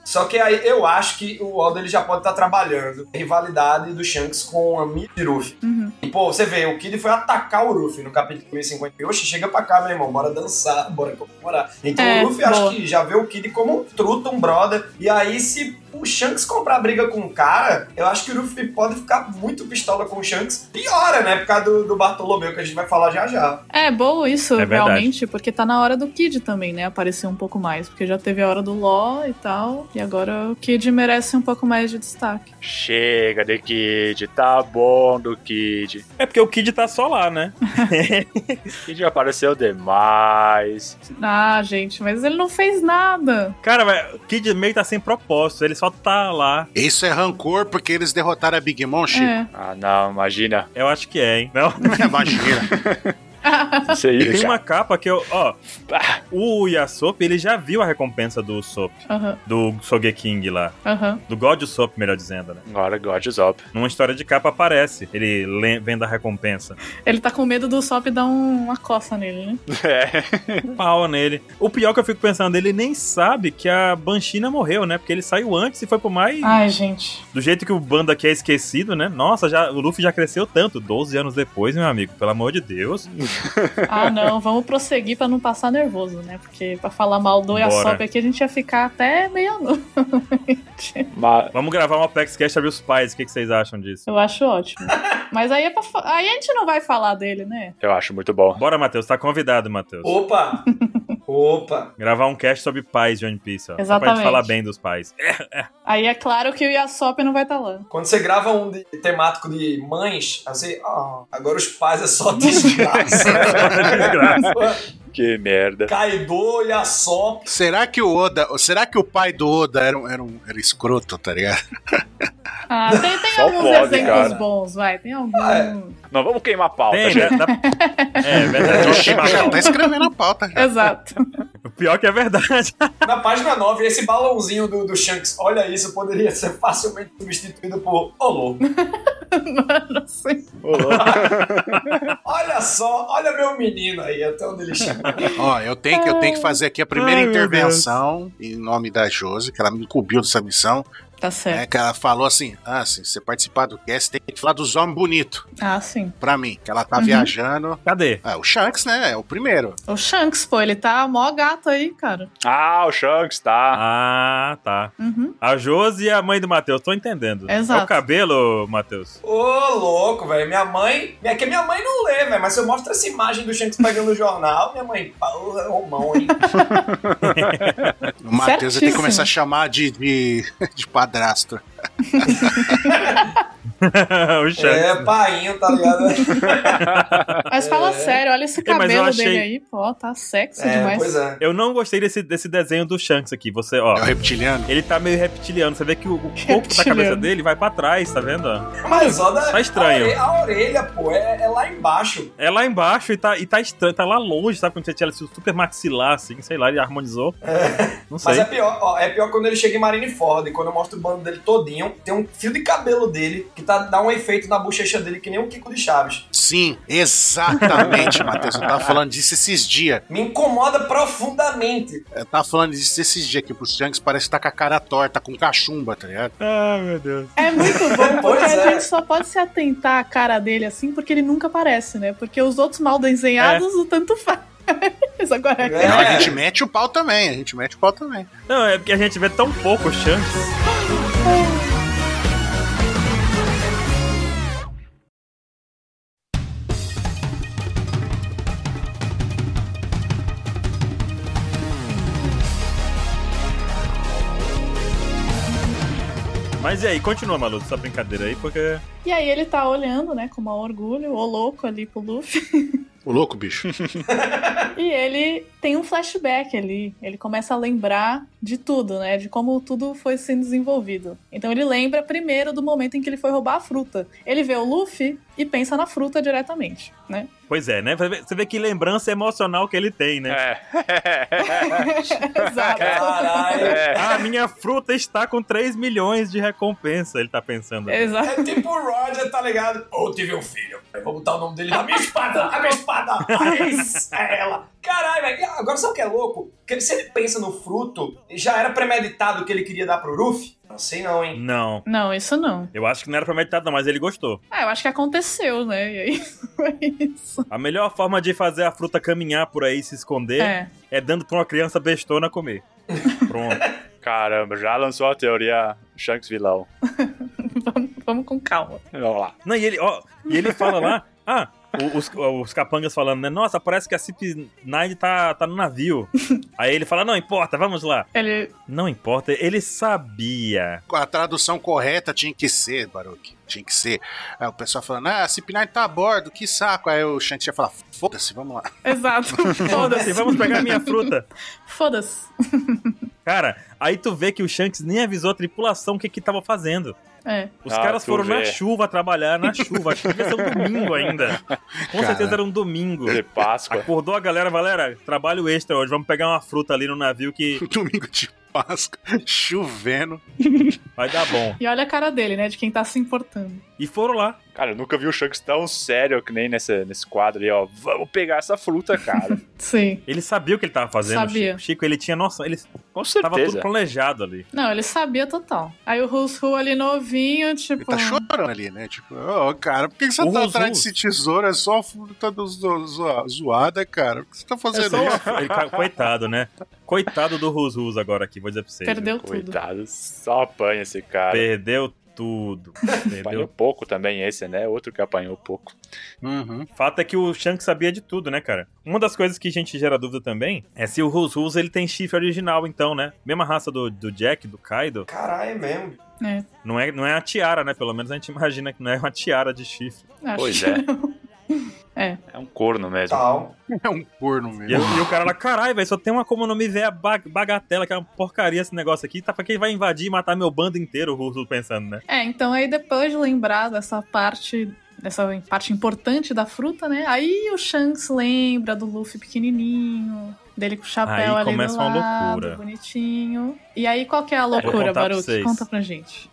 S5: Só que aí eu acho que o Oda ele já pode estar trabalhando a rivalidade do Shanks com a Mid e Ruffy.
S4: Uhum.
S5: E, pô, você vê, o Kid foi atacar o Ruffy no capítulo 1050. Oxe, chega pra cá, meu irmão, bora dançar, bora comemorar. Então
S4: É,
S5: o Ruffy acho
S4: boa.
S5: que já vê o Kid como um truta, um brother. E aí, se o Shanks comprar briga com o cara, eu acho que o Ruffy pode ficar muito pistola com o Shanks. Piora, né? Por causa do, do Bartolomeu, que a gente vai falar já já.
S4: É bom isso,
S1: É verdade.
S4: realmente, porque tá na hora do Kid também, né? Aparecer um pouco mais. Porque já teve a hora do Ló e tal. E agora o Kid merece um pouco mais de destaque.
S2: Chega de Kid, tá bom do Kid.
S1: É porque o Kid tá só lá, né?
S2: Kid já apareceu demais.
S4: Ah, gente, mas ele não fez nada.
S1: Cara, velho, o Kid meio tá sem propósito, ele só tá lá.
S3: Isso é rancor porque eles derrotaram a Big Mom, Chico.
S4: É.
S2: Ah, não, imagina.
S1: Eu acho que é, hein? Não.
S3: Imagina.
S2: Isso aí,
S1: E tem
S2: cara.
S1: uma capa que eu, ó,
S2: Ah,
S1: o Yasop, ele já viu a recompensa do Sop,
S4: Aham,
S1: do Sogeking lá,
S4: aham.
S1: do God Sop, melhor dizendo, né?
S2: Agora God is up.
S1: Numa história de capa aparece, ele le- vendo a recompensa.
S4: Ele tá com medo do Sop dar um- uma coça nele, né?
S2: É.
S1: Um Pau nele. O pior é que eu fico pensando, ele nem sabe que a Banshina morreu, né? Porque ele saiu antes e foi pro mar e
S4: Ai, gente.
S1: do jeito que o bando aqui é esquecido, né? Nossa, já, o Luffy já cresceu tanto, 12 anos depois, meu amigo, pelo amor de Deus.
S4: Ah, não, vamos prosseguir pra não passar nervoso, né? Porque pra falar mal do
S1: Bora.
S4: Yasop aqui, a gente ia ficar até meia-noite.
S2: Mas,
S1: Vamos gravar uma Plexcast sobre os pais. O que, que vocês acham disso?
S4: Eu acho ótimo. Mas aí, é pra fa- aí a gente não vai falar dele, né?
S2: eu acho muito bom.
S1: Bora, Matheus. Tá convidado, Matheus.
S5: Opa! Opa!
S1: Gravar um cast sobre pais de One Piece, ó. Só pra gente
S4: Exatamente.
S1: falar bem dos pais.
S4: Aí é claro que o Yasop não vai estar lá.
S5: Quando você grava um de- temático de mães, aí você. Ah, agora os pais é só desgraça.
S1: Desgraça.
S2: Que merda.
S5: Kaido e a Sop.
S3: Será que o Oda. Será que o pai do Oda era, um, era, um, era escroto, tá ligado?
S4: Ah, tem, tem
S2: Só
S4: alguns
S2: pode,
S4: exemplos
S2: cara.
S4: bons, vai. Tem alguns.
S5: Ah, é.
S2: Não, vamos queimar a pauta,
S1: Tem,
S2: gente.
S1: né? Dá- É, verdade.
S3: O
S1: vamos
S3: Chico
S1: queimar a
S3: já tá
S1: pauta.
S3: escrevendo a pauta. já.
S4: Exato.
S1: Pior que é verdade.
S5: Na página 9, esse balãozinho do, do Shanks, olha isso, poderia ser facilmente substituído por Olô.
S4: Mano, assim.
S2: Ô, louco.
S5: Olha só, olha meu menino aí, até onde ele chegou.
S3: Ó, eu tenho, que, eu tenho que fazer aqui a primeira
S1: Ai, meu
S3: intervenção em nome da Josi, que ela me incumbiu dessa missão,
S4: Tá
S3: né?
S4: certo.
S3: Que ela falou assim: ah, se você participar do cast, tem que falar dos homens bonitos,
S4: Ah, sim.
S3: pra mim. Que ela tá
S4: Uhum.
S3: viajando.
S1: Cadê?
S3: Ah, o Shanks, né? É o primeiro.
S4: O Shanks, pô, ele tá mó gato aí, cara.
S2: Ah, o Shanks, tá.
S1: Ah, tá.
S4: Uhum.
S1: A Josi e a mãe do Matheus. Tô entendendo.
S4: Exato.
S1: É o cabelo, Matheus.
S5: Ô, louco, velho. Minha mãe. Minha, que minha mãe não lê, velho. Mas se eu mostro essa imagem do Shanks pegando o jornal, minha mãe. Porra, é um Romão, hein?
S3: O Matheus eu tenho que
S4: Certíssimo.
S3: começar a chamar de, de, de padrasto.
S1: o Shanks.
S5: É, painho, tá ligado?
S4: Mas fala sério, olha esse
S1: Ei, mas eu
S4: cabelo dele
S1: achei-
S4: aí, pô, tá sexy
S5: É,
S4: demais.
S5: pois é.
S1: Eu não gostei desse, desse desenho do Shanks aqui. Você, ó.
S3: É o reptiliano.
S1: Ele tá meio reptiliano. Você vê que o, o corpo da
S4: Reptiliano.
S1: cabeça dele vai pra trás, tá vendo? ó?
S5: Mas olha.
S1: Tá estranho.
S5: A orelha, a orelha, pô, é, é lá embaixo.
S1: É lá embaixo e tá, e tá estranho. Tá lá longe, sabe? Quando você tinha esse super maxilar, assim, sei lá, ele harmonizou. Não sei.
S5: Mas é pior, ó, é pior quando ele chega em Marineford, e quando eu mostro o bando dele todinho, tem um fio de cabelo dele que tá, dá um efeito na bochecha dele que nem o Kiko de Chaves.
S3: Sim, exatamente, Matheus. Eu tava falando disso esses dias.
S5: Me incomoda profundamente.
S3: Eu tava falando disso esses dias, que pro Shanks parece que tá com a cara torta, com cachumba, tá ligado?
S1: Ah, meu Deus.
S4: É muito bom, porque
S5: Pois
S4: a
S5: é.
S4: gente só pode se atentar à cara dele assim, porque ele nunca aparece, né? Porque os outros mal desenhados, o tanto faz. Agora
S5: É.
S3: Não, a gente mete o pau também, a gente mete o pau também.
S1: Não, é porque a gente vê tão pouco Shanks. Mas e aí, continua, maluco, essa brincadeira aí, porque.
S4: E aí ele tá olhando, né, com maior orgulho, o louco ali pro Luffy.
S3: Ô louco, bicho.
S4: E ele tem um flashback ali. Ele começa a lembrar de tudo, né? De como tudo foi sendo desenvolvido. Então ele lembra primeiro do momento em que ele foi roubar a fruta. Ele vê o Luffy e pensa na fruta diretamente, né?
S1: Pois é, né? Você vê- Você vê que lembrança emocional que ele tem, né?
S2: É.
S4: Exato.
S5: Caralho.
S2: É.
S1: Ah, minha fruta está com 3 milhões de recompensa, ele tá pensando.
S4: Exato.
S5: É tipo o Roger, tá ligado? Ou eu tive um filho. Eu vou botar o nome dele na minha espada, na minha espada. Mas é ela. Caralho, velho. Agora sabe o que é louco? Que se ele pensa no fruto, já era premeditado o que ele queria dar pro Ruffy? Não sei não, hein?
S1: Não,
S4: Não, isso não.
S1: eu acho que não era pra meditar, não, mas ele gostou.
S4: Ah, eu acho que aconteceu, né? E aí foi isso.
S1: A melhor forma de fazer a fruta caminhar por aí e se esconder é,
S4: É.
S1: dando pra uma criança bestona comer. Pronto.
S2: Caramba, já lançou a teoria Shanks vilão.
S4: Vamos, vamos com calma.
S2: Vamos lá.
S1: não, e ele, ó, e ele fala lá, ah, o- os, os capangas falando, né? Nossa, parece que a Cip9 tá, tá no navio. Aí ele fala, não importa, vamos lá.
S4: Ele.
S1: Não importa, ele sabia.
S3: A tradução correta tinha que ser, Baruque. Tinha que ser. Aí o pessoal falando, ah, Cipinai tá a bordo, que saco. Aí o Shanks ia falar, foda-se, vamos lá.
S4: Exato.
S1: Foda-se,
S4: Foda-se.
S1: vamos pegar minha fruta.
S4: Foda-se.
S1: Cara, aí tu vê que o Shanks nem avisou a tripulação o que que tava fazendo.
S4: É.
S1: Os
S2: Ah,
S1: caras
S2: tu
S1: foram na
S2: vê.
S1: chuva trabalhar, na chuva. Acho que devia ser um domingo ainda. Com
S3: Cara.
S1: certeza era um domingo.
S2: De Páscoa.
S1: Acordou a galera, galera, trabalho extra hoje. Vamos pegar uma fruta ali no navio que
S3: Domingo de Páscoa, chovendo.
S1: vai dar bom.
S4: E olha a cara dele, né? De quem tá se importando.
S1: E foram lá.
S2: Cara, eu nunca vi o Shanks tão sério que nem nessa, nesse quadro aí, ó. Vamos pegar essa fruta, cara.
S4: Sim.
S1: Ele sabia o que ele tava fazendo,
S4: Sabia.
S1: Chico. Chico, ele tinha noção. Ele
S2: Com
S1: tava tudo
S2: certeza.
S1: planejado ali.
S4: Não, ele sabia total. Aí o Rusru ali novinho, tipo.
S3: Ele tá chorando ali, né? Tipo, ô, cara, por que que você
S1: O
S3: tá
S1: Ruzu.
S3: atrás desse tesouro? É só a fruta do, do- zoa- zoada, cara. Por que você tá
S1: É
S3: fazendo
S1: só
S3: isso?
S1: uma- ele ca- coitado, né? Coitado do Rus agora aqui, vou dizer pra vocês.
S4: Perdeu tudo.
S2: Coitado, só apanha esse cara.
S1: Perdeu tudo.
S2: Apanhou
S1: Perdeu.
S2: pouco também esse, né? Outro que apanhou pouco.
S3: Uhum.
S1: Fato é que o Shanks sabia de tudo, né, cara? Uma das coisas que a gente gera dúvida também é se o Rus ele tem chifre original, então, né? Mesma raça do, do Jack, do Kaido.
S5: Caralho, é mesmo.
S1: Não é, não é a tiara, né? Pelo menos a gente imagina que não é uma tiara de chifre.
S4: Acho
S2: Pois
S4: que
S2: é.
S4: não.
S2: É um corno mesmo.
S5: Tal.
S3: É um corno
S1: E, eu-
S3: mesmo.
S1: e o cara lá, caralho, velho, só tem uma como nome velha ba- bagatela, que é uma porcaria esse negócio aqui. Tá pra quem vai invadir e matar meu bando inteiro, o Russo pensando, né?
S4: É, então aí depois de lembrar dessa parte, dessa parte importante da fruta, né? Aí o Shanks lembra do Luffy pequenininho, dele com o chapéu
S1: Aí
S4: ali
S1: começa
S4: do
S1: uma
S4: lado,
S1: loucura.
S4: bonitinho. E aí qual que é a
S1: Vou
S4: loucura,
S1: contar pra
S4: Baruch?
S1: vocês.
S4: Conta pra gente.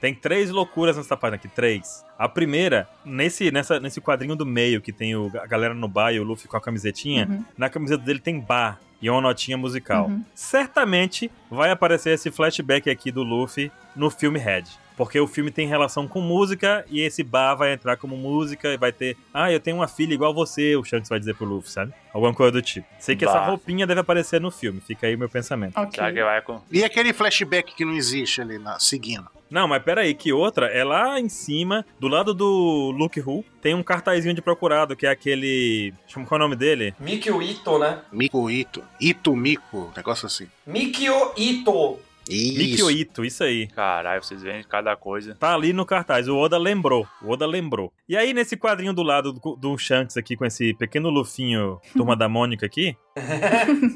S1: Tem três loucuras nessa página aqui, três. A primeira, nesse, nessa, nesse quadrinho do meio, que tem o, a galera no bar e o Luffy com a camisetinha,
S4: Uhum.
S1: na camiseta dele tem bar e uma notinha musical.
S4: Uhum.
S1: Certamente vai aparecer esse flashback aqui do Luffy no filme Red. Porque o filme tem relação com música e esse bar vai entrar como música e vai ter. Ah, eu tenho uma filha igual você, o Shanks vai dizer pro Luffy, sabe? Alguma coisa do tipo. Sei que essa
S2: Bah.
S1: roupinha deve aparecer no filme, fica aí o meu pensamento.
S4: Ok.
S2: Será que vai com.
S3: E aquele flashback que não existe ali, na, seguindo.
S1: Não, mas peraí, que outra? É lá em cima, do lado do Luke Who, tem um cartazinho de procurado, que é aquele. Chama qual é o nome dele?
S5: Mikio Ito, né?
S3: Mico Ito. Ito Mico, negócio assim.
S5: Mikio Ito.
S3: Isso.
S1: Mikio Ito, isso aí.
S2: Caralho, vocês veem cada coisa.
S1: Tá ali no cartaz, o Oda lembrou, o Oda lembrou. E aí, nesse quadrinho do lado do, do Shanks aqui, com esse pequeno lufinho, turma da Mônica aqui,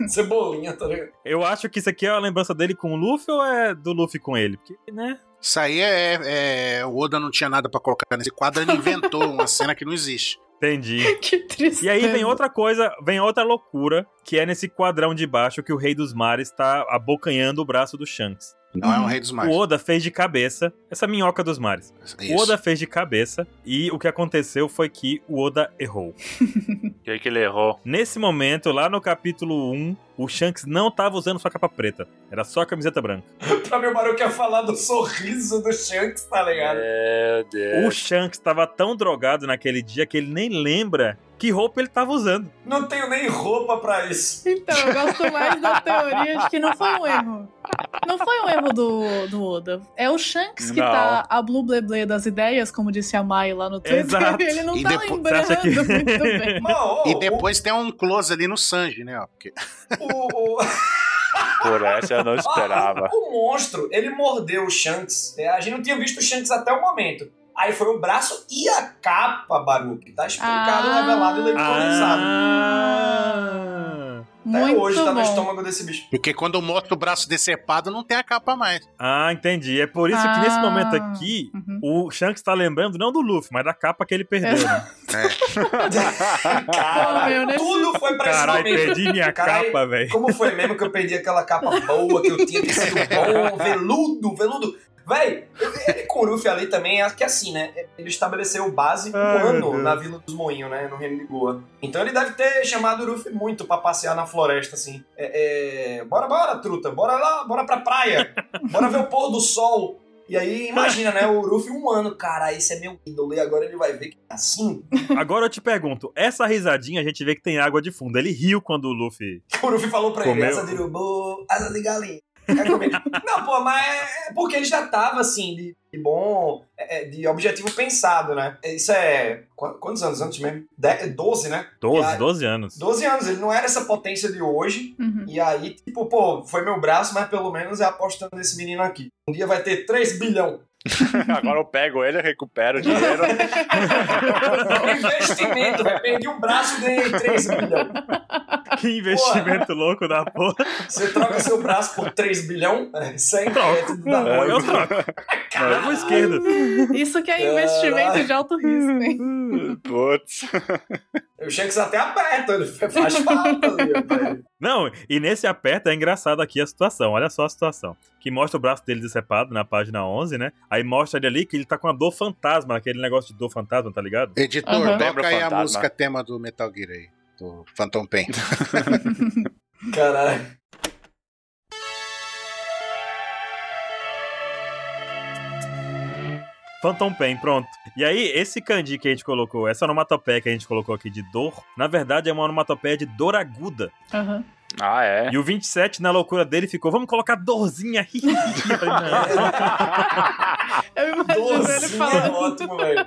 S5: Cebolinha, tá ligado?
S1: eu acho que isso aqui é a lembrança dele com o Luffy ou é do Luffy com ele? Porque, né?
S3: Isso aí é, é- O Oda não tinha nada pra colocar nesse quadro, ele inventou uma cena que não existe.
S1: Entendi.
S4: que tristeza.
S1: E aí vem outra coisa, vem outra loucura, que é nesse quadrão de baixo que o Rei dos Mares tá abocanhando o braço do Shanks.
S3: Não é um rei dos
S1: Uhum. O
S3: mares.
S1: Oda fez de cabeça essa minhoca dos mares.
S3: Isso.
S1: O Oda fez de cabeça e o que aconteceu foi que o Oda errou.
S2: E aí que ele errou.
S1: Nesse momento, lá no capítulo 1, o Shanks não tava usando sua capa preta. Era só a camiseta branca.
S5: Pra meu barulho que ia falar do sorriso do Shanks, tá ligado?
S2: É. Meu
S5: É.
S1: O
S2: Deus.
S1: Shanks tava tão drogado naquele dia que ele nem lembra que roupa ele tava usando.
S5: Não tenho nem roupa pra isso.
S4: Então, eu gosto mais da teoria de que não foi um erro. Não foi um erro do, do Oda. É o Shanks que
S2: Não.
S4: tá a blue bleble das ideias, como disse a Mai lá no Twitter.
S1: Exato.
S4: Ele não
S3: E
S4: tá
S3: depois-
S1: Você
S4: lembrando
S1: acha que-
S4: muito bem.
S5: Mano,
S3: E depois tem um close ali no Sanji, né? ó, porque-
S5: o, o,
S2: Por essa eu não esperava.
S5: o monstro, ele mordeu o Shanks. É, A gente não tinha visto o Shanks até o momento. Aí foi o braço e a capa, Baruque. Tá explicado,
S4: Ah.
S5: revelado e leitorizado.
S1: Ah,
S5: Até
S4: Muito
S5: hoje tá no
S4: bom.
S5: estômago desse bicho.
S3: Porque quando mostra o braço decepado, não tem a capa mais.
S1: ah entendi. É por isso que nesse
S4: Ah.
S1: momento aqui,
S4: Uhum.
S1: o Shanks tá lembrando não do Luffy, mas da capa que ele perdeu. né?
S5: Cara,
S4: Ah, meu, nesse-
S5: tudo foi pra
S1: Caralho,
S5: esse momento.
S1: perdi minha
S5: Caralho,
S1: capa, velho.
S5: Como foi mesmo que eu perdi aquela capa boa que eu tinha que ser bom, veludo, veludo. Véi, ele com o Ruffy ali também, é que assim, né? Ele estabeleceu base um
S1: Ai, meu
S5: ano
S1: Deus.
S5: na Vila dos Moinhos, né? No Reino de Goa. Então ele deve ter chamado o Ruffy muito pra passear na floresta, assim. É, é, bora, bora, truta. Bora lá, bora pra praia. Bora ver o pôr do sol. E aí, imagina, né? O Ruffy um ano, cara, esse é meu ídolo. E agora ele vai ver que é assim.
S1: Agora eu te pergunto, essa risadinha a gente vê que tem água de fundo. Ele riu quando o Luffy.
S5: O Ruffy falou pra
S1: Comeu.
S5: ele, asa de urubu, asa de galinha. Quer comer? Não, pô, mas é porque ele já tava, assim, de, de bom, é, é, de objetivo pensado, né? Isso é... qu- Quantos anos antes mesmo? De, 12, né?
S1: 12,
S5: Ah.
S1: 12 anos.
S5: 12 anos, ele não era essa potência de hoje.
S4: Uhum.
S5: E aí, tipo, pô, foi meu braço, mas pelo menos é apostando nesse menino aqui. Um dia vai ter 3 bilhão.
S2: Agora eu pego ele, recupero o dinheiro.
S5: É um investimento, velho. Perdi um braço, ganhei 3 bilhão.
S1: Que investimento louco da porra.
S5: Você troca seu braço por 3 bilhão? É, isso aí é
S1: Troco.
S5: tudo da
S1: Eu,
S5: Mônica.
S1: troco. Levo o esquerdo.
S4: Isso que é investimento de alto risco, hein?
S2: Putz.
S5: O Shanks até aperta, ele faz falta ali, ó, pra ele.
S1: Não, e nesse aperta é engraçado aqui a situação. Olha só a situação. que mostra o braço dele decepado na página 11, né? Aí mostra ele ali que ele tá com a dor fantasma, aquele negócio de dor fantasma, tá ligado?
S3: Editor,
S4: Aham.
S2: Uhum. Lembra
S3: toca
S2: o
S3: aí a
S2: fantasma?
S3: música tema do Metal Gear aí. Do Phantom Pain.
S5: Caralho.
S1: Phantom Pain, pronto. E aí, esse kanji que a gente colocou, essa onomatopeia que a gente colocou aqui de dor, na verdade é uma onomatopeia de dor aguda.
S4: Aham.
S2: Ah, é.
S1: E o 27, na loucura dele, ficou, vamos colocar dorzinha. hi, hi, hi." Eu falei, "Não,
S4: Eu imagino ele
S5: Docinha é
S4: falando.
S5: ótimo, velho.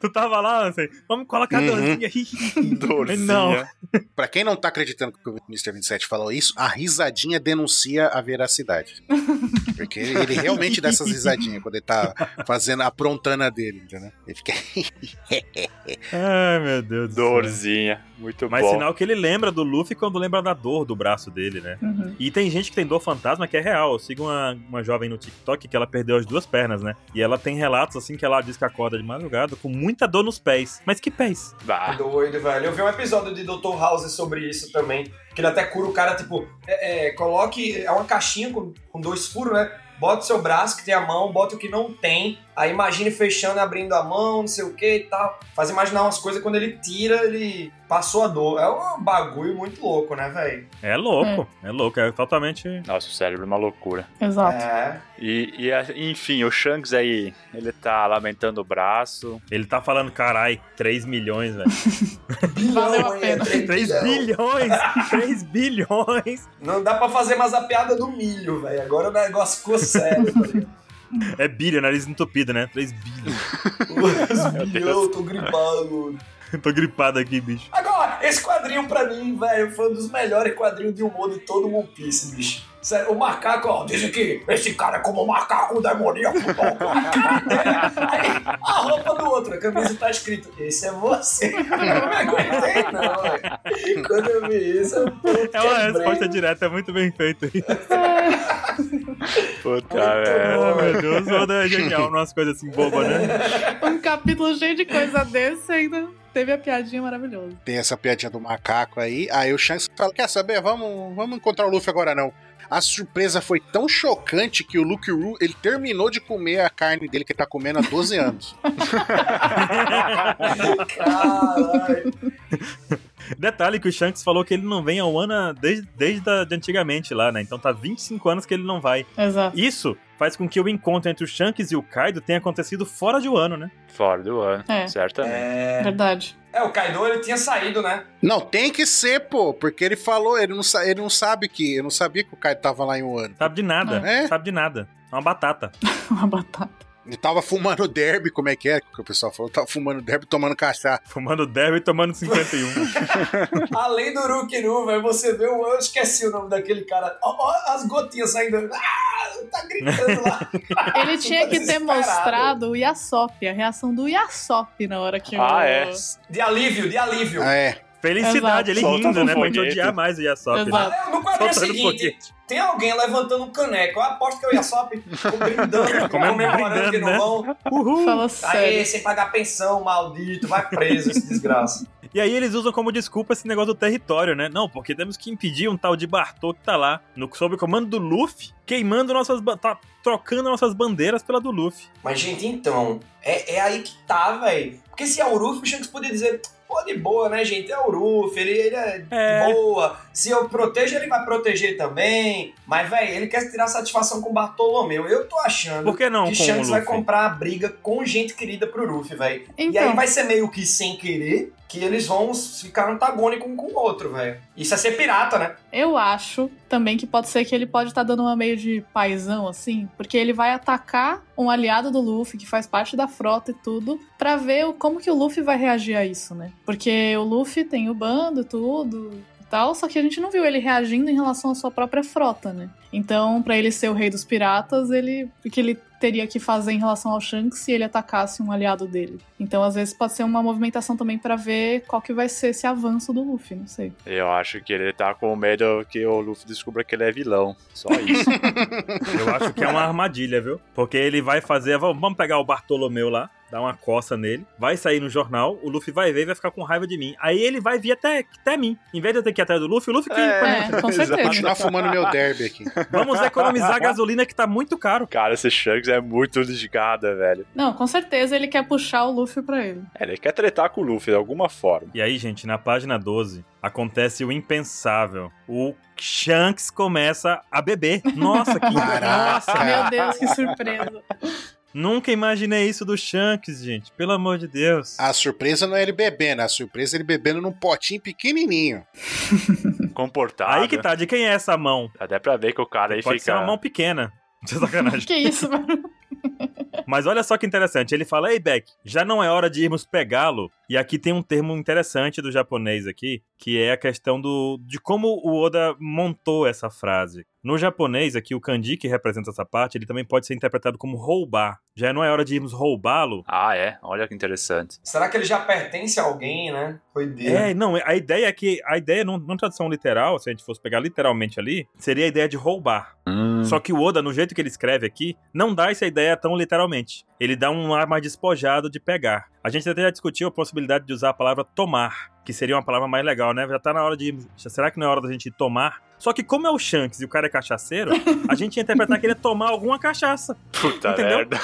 S1: tu tava lá, assim, vamos colocar
S3: Uhum.
S1: dorzinha. hi, hi, hi."
S2: Dorzinha.
S1: Não.
S3: pra quem não tá acreditando que o Mr. 27 falou isso, a risadinha denuncia a veracidade. Porque ele realmente dá essas risadinhas quando ele tá fazendo a prontana dele, entendeu? Ele fica.
S1: Ai, meu Deus do céu.
S2: Dorzinha. Muito
S1: Mas
S2: bom.
S1: sinal que ele lembra do Luffy quando lembra da dor do braço dele, né?
S4: Uhum.
S1: E tem gente que tem dor fantasma que é real. Eu sigo uma, uma jovem no TikTok que ela perdeu as duas pernas, né? E ela tem relatos assim que ela diz que acorda de madrugada com muita dor nos pés. Mas que pés?
S2: Ah,
S5: Doido, velho. Eu vi um episódio de Dr. House sobre isso também. Que ele até cura o cara, tipo, é, é, coloque. É uma caixinha com, com dois furos, né? Bota o seu braço que tem a mão, bota o que não tem. Aí imagine fechando e abrindo a mão, não sei o que e tal. Faz imaginar umas coisas quando ele tira, ele passou a dor. É um bagulho muito louco, né, velho?
S1: É louco, é, louco, é totalmente.
S2: Nossa, o cérebro é uma loucura.
S4: Exato.
S5: É.
S2: E, e a- enfim, o Shanks aí, ele tá lamentando o braço.
S1: Ele tá falando, carai, 3 milhões, velho.
S4: Valeu a
S5: hein?
S4: pena.
S5: Três
S1: 3 bilhões! 3 bilhões!
S5: Não dá pra fazer mais a piada do milho, velho. Agora o negócio ficou sério. velho.
S1: É bilha, nariz entupido, né? 3 bilhões.
S5: Os milhão,
S2: Deus.
S5: eu tô gripado.
S1: Tô gripado aqui, bicho.
S5: Agora, esse quadrinho pra mim, velho, foi um dos melhores quadrinhos de humor de todo One Piece, bicho. Sério, o macaco, ó, diz aqui, esse cara é como um macaco demoníaco. ó. A cara dele, aí, a roupa do outro, a camisa tá escrito, esse é você. Eu não aguentei, não, velho. Quando eu vi isso, eu
S1: É uma
S5: quebrei.
S1: resposta direta, é muito bem feito.
S2: Puta,
S5: Muito
S2: velho.
S1: Ah, meu Deus, o Oda é genial, umas coisas assim bobas, né?
S4: Um capítulo cheio de coisa desse ainda teve a piadinha maravilhosa.
S3: Tem essa piadinha do macaco aí. Aí o Shanks fala: Quer saber? Vamos, vamos encontrar o Luffy agora não. A surpresa foi tão chocante que o Luke Roo, ele terminou de comer a carne dele que ele tá comendo há 12 anos.
S5: Caralho.
S1: Detalhe que o Shanks falou que ele não vem ao Ana desde, desde a- de antigamente lá, né? Então tá 25 anos que ele não vai.
S4: Exato.
S1: Isso faz com que o encontro entre o Shanks e o Kaido tenha acontecido fora de um ano, né?
S2: Fora do ano, né?
S4: É.
S2: certamente.
S5: É...
S4: Verdade.
S5: é, o Kaido, ele tinha saído, né?
S3: Não, tem que ser, pô, porque ele falou, ele não, sa- ele não sabe que, eu não sabia que o Kaido tava lá em um ano.
S1: Sabe de nada.
S3: É.
S1: Sabe de nada. É uma batata.
S4: Uma batata.
S3: Ele tava fumando derby, como é que é que o pessoal falou? Tava fumando derby, tomando cachaça.
S1: Fumando derby e um. tomando 51.
S5: Além do Rukiru, velho, você vê o... Eu esqueci o nome daquele cara. Ó, ó as gotinhas saindo. Ah, tá gritando lá.
S4: Ele tinha
S5: Tá
S4: que ter
S5: desesperado.
S4: mostrado o Yasop, a reação do Yasop na hora que o...
S2: Ah, é.
S5: De alívio, de alívio.
S3: Ah, é.
S1: Felicidade,
S4: Exato.
S1: ele
S2: Solta
S1: rindo,
S2: no
S1: né? Pra gente
S2: foguete.
S1: odiar mais o Yasop. né?
S4: Exato.
S5: É, No quadrinho
S1: Soltando
S5: seguinte,
S1: foguete.
S5: tem alguém levantando um caneco. Eu aposto que eu ia só brindando,
S1: Comendo,
S5: comemorando que
S1: brindando,
S5: não
S1: né?
S5: vão.
S1: Uhul!
S5: Ah, é.
S4: Fala
S5: Aê,
S4: sério.
S5: sem pagar pensão, maldito, vai preso esse desgraça.
S1: E aí eles usam como desculpa esse negócio do território, né? Não, porque temos que impedir um tal de Bartô que tá lá, no, sob o comando do Luffy, queimando nossas. ba- tá trocando nossas bandeiras pela do Luffy.
S5: Mas, gente, então, é, é aí que tá, velho. Porque se é o Ruf, o Shanks podia dizer, pô, de boa, né, gente? É o Ruf, ele, ele é, de
S1: É.
S5: boa. Se eu protejo, ele vai proteger também. Mas, velho, ele quer tirar satisfação com o Bartolomeu. Eu tô achando.
S1: Por que não
S5: que
S1: com o
S5: Shanks vai
S1: Luffy?
S5: comprar a briga com gente querida pro Luffy, velho. E aí
S4: Então,
S5: vai ser meio que sem querer que eles vão ficar antagônicos um com o outro, velho. Isso é ser pirata, né?
S4: eu acho também que pode ser que ele pode estar dando uma meio de paizão, assim, porque ele vai atacar um aliado do Luffy, que faz parte da frota e tudo, pra ver o- como que o Luffy vai reagir a isso, né? Porque o Luffy tem o bando e tudo e tal, só que a gente não viu ele reagindo em relação à sua própria frota, né? Então, pra ele ser o rei dos piratas, ele o que ele teria que fazer em relação ao Shanks se ele atacasse um aliado dele. Então, às vezes pode ser uma movimentação também pra ver qual que vai ser esse avanço do Luffy, não sei.
S2: Eu acho que ele tá com medo que o Luffy descubra que ele é vilão. Só isso.
S1: Eu acho que é uma armadilha, viu? Porque ele vai fazer. "Vamos- Vamos pegar o Bartolomeu lá. dá uma coça nele, vai sair no jornal, o Luffy vai ver e vai ficar com raiva de mim. Aí ele vai vir até, até mim. Em vez de eu ter que ir atrás do Luffy, o Luffy que
S2: É.
S1: pra mim.
S4: É, com
S2: Exato.
S4: certeza.
S3: Continuar fumando meu derby aqui.
S1: Vamos economizar a gasolina que tá muito caro.
S2: Cara, esse Shanks é muito ligada, velho.
S4: Não, com certeza ele quer puxar o Luffy pra ele.
S2: É, Ele quer tretar com o Luffy de alguma forma.
S1: E aí, gente, na página 12, acontece o impensável. O Shanks começa a beber. Nossa, que
S2: Ah.
S3: Caraca.
S1: nossa!
S4: Meu Deus, que surpresa.
S1: Nunca imaginei isso do Shanks, gente. Pelo amor de Deus.
S3: A surpresa não é ele bebendo, a surpresa é ele bebendo num potinho pequenininho.
S2: Comportado.
S1: Aí que tá, de quem é essa mão?
S2: Dá até pra ver que o cara aí
S1: Pode ser
S2: fica.
S1: uma mão pequena. De sacanagem.
S4: que isso, mano?
S1: Mas olha só que interessante. Ele fala: Ei, Beck, já não é hora de irmos pegá-lo. E aqui tem um termo interessante do japonês aqui, que é a questão do, de como o Oda montou essa frase. No japonês, aqui, o kanji que representa essa parte, ele também pode ser interpretado como roubar. Já não é hora de irmos roubá-lo.
S2: Ah, é? Olha que interessante.
S5: Será que ele já pertence a alguém, né? Foi dele.
S1: É, não, a ideia é que. A ideia, num- numa tradução literal, se a gente fosse pegar literalmente ali, seria a ideia de roubar. Só que o Oda, no jeito que ele escreve aqui, não dá essa ideia tão literalmente. Ele dá um ar mais despojado de pegar. A gente até já discutiu a possibilidade de usar a palavra tomar, que seria uma palavra mais legal, né? Já tá na hora de. Será que não é hora da gente tomar? Só que como é o Shanks e o cara é cachaceiro, a gente ia interpretar que ele ia tomar alguma cachaça.
S2: Puta
S1: Entendeu?
S2: merda.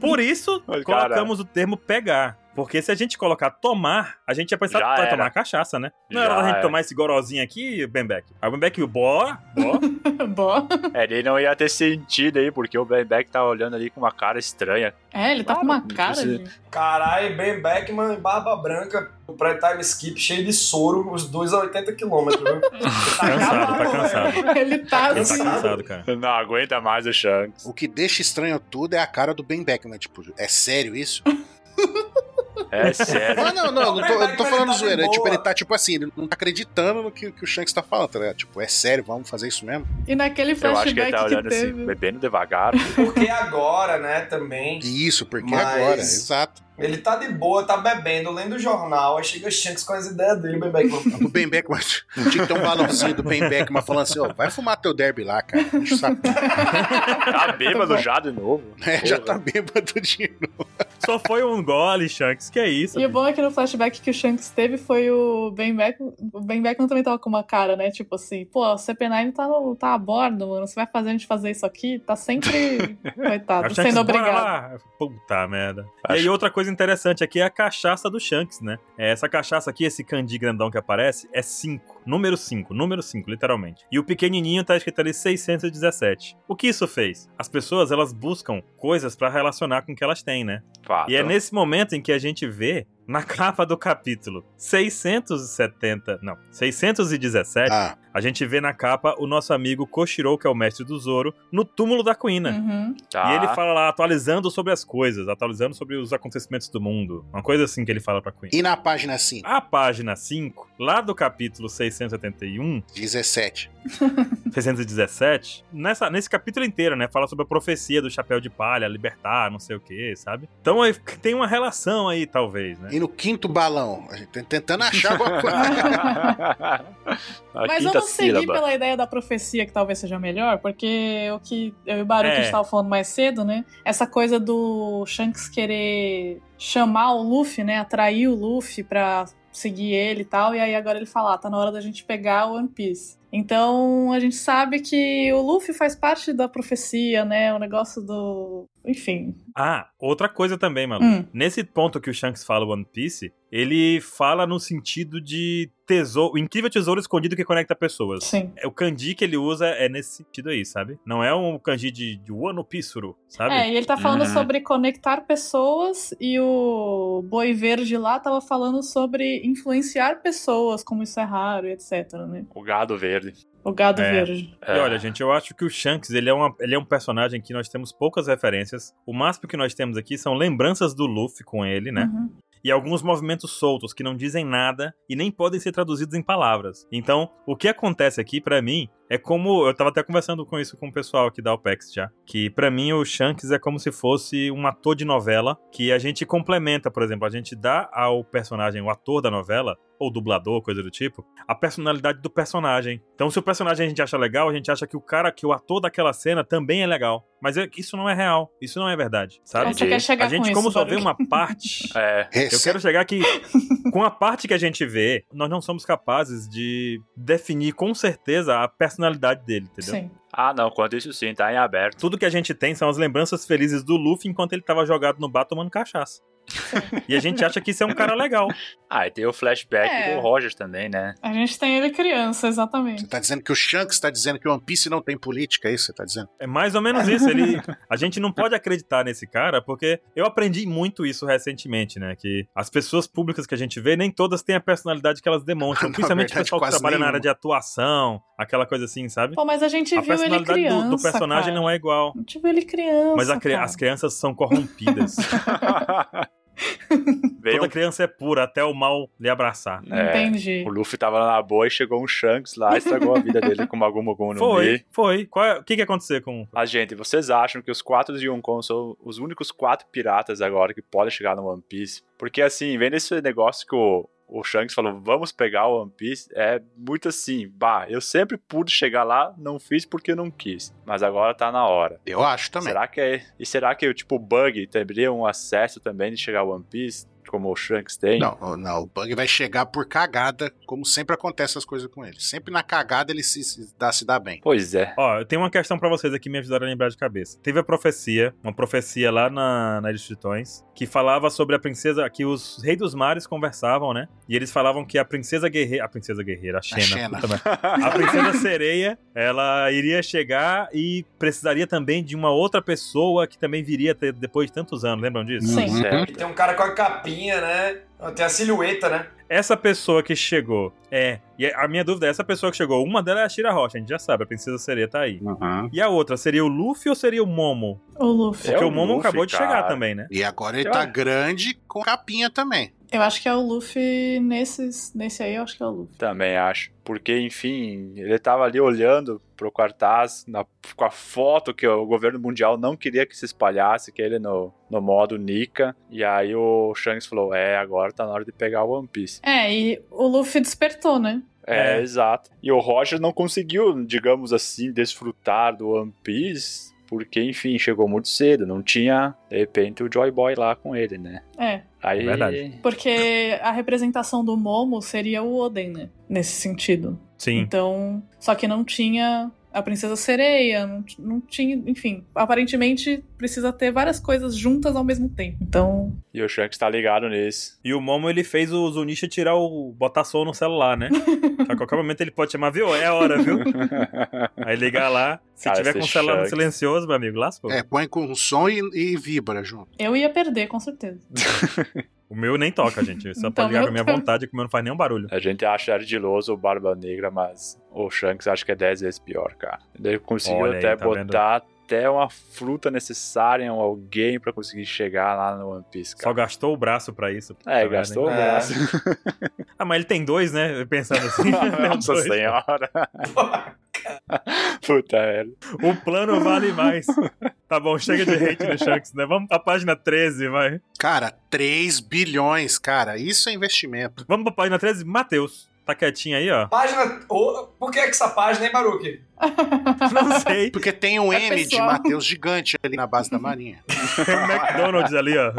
S1: Por isso,
S2: Olha,
S1: colocamos o termo pegar. Porque se a gente colocar tomar, a gente ia pensar
S2: Já
S1: que vai
S2: era.
S1: tomar cachaça, né? Não
S2: Já
S1: era hora da gente
S2: era.
S1: tomar esse gorozinho aqui, Benbeck. Aí o Tá Benbeck, bora, bora.
S4: Bó.
S2: É, Ele não ia ter sentido aí, porque o Ben Beck tá olhando ali com uma cara estranha.
S4: É, ele tá
S2: Claro,
S4: com uma
S2: não
S4: cara
S2: precisa.
S4: de...
S5: Caralho, Ben Beckman e Barba Branca, o pré-time skip cheio de soro, os dois a 80 km, viu?
S1: Tá Cansado, tá
S5: acabado,
S1: cansado.
S5: velho.
S4: Ele tá
S1: Ele
S4: assim...
S1: tá cansado, cara.
S2: Não aguenta mais o Shanks.
S3: O que deixa estranho tudo é a cara do Ben Beckman. Tipo, é sério isso?
S2: É sério.
S3: Ah, não, não, não tô, eu não tô
S5: Ele
S3: falando
S5: tá de
S3: zoeira. é Tipo,
S5: boa.
S3: ele tá, tipo assim, ele não tá acreditando no que, que o Shanks tá falando, tá ligado? Tipo, é sério, vamos fazer isso mesmo?
S4: E naquele
S2: Eu acho que ele
S4: flashback
S2: tá
S4: que,
S2: olhando assim,
S4: teve...
S2: bebendo devagar.
S5: Porque agora, né, também.
S3: E isso, porque é
S5: Mas-
S3: agora, exato.
S5: Ele tá de boa, tá bebendo, lendo o jornal, aí chega Shanks com as ideias dele, Ben Beckman.
S3: O Ben Beckman, tinha que ter um balãozinho do Ben Beckman falando assim, ó, vai fumar teu derby lá, cara. Deixa eu saber.
S2: Tá bêbado já de novo.
S3: É, já
S2: Porra.
S3: tá bêbado de
S1: Só foi um gole, Shanks, que é isso.
S4: E o bom é que no flashback que o Shanks teve foi o Ben Beckman. O Ben Beckman também tava com uma cara, né? Tipo assim, pô, o CP9 tá, no- tá a bordo, mano. Você vai fazer a gente fazer isso aqui? Tá sempre.
S1: É o
S4: Coitado,
S1: Shanks,
S4: sendo
S1: bora
S4: obrigado.
S1: lá. Puta merda. E aí
S2: Acho-
S1: outra coisa interessante aqui é a cachaça do Shanks, né? É, Essa cachaça aqui, esse candi grandão que aparece, é 5. Número 5, número 5, literalmente. E o pequenininho tá escrito ali 617. O que isso fez? As pessoas, elas buscam coisas pra relacionar com o que elas têm, né?
S2: Fato.
S1: E é nesse momento em que a gente vê na capa do capítulo 670, não, 617,
S3: Ah,
S1: a gente vê na capa o nosso amigo Koshiro, que é o mestre do Zoro, no túmulo da Kuina.
S4: Uhum.
S2: Tá.
S1: E ele fala lá, atualizando sobre as coisas, atualizando sobre os acontecimentos do mundo. Uma coisa assim que ele fala pra Queen.
S3: e na página assim, 5,
S1: A página 5, lá do capítulo 671,
S3: 17.
S1: 617, nessa, nesse capítulo inteiro, né? Fala sobre a profecia do chapéu de palha, libertar, não sei o que, sabe? Então aí tem uma relação aí, talvez, né?
S3: E no quinto balão, a gente tá tentando achar alguma coisa.
S2: A
S4: Mas
S2: quinta
S4: vamos seguir
S2: sílaba.
S4: pela ideia da profecia, que talvez seja melhor, porque o que eu e o Baru que a
S1: É.
S4: gente tava falando mais cedo, né? Essa coisa do Shanks querer chamar o Luffy, né? Atrair o Luffy pra seguir ele e tal, e aí agora ele fala, ah, tá na hora da gente pegar o One Piece. Então a gente sabe que o Luffy faz parte da profecia, né? O negócio do. Enfim.
S1: Ah, outra coisa também, Malu.
S4: Hum.
S1: Nesse ponto que o Shanks fala One Piece, ele fala no sentido de tesouro, o incrível tesouro escondido que conecta pessoas.
S4: Sim.
S1: É, O kanji que ele usa é nesse sentido aí, sabe? Não é um kanji de, de Wano Pisuru, sabe?
S4: É, e ele tá falando
S2: Uhum.
S4: sobre conectar pessoas e o Boi Verde lá tava falando sobre influenciar pessoas, como isso é raro, e etc, né?
S2: O gado verde.
S4: O gado
S1: É.
S4: verde.
S1: E olha, gente, eu acho que o Shanks, ele é, uma, ele é um personagem que nós temos poucas referências. O máximo que nós temos aqui são lembranças do Luffy com ele, né?
S4: Uhum.
S1: E alguns movimentos soltos que não dizem nada e nem podem ser traduzidos em palavras. Então, o que acontece aqui, pra mim, é É como. Eu tava até conversando com isso com o pessoal aqui da Alpex já. Que pra mim o Shanks é como se fosse um ator de novela que a gente complementa, por exemplo. A gente dá ao personagem, o ator da novela, ou dublador, coisa do tipo, a personalidade do personagem. Então, se o personagem a gente acha legal, a gente acha que o cara, que o ator daquela cena também é legal. Mas é- isso não é real, isso não é verdade, sabe?
S4: Então, você quer chegar
S1: a gente,
S4: com
S1: como
S4: isso,
S1: só vê
S4: Baruque?
S1: uma parte.
S2: É.
S1: Eu
S3: Rece-
S1: quero chegar aqui. Com a parte que a gente vê, nós não somos capazes de definir com certeza a personalidade dele, entendeu?
S4: Sim.
S2: Ah, não, quanto isso sim, tá em aberto.
S1: Tudo que a gente tem são as lembranças felizes do Luffy enquanto ele tava jogado no bar tomando cachaça. E a gente acha que isso é um cara legal.
S2: Ah, e tem o flashback
S4: É.
S2: do Rogers também, né?
S4: A gente tem ele criança, exatamente.
S3: Você tá dizendo que o Shanks tá dizendo que o One Piece não tem política, é isso que você tá dizendo?
S1: É mais ou menos isso. Ele, a gente não pode acreditar nesse cara, porque eu aprendi muito isso recentemente, né? Que as pessoas públicas que a gente vê, nem todas têm a personalidade que elas demonstram.
S3: Na
S1: Principalmente o
S3: verdade,
S1: pessoal que
S3: quase
S1: trabalha na área
S3: nenhuma.
S1: de atuação, aquela coisa assim, sabe?
S4: Pô, mas a gente
S1: A
S4: viu ele
S1: personalidade do-
S4: criança.
S1: do, personagem
S4: cara.
S1: não é igual.
S4: A gente viu ele criança.
S1: Mas a cri-
S4: cara.
S1: as crianças são corrompidas.
S2: Veio
S1: Toda criança é pura, até o mal lhe abraçar.
S2: um... é,
S4: Entendi.
S2: o Luffy tava lá na boa e chegou um Shanks lá, estragou a vida dele com uma Gumo Gumo no Mi.
S1: Foi, foi. Qual é- o que que aconteceu com...
S2: Ah, gente, vocês acham que os quatro de Yonkou são os únicos quatro piratas agora que podem chegar no One Piece? Porque, assim, vendo esse negócio que o, o Shanks falou, vamos pegar o One Piece, é muito assim, bah, eu sempre pude chegar lá, não fiz porque eu não quis, mas agora tá na hora.
S3: Eu acho também.
S2: Será que é, e será que o tipo Bug teria um acesso também de chegar ao One Piece, como o Shanks tem?
S3: Não, o- não, o Bug vai chegar por cagada, como sempre acontece as coisas com ele. Sempre na cagada ele se, se dá, se dá bem.
S2: Pois é.
S1: Ó, eu tenho uma questão pra vocês aqui, me ajudaram a lembrar de cabeça. Teve a profecia, uma profecia lá na, na Ilha dos Tritões, que falava sobre a princesa, que os reis dos mares conversavam, né? E eles falavam que a princesa guerreira, a princesa guerreira, a Xena,
S3: Xena.
S1: puta merda. A princesa sereia, ela iria chegar e precisaria também de uma outra pessoa que também viria ter- depois de tantos anos, lembram disso?
S4: Sim.
S2: Uhum.
S5: E
S2: Certo.
S5: tem um cara com a capinha, né? Tem a silhueta, né?
S1: Essa pessoa que chegou é. E a minha dúvida é: essa pessoa que chegou, uma dela é a Shira Rocha, a gente já sabe, a princesa sereia tá aí.
S3: Uhum.
S1: E a outra, seria o Luffy ou seria o Momo?
S4: O Luffy.
S2: É
S1: Porque
S2: o
S1: o Momo
S2: Luffy,
S1: acabou de
S2: cara.
S1: chegar também, né?
S3: E agora ele
S2: Eu
S3: tá
S2: acho.
S3: grande com capinha também.
S4: Eu acho que é o Luffy nesses, nesse aí, eu acho que é o Luffy.
S2: Também acho. Porque, enfim, ele tava ali olhando pro cartaz na- com a foto que o governo mundial não queria que se espalhasse, que é ele no, no modo Nika. E aí o Shanks falou: É, agora tá na hora de pegar o One Piece.
S4: É, e o Luffy despertou, né?
S2: É,
S1: É.
S2: exato. E o Roger não conseguiu, digamos assim, desfrutar do One Piece. Porque, enfim, chegou muito cedo, não tinha, de repente, o Joy Boy lá com ele, né?
S4: É,
S2: Aí.
S1: Verdade.
S4: porque a representação do Momo seria o Oden, né? Nesse sentido.
S1: Sim.
S4: Então, só que não tinha a princesa sereia, não, t- não tinha, enfim, aparentemente precisa ter várias coisas juntas ao mesmo tempo. Então,
S2: E o Shanks tá ligado nisso.
S1: E o Momo, ele fez o Zunisha tirar o. botar som no celular, né? A qualquer momento ele pode chamar, viu? É a hora, viu? Aí ligar lá. Se
S2: Cara,
S1: tiver
S2: esse
S1: com o celular no
S2: Shanks.
S1: silencioso, meu amigo, lascou.
S3: É, põe com som e, e vibra junto.
S4: eu ia perder, com certeza.
S1: O meu nem toca, gente. Só
S4: Então,
S2: tá
S1: pra ligar
S4: meu
S1: com a minha
S4: também.
S1: vontade, que o meu não faz nenhum barulho.
S2: A gente acha ardiloso o Barba Negra, mas o Shanks acho que é 10 vezes pior, cara. Ele conseguiu
S1: Olha aí,
S2: até
S1: tá vendo?
S2: botar até uma fruta necessária em alguém pra conseguir chegar lá no One Piece,
S1: Só
S2: cara.
S1: gastou o braço pra isso. Tá
S2: É,
S1: vendo,
S2: gastou o
S1: hein?
S5: É.
S2: braço.
S1: Ah, mas ele tem dois, né? Pensando assim. Tem
S2: Nossa
S1: dois.
S2: senhora. Puta merda.
S1: O plano vale mais. Tá bom, chega de hate no Shanks, né? Vamos pra página 13, vai.
S3: Cara, 3 bilhões, cara, isso é investimento.
S1: Vamos pra página 13, Matheus. Tá quietinho aí, ó.
S5: Página. Ô, por que, é que essa página, hein, Baruque?
S1: Não sei.
S3: Porque tem um
S4: É,
S3: M de
S4: pessoal.
S3: Matheus gigante ali na base da marinha.
S1: Tem o McDonald's ali, ó.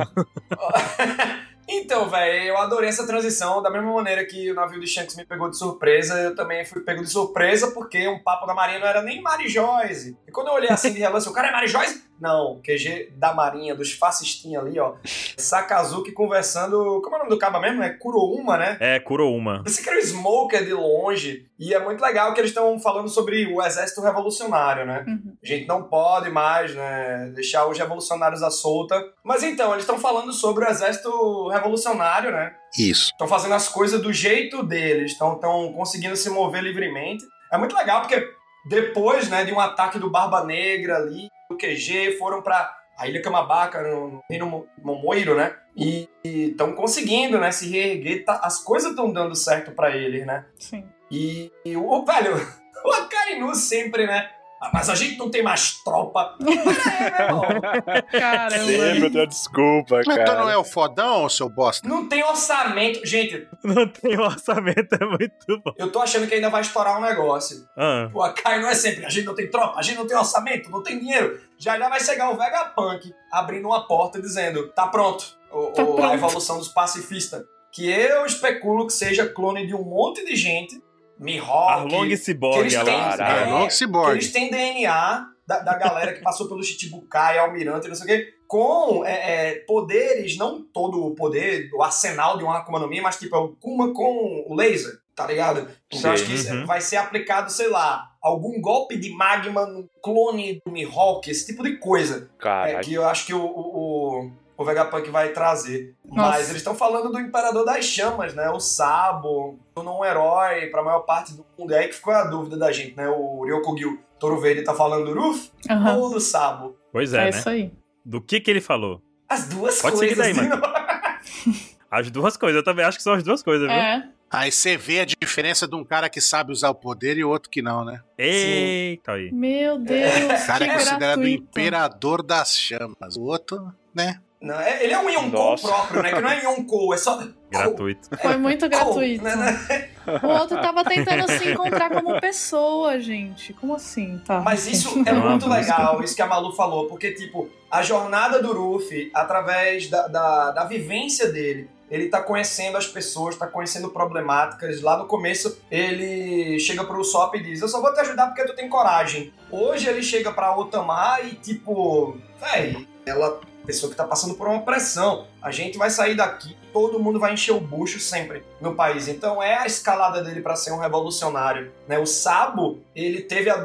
S5: Então, velho, eu adorei essa transição. Da mesma maneira que o navio de Shanks me pegou de surpresa, eu também fui pego de surpresa porque um papo da Marinha não era nem Mari Joyce. E quando eu olhei assim de relance, o cara é Mari Joyce? Não, QG da Marinha, dos fascistinhos ali, ó. Sakazuki conversando. Como é o nome do caba mesmo? É Kurouma, né?
S1: É, curou uma.
S5: Esse cara é o Smoker de longe, e é muito legal que eles estão falando sobre o exército revolucionário, né?
S4: Uhum.
S5: A gente não pode mais, né, deixar os revolucionários à solta. Mas então, eles estão falando sobre o exército revolucionário, né?
S3: Isso.
S5: Estão fazendo as coisas do jeito deles, estão conseguindo se mover livremente. É muito legal porque depois, né, de um ataque do Barba Negra ali, do QG, foram pra a Ilha Camabaca, no, no Reino Mo- Momoiro, né? E estão conseguindo, né, se reerguer. tá- as coisas estão dando certo pra eles, né?
S4: Sim.
S5: E, e o velho, O Akainu sempre, né? Ah, mas a gente não tem mais tropa. Pera aí, meu irmão.
S4: Caramba.
S2: Sempre eu tenho desculpa,
S3: Mas
S5: então
S3: tu não
S2: cara.
S3: é o fodão, seu bosta?
S5: Não tem orçamento. Gente,
S1: Não tem orçamento, é muito bom.
S5: eu tô achando que ainda vai estourar um negócio.
S1: Ah,
S5: O Akainu é sempre, a gente não tem tropa, a gente não tem orçamento, não tem dinheiro. Já já vai chegar o Vegapunk abrindo uma porta dizendo, tá pronto, o-
S4: Tá
S5: o-
S4: pronto.
S5: a evolução dos pacifistas. Que eu especulo que seja clone de um monte de gente,
S1: Arlong
S5: Mihawk,
S1: Cyborg,
S5: eles têm-
S1: lá.
S5: É,
S3: Arlong
S5: que
S3: Cyborg.
S5: eles têm DNA da, da galera que passou pelo Chichibukai, Almirante, não sei o quê, com é, é, poderes, não todo o poder, o arsenal de uma Akuma no Mi, mas tipo, é o Kuma com o laser, tá ligado? Então acho que isso
S1: Uhum.
S5: vai ser aplicado, sei lá, algum golpe de magma no clone do Mihawk, esse tipo de coisa. É,
S2: Caralho.
S5: que eu acho que o, o, o, o Vegapunk vai trazer.
S4: Nossa.
S5: Mas eles estão falando do Imperador das Chamas, né? O Sabo, tornou um herói pra maior parte do mundo. É aí que ficou a dúvida da gente, né? O Ryokugyu Toro Verde tá falando do Ruf
S4: Aham.
S5: ou do Sabo?
S1: Pois
S4: É,
S1: é, né?
S4: isso aí.
S1: Do que que ele falou?
S5: As duas
S1: Pode seguir
S5: coisas.
S1: daí,
S5: né? de
S1: mano.
S5: novo.
S1: As duas coisas, eu também acho que são as duas coisas, viu?
S4: É.
S3: Aí você vê a diferença de um cara que sabe usar o poder e outro que não, né?
S1: Eita, aí.
S4: Meu Deus.
S3: O cara
S4: que
S3: é considerado o
S4: gratuito.
S3: imperador das chamas. O outro, né?
S5: Não, é- ele é um Yonkou
S2: Nossa.
S5: próprio, né? Que não é Yonkou, é só.
S1: Gratuito.
S4: Foi muito
S5: Kou,
S4: gratuito.
S5: né, né?
S4: O outro tava tentando se encontrar como pessoa, gente. Como assim? Tá.
S5: Mas isso é
S1: Não,
S5: muito
S1: música.
S5: legal, isso que a Malu falou, porque, tipo, a jornada do Ruffy, através da, da, da vivência dele, ele tá conhecendo as pessoas, tá conhecendo problemáticas. Lá no começo, ele chega pro Usopp e diz: Eu só vou te ajudar porque tu tem coragem. Hoje ele chega pra Otamar e, tipo, véi, ela, pessoa que tá passando por uma pressão, a gente vai sair daqui, todo mundo vai encher o bucho sempre no país. Então é a escalada dele pra ser um revolucionário, né? O Sabo, ele teve a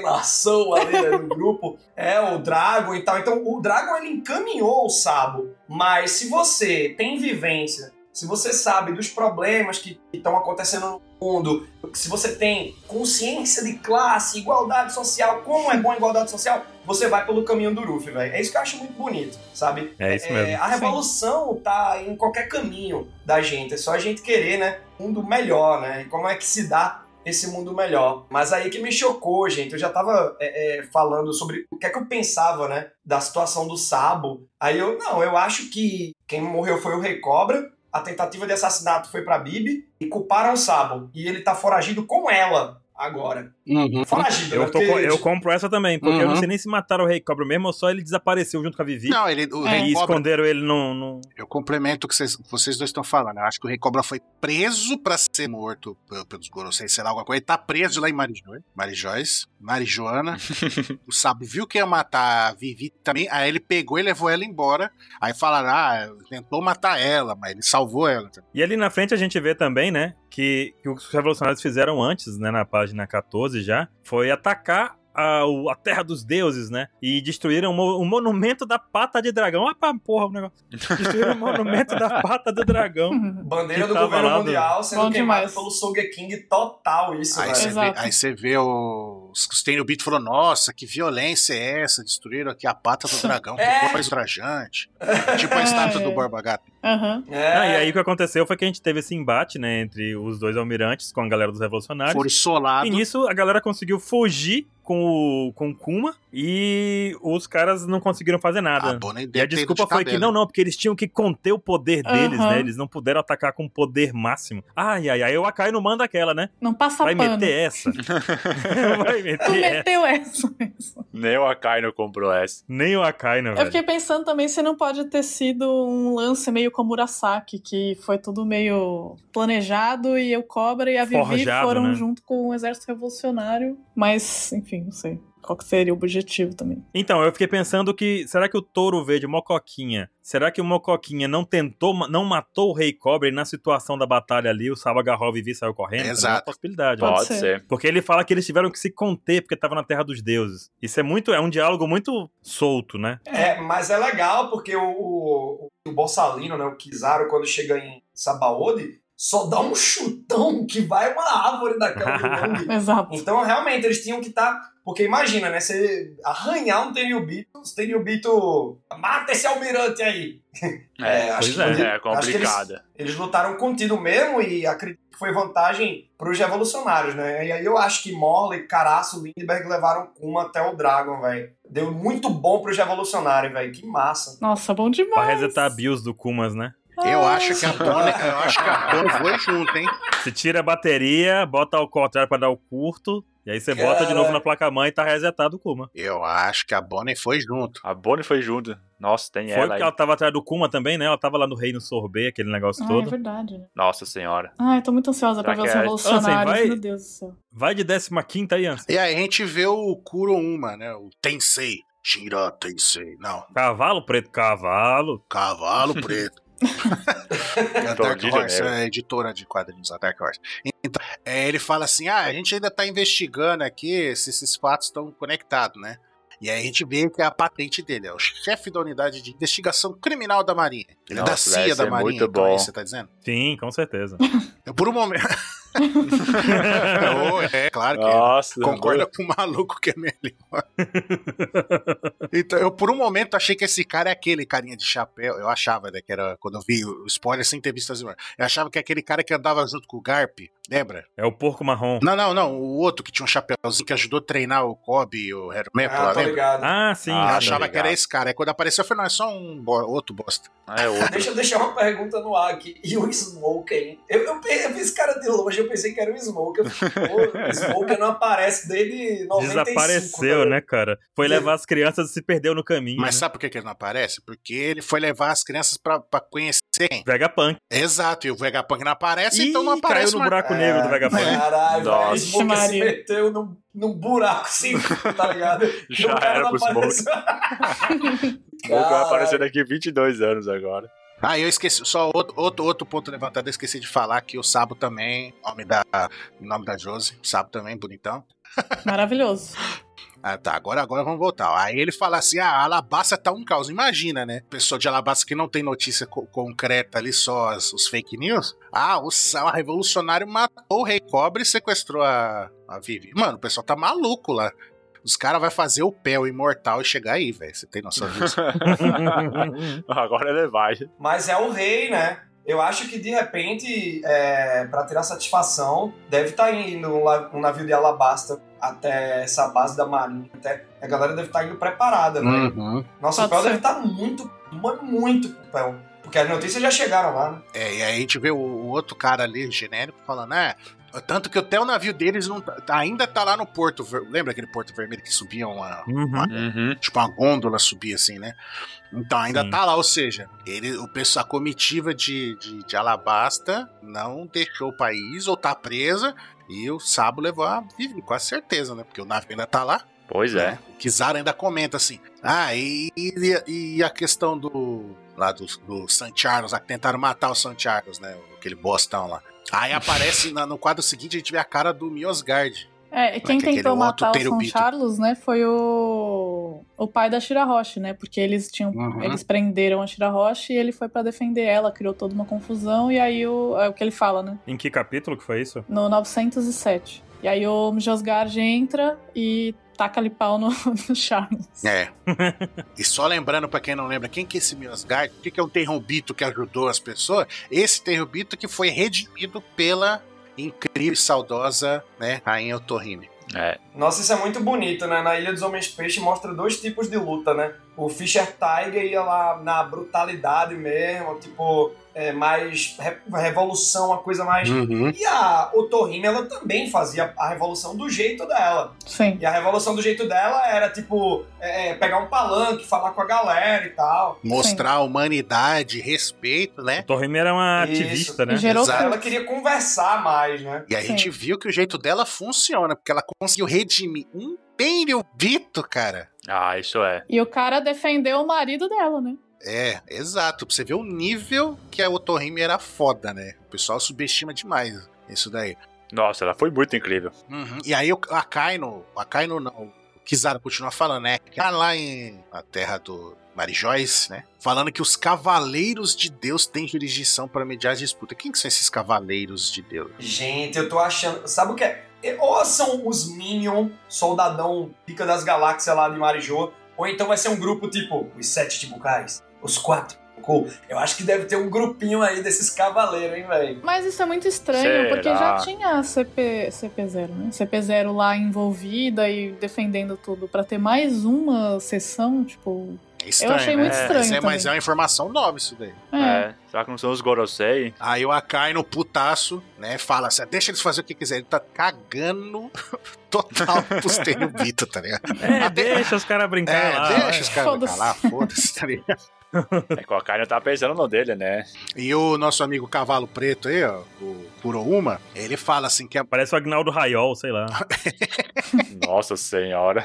S5: doutrinação ali né, no grupo, é o Dragon e tal. Então o Dragon ele encaminhou o Sabo, mas se você tem vivência, se você sabe dos problemas que estão acontecendo no mundo, se você tem consciência de classe, igualdade social, como é bom a igualdade social, você vai pelo caminho do Ruffy, velho. É isso que eu acho muito bonito, sabe?
S1: É isso mesmo.
S5: a revolução tá em qualquer caminho da gente, é só a gente querer, né? Um mundo melhor, né? E como é que se dá esse mundo melhor. Mas aí que me chocou, gente. Eu já tava é, é, falando sobre o que é que eu pensava, né? Da situação do Sabo. Aí eu, não, eu acho que quem morreu foi o Rei Cobra. A tentativa de assassinato foi pra Bibi. E culparam o Sabo. E ele tá foragido com ela agora. Foragido, né?
S1: Eu, tô
S5: Porque-
S1: co- eu compro essa também, porque eu não
S3: Uhum.
S1: sei nem se mataram o Rei Cobra mesmo ou só ele desapareceu junto com a Vivi.
S3: Não, ele, o
S4: É.
S1: E
S3: Rei Cobra.
S1: esconderam ele num. num-
S3: Eu complemento o que vocês, vocês dois estão falando. Eu acho que o Rei Cobra foi preso pra ser morto pe- pelos Gorosei, sei lá, alguma coisa. Ele tá preso lá em Marijóis. Marijóis. Marijoana. o Sabo viu que ia matar a Vivi também. Aí ele pegou e levou ela embora. Aí falaram, ah, tentou matar ela, mas ele salvou ela.
S1: E ali na frente a gente vê também, né, que, que os revolucionários fizeram antes, né, na página 14 já, foi atacar a, o- a terra dos deuses, né, e destruíram o, mo- o monumento da pata de dragão. Ah, pá, porra, o negócio. Destruíram o monumento da pata do dragão.
S5: Bandeira
S1: que
S5: do
S1: tava
S5: governo
S1: lá do-
S5: mundial sendo
S4: Bom
S5: queimada
S4: demais.
S5: pelo Sogeking total, isso,
S3: Aí
S5: velho.
S3: você, vê,
S4: Exato.
S3: aí você vê o. Os Tenryubito falou: Nossa, que violência é essa? Destruíram aqui a pata do dragão, que
S5: É.
S3: coisa ultrajante. Tipo a estátua do Borba Gato.
S4: Aham.
S5: É.
S1: Ah, e aí o que aconteceu foi que a gente teve esse embate, né, entre os dois almirantes com a galera dos revolucionários.
S3: Foi solado.
S1: E nisso a galera conseguiu fugir com o, com o Kuma e os caras não conseguiram fazer
S3: Ah,
S1: nada.
S3: bom, nem
S1: E a
S3: deve ter ido
S1: desculpa
S3: de
S1: foi que
S3: tabela.
S1: não, não, porque eles tinham que conter o poder deles,
S4: Aham.
S1: né? Eles não puderam atacar com o poder máximo. Ai, ai, ai, o Akai não manda aquela, né?
S4: Não passa
S1: Vai
S4: pano.
S1: meter essa. Vai
S4: Tu
S1: meter essa. É.
S4: meteu essa mesmo.
S2: Nem o Akainu comprou essa.
S1: Nem o Akai, né,
S4: Eu
S1: velho?
S4: fiquei pensando também se não pode ter sido um lance meio como Murasaki, que foi tudo meio planejado e o Cobra e a Vivi
S1: Forjado,
S4: foram
S1: né?
S4: junto com o Exército Revolucionário. Mas, enfim, não sei. Qual que seria o objetivo também?
S1: Então, eu fiquei pensando que, será que o Touro Verde, o Mocoquinha, será que o Mocoquinha não tentou, ma- não matou o Rei Cobra e na situação da batalha ali, o Saba agarrou a Vivi e saiu correndo?
S3: Exato.
S1: Também É uma possibilidade,
S4: Pode
S2: Pode,
S4: ser.
S2: ser.
S1: Porque ele fala que eles tiveram que se conter porque tava na terra dos deuses. Isso é muito, é um diálogo muito solto, né?
S5: É, mas é legal porque o, o, o Borsalino, né, o Kizaru, quando chega em Sabaody, só dá um chutão que vai uma árvore daquela do Long.
S4: Exato.
S5: Então, realmente, eles tinham que estar Porque imagina, né? Você arranhar um Tenryubito, os Tenryubito mata esse almirante aí.
S2: É,
S5: acho
S2: pois
S5: que-
S2: é, é
S5: acho que eles-
S2: complicada.
S5: Eles lutaram contido mesmo e acredito que foi vantagem para os revolucionários, né? E aí eu acho que Morley, Caraço, Lindbergh levaram Kuma até o Dragon, velho. Deu muito bom para os revolucionários, velho. Que massa.
S4: Nossa, bom demais. Ah,
S1: Pra resetar a bios do Kumas, né?
S3: Eu acho que a Dona, eu acho que a Dona foi junto, hein?
S1: Você tira a bateria, bota ao contrário pra dar o curto, e aí você bota de
S5: Cara.
S1: novo na placa-mãe e tá resetado o Kuma.
S3: Eu acho que a Bonnie foi junto.
S2: A Bonnie foi junto. Nossa, tem
S3: É,
S1: Foi
S2: ela aí.
S1: porque ela tava atrás do Kuma também, né? Ela tava lá no Reino Sorbet, aquele negócio
S4: Ah, é
S1: todo.
S4: verdade, né?
S2: Nossa senhora.
S4: Ah, eu tô muito ansiosa pra
S2: Será
S4: ver os
S2: que é-
S4: revolucionários,
S1: Ansem, Ah, vai-
S4: meu Deus do céu.
S1: Vai de 15 aí, Anson.
S3: E aí a gente vê o Kuro Uma, né? O Tensei. Shira Tensei. Não,
S1: Cavalo preto, cavalo.
S3: Cavalo Preto. É a Dark
S2: Tornilha
S3: Horse,
S2: negra.
S3: é a editora de quadrinhos, a Dark Horse. Então, é, ele fala assim: ah, a gente ainda tá investigando aqui se esses fatos estão conectados, né? E aí a gente vê que é a patente dele, é o chefe da unidade de investigação criminal da Marinha. Ele é da
S2: Nossa, deve
S3: CIA da
S2: ser
S3: Marinha,
S2: muito
S3: então é
S2: bom.
S3: isso que você tá dizendo?
S1: Sim, com certeza.
S3: Eu, por um momento. Oh, é, claro que é.
S2: Nossa.
S3: Concorda com o maluco que é melhor. então, eu por um momento achei que esse cara é aquele carinha de chapéu. Eu achava, né? Que era quando eu vi o spoiler sem ter visto as imagens. Eu achava que é aquele cara que andava junto com o Garp, lembra?
S1: É o porco marrom.
S3: Não, não, não. O outro que tinha um chapéuzinho que ajudou a treinar o Kobe e o Hermepo lá,
S5: Ah, tô
S3: lembra?
S5: ligado.
S1: É, Ah, sim.
S3: Eu
S2: Ah, tá
S3: achava que era
S2: ligado.
S3: esse cara. Aí quando apareceu, eu falei, não, é só um bo- outro bosta.
S2: É outro.
S5: Deixa eu deixar uma pergunta no ar aqui. E o Smoker, hein? Eu, eu, pe- eu vi esse cara de longe, eu pensei que era o Smoker. Eu falei, Pô, o Smoker não aparece desde 95.
S1: Desapareceu, né, cara? Foi levar as crianças e se perdeu no caminho.
S3: Mas
S1: Mas... Né?
S3: sabe por que que ele não aparece? Porque ele foi levar as crianças pra, pra conhecer quem?
S1: Vegapunk.
S3: Exato, e o Vegapunk não aparece, então não
S1: Ih, caiu
S3: aparece
S1: no
S3: mais.
S1: buraco negro
S3: É.
S1: do Vegapunk.
S5: É, Caralho,
S2: Nossa.
S5: velho, o Smoker se
S4: Maria.
S5: meteu num, num buraco assim, tá ligado?
S2: Já
S5: E o cara
S2: era
S5: não
S2: pro Smoker.
S5: apareceu.
S2: Smoker vai
S5: Caralho.
S2: aparecer daqui 22 anos agora.
S3: Ah, eu esqueci, só outro, outro, outro ponto levantado, eu esqueci de falar que o Sabo também, nome da, em nome da Josi, o Sabo também, bonitão.
S4: Maravilhoso.
S3: Ah, tá, agora, agora vamos voltar. Aí ele fala assim, ah, a Alabasta tá um caos, imagina, né? Pessoa de Alabasta que não tem notícia co- concreta ali, só as- os fake news. Ah, o, Sa- o revolucionário matou o Rei Cobre e sequestrou a, a Vivi. Mano, o pessoal tá maluco lá. Os caras vão fazer o pé, o imortal, e chegar aí, velho. Você tem noção disso?
S2: agora ele vai.
S5: Mas é o rei, né? Eu acho que de repente, é, para tirar satisfação, deve estar indo um, la- um navio de alabasta até essa base da marinha. Até a galera deve estar indo preparada, velho.
S3: uhum.
S5: Nossa, o
S4: Pode
S5: Pel
S4: ser.
S5: deve estar muito, mas muito pro Pel. Porque as notícias já chegaram lá, né?
S3: É, e aí a gente vê o, o outro cara ali, genérico, falando, é. Tanto que até o navio deles não tá- ainda tá lá no porto. ver- Lembra aquele porto vermelho que subia uma.
S1: Uhum.
S2: Uhum.
S3: Tipo, uma gôndola subia assim, né? Então ainda
S1: Sim.
S3: tá lá, ou seja, ele, o pessoal, a comitiva de, de, de Alabasta não deixou o país ou tá presa. E o Sabo levou a Vivi, com a certeza, né? Porque o navio ainda tá lá.
S2: Pois é.
S3: O Kizaru ainda comenta assim. Ah, e, e- e a questão do. Lá do, do San Charles, lá que tentaram matar o San Charles, né? Aquele bostão lá. Aí aparece na- no quadro seguinte, a gente vê a cara do Miosgard.
S4: É, e quem
S3: Aquele
S4: tentou
S3: outro
S4: matar o São
S3: terubito.
S4: Charles, né, foi o o pai da Shira Roche, né? Porque eles tinham
S3: Uhum.
S4: eles prenderam a Shira Roche e ele foi pra defender ela, criou toda uma confusão e aí o é o que ele fala, né?
S1: Em que capítulo que foi isso?
S4: No 907. E aí o Mjosgard entra e taca ali pau no, no Charles.
S3: É. e só lembrando pra quem não lembra, quem que é esse Miosgard? O que, que é um terrombito que ajudou as pessoas? Esse terrombito que foi redimido pela incrível e saudosa, né? Rainha Otorrime.
S2: É.
S5: Nossa, isso é muito bonito, né? Na Ilha dos Homens Peixe mostra dois tipos de luta, né? O Fischer Tiger ia lá na brutalidade mesmo, tipo, é, mais re- revolução, uma coisa mais
S3: Uhum.
S5: E a Otorrina, ela também fazia a revolução do jeito dela.
S4: Sim.
S5: E a revolução do jeito dela era, tipo, é, é, pegar um palanque, falar com a galera e tal.
S3: Mostrar a humanidade, respeito, né?
S1: Torrime era é uma
S5: Isso.
S1: ativista, né?
S4: E gerou
S3: Exato.
S5: Ela queria conversar mais, né?
S3: E a
S4: Sim.
S3: gente viu que o jeito dela funciona, porque ela conseguiu redimir um Bito, cara.
S2: Ah, isso é.
S4: E o cara defendeu o marido dela, né?
S3: É, exato. Pra você ver o nível que a Otorrime era foda, né? O pessoal subestima demais isso daí.
S2: Nossa, ela foi muito incrível.
S3: Uhum. E aí o- a Kaino, a Kaino não, o Kizaru continua falando, né? Que Tá lá em na terra do Mary Joyce, né? Falando que os cavaleiros de Deus têm jurisdição para mediar as disputas. Quem que são esses cavaleiros de Deus?
S5: Gente, eu tô achando. Sabe o que é? E- Ou são os Minion, Soldadão Pica das Galáxias lá de Marijô, ou então vai ser um grupo tipo os Sete Tibucais, os Quatro. Cool. Eu acho que deve ter um grupinho aí desses cavaleiros, hein, velho?
S4: Mas isso é muito estranho,
S2: Será?
S4: porque já tinha a CP, CP0, né? CP0 lá envolvida e defendendo tudo pra ter mais uma sessão, tipo.
S3: É estranho,
S4: eu achei
S3: né?
S4: muito
S2: É,
S4: estranho.
S3: Mas é,
S4: também.
S3: mas é uma informação nova isso daí.
S4: É.
S2: É. Será que não são os Gorosei?
S3: Aí o Akai no putaço, né, fala assim, deixa eles fazer o que quiser. Ele tá cagando total pros Tenubito, tá ligado?
S1: É, deixa os caras brincar
S3: É,
S1: lá.
S3: deixa os caras
S4: Foda-se.
S3: calar, foda-se, tá ligado?
S2: É que o Akainu tá pensando no dele, né?
S3: E o nosso amigo Cavalo Preto aí, ó, o Kurouma, ele fala assim que a...
S1: Parece o Agnaldo Raiol, sei lá.
S2: Nossa senhora.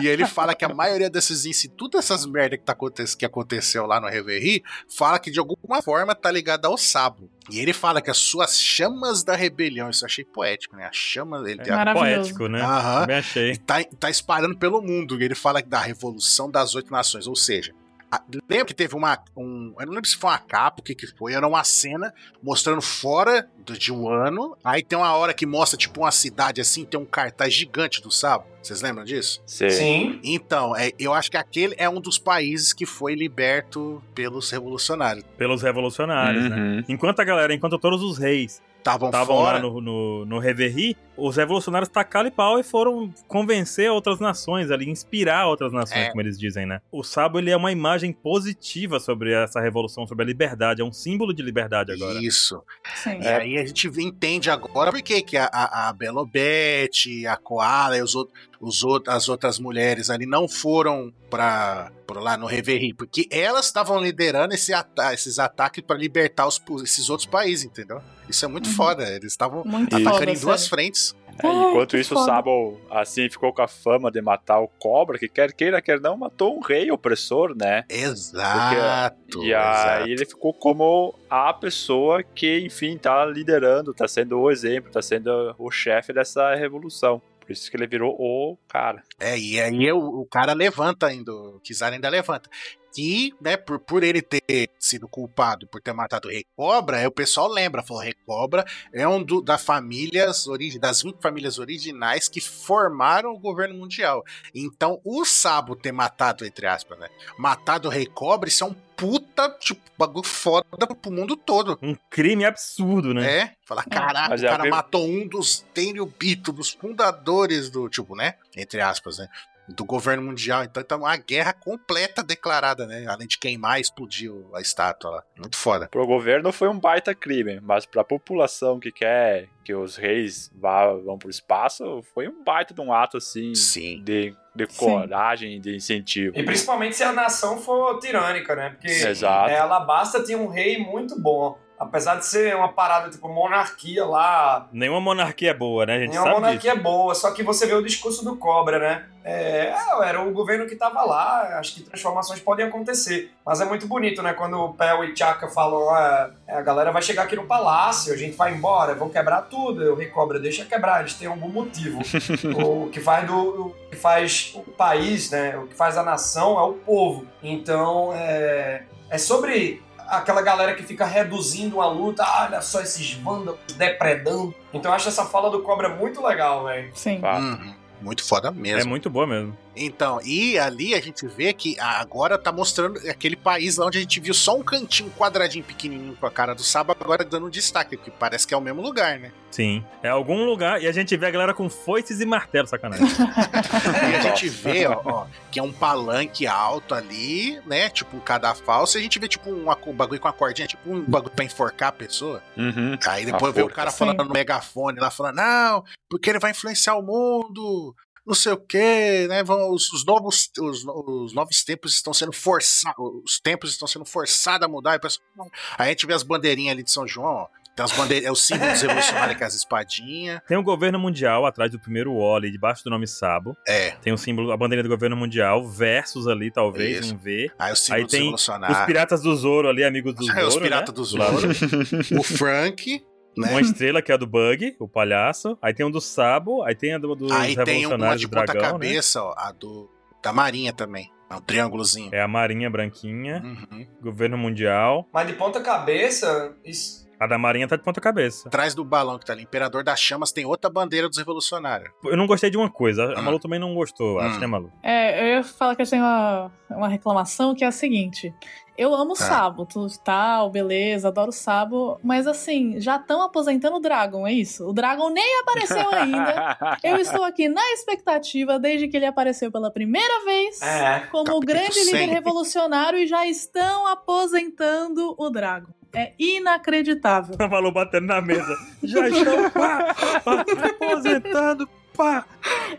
S3: e ele fala que a maioria desses incidentes, todas essas merda que, tá aconte- que aconteceu lá no Reverie, fala que de alguma forma tá ligada ao Sabo. E ele fala que as suas chamas da rebelião, isso eu achei poético, né? As chamas, ele tem a...
S4: Maravilhoso.
S1: Poético, né?
S3: Aham.
S1: Também achei.
S3: E tá, tá espalhando pelo mundo. E ele fala da Revolução das Oito Nações, ou seja, a- lembra que teve uma. Um, eu não lembro se foi uma capa, o que, que foi, era uma cena mostrando fora do, de um ano. Aí tem uma hora que mostra, tipo, uma cidade assim, tem um cartaz gigante do sábado. Vocês lembram disso?
S2: Sim.
S5: Sim.
S3: Então, é, eu acho que aquele é um dos países que foi liberto pelos revolucionários.
S1: Pelos revolucionários, né?
S2: Uhum.
S1: Enquanto a galera, enquanto todos os reis
S3: Estavam
S1: estavam lá
S3: Tá fora.
S1: no, no, no Reverie, os revolucionários tacaram e pau e foram convencer outras nações ali, inspirar outras nações,
S3: É.
S1: como eles dizem, né? O Sabo, ele é uma imagem positiva sobre essa revolução, sobre a liberdade, é um símbolo de liberdade agora.
S3: Isso.
S4: Sim.
S3: E aí a gente entende agora por que, que a, a, a Belobete, a Koala e os outros, os outros, as outras mulheres ali não foram para lá no Reverie, porque elas estavam liderando esse ata esses ataques para libertar os, esses outros países, entendeu? Isso é muito
S4: Uhum.
S3: foda. Eles estavam
S4: Muito
S3: atacando
S4: foda,
S3: em duas
S4: sério.
S3: frentes.
S2: É, enquanto
S4: Ai, que
S2: isso, o
S4: foda.
S2: Sabo, assim, ficou com a fama de matar o Cobra, que quer queira, quer não, matou um rei opressor, né?
S3: Exato.
S2: e aí
S3: exato.
S2: ele ficou como a pessoa que, enfim, tá liderando, tá sendo o exemplo, tá sendo o chefe dessa revolução. Por isso que ele virou o cara.
S3: É, e aí o, o cara levanta ainda, o Kizar ainda levanta. E, né, por, por ele ter sido culpado por ter matado o Recobra, aí o pessoal lembra, falou, Recobra é um do, da famílias origi- das 20 famílias originais que formaram o governo mundial. Então, o Sabo ter matado, entre aspas, né, matado o Recobra, isso é um puta, tipo, bagulho foda pro mundo todo.
S1: Um crime absurdo, né?
S3: É, falar, caraca,
S2: Mas
S3: o
S2: é a
S3: cara
S2: prim-
S3: matou um dos Tenryubito, dos fundadores do, tipo, né? Entre aspas, né? Do governo mundial. Então, tá uma guerra completa declarada, né? Além de queimar, explodiu a estátua lá. Muito foda.
S2: Pro governo foi um baita crime, mas pra população que quer que os reis vá, vão pro espaço, foi um baita de um ato, assim,
S3: Sim.
S2: de, de
S4: Sim.
S2: coragem e de incentivo.
S5: E principalmente se a nação for tirânica, né? Porque
S2: Exato.
S5: é, Alabasta tinha um rei muito bom. Apesar de ser uma parada tipo monarquia lá,
S1: Nenhuma monarquia é boa, né? A gente
S5: Nenhuma
S1: sabe
S5: monarquia é boa, só que você vê o discurso do Cobra, né? É, ah, era o governo que tava lá, acho que transformações podem acontecer. Mas é muito bonito, né? Quando o Pel e Chaka falam, ah, é, a galera vai chegar aqui no palácio, a gente vai embora, vão quebrar tudo. Eu recobra, deixa quebrar, eles têm algum motivo. o que faz do. O que faz o país, né? O que faz a nação é o povo. Então, é, é sobre aquela galera que fica reduzindo uma luta, ah, olha só esses vândalos depredando. Então eu acho essa fala do Cobra muito legal, velho.
S4: Sim.
S2: Fato.
S3: Uhum. Muito foda
S1: disso. É
S3: mesmo.
S1: muito boa mesmo.
S3: Então, e ali a gente vê que agora tá mostrando aquele país lá onde a gente viu só um cantinho, um quadradinho pequenininho com a cara do Saba, agora dando um destaque, porque parece que é o mesmo lugar, né?
S1: Sim. É algum lugar e a gente vê a galera com foices e martelo, sacanagem.
S3: E a gente vê, ó, ó, que é um palanque alto ali, né? Tipo um cadafalso. E a gente vê, tipo, uma, um bagulho com uma cordinha, tipo um bagulho pra enforcar a pessoa.
S2: Uhum.
S3: Aí
S1: Ah,
S3: depois vê o
S2: forca.
S3: cara
S4: Sim.
S3: falando no megafone lá, falando, não, porque ele vai influenciar o mundo, não sei o quê, né? Vão, os, os novos, os, no- os novos tempos estão sendo forçados, os tempos estão sendo forçados a mudar. E o pessoal, "Não." Aí a gente vê as bandeirinhas ali de São João, ó. Tem as bandeiras, é o símbolo dos revolucionários com as espadinhas.
S1: Tem o governo mundial atrás do primeiro O ali, debaixo do nome Sabo.
S3: É,
S1: Tem o símbolo, a bandeira do governo mundial, versos ali, talvez,
S3: Isso.
S1: um V.
S3: aí o símbolo
S1: Aí
S3: dos
S1: tem
S3: revolucionários.
S1: Os piratas do Zoro ali, amigos do Zoro.
S3: É, os
S1: né?
S3: piratas do Zoro.
S1: Lá do-
S3: o Frank, né?
S1: Uma estrela que é a do Bug, o palhaço. Aí tem um do Sabo, aí tem a do, dos
S3: Aí tem um
S1: revolucionários
S3: de
S1: do dragão, né?
S3: ponta-cabeça, ó, a do da Marinha também. É um triângulozinho.
S1: É a Marinha Branquinha,
S3: Uhum.
S1: Governo Mundial.
S5: Mas de ponta cabeça, isso
S1: A da Marinha tá de ponta cabeça.
S3: Atrás do balão que tá ali, Imperador das Chamas, tem outra bandeira dos revolucionários.
S1: Eu não gostei de uma coisa. A
S3: Hum.
S1: Malu também não gostou, acho,
S3: Hum.
S1: né, Malu?
S4: É, eu ia falar que eu tenho uma, uma reclamação que é a seguinte. Eu amo o
S3: Tá.
S4: Sabo, tudo tal, beleza, adoro o Sabo, mas assim, já estão aposentando o Dragon, é isso? O Dragon nem apareceu ainda. Eu estou aqui na expectativa desde que ele apareceu pela primeira vez
S5: É.
S4: como
S3: Capítulo
S4: grande
S3: 100.
S4: líder revolucionário e já estão aposentando o Dragon. É inacreditável.
S1: A Malu batendo na mesa. Já estou pá, pá, aposentando, pá.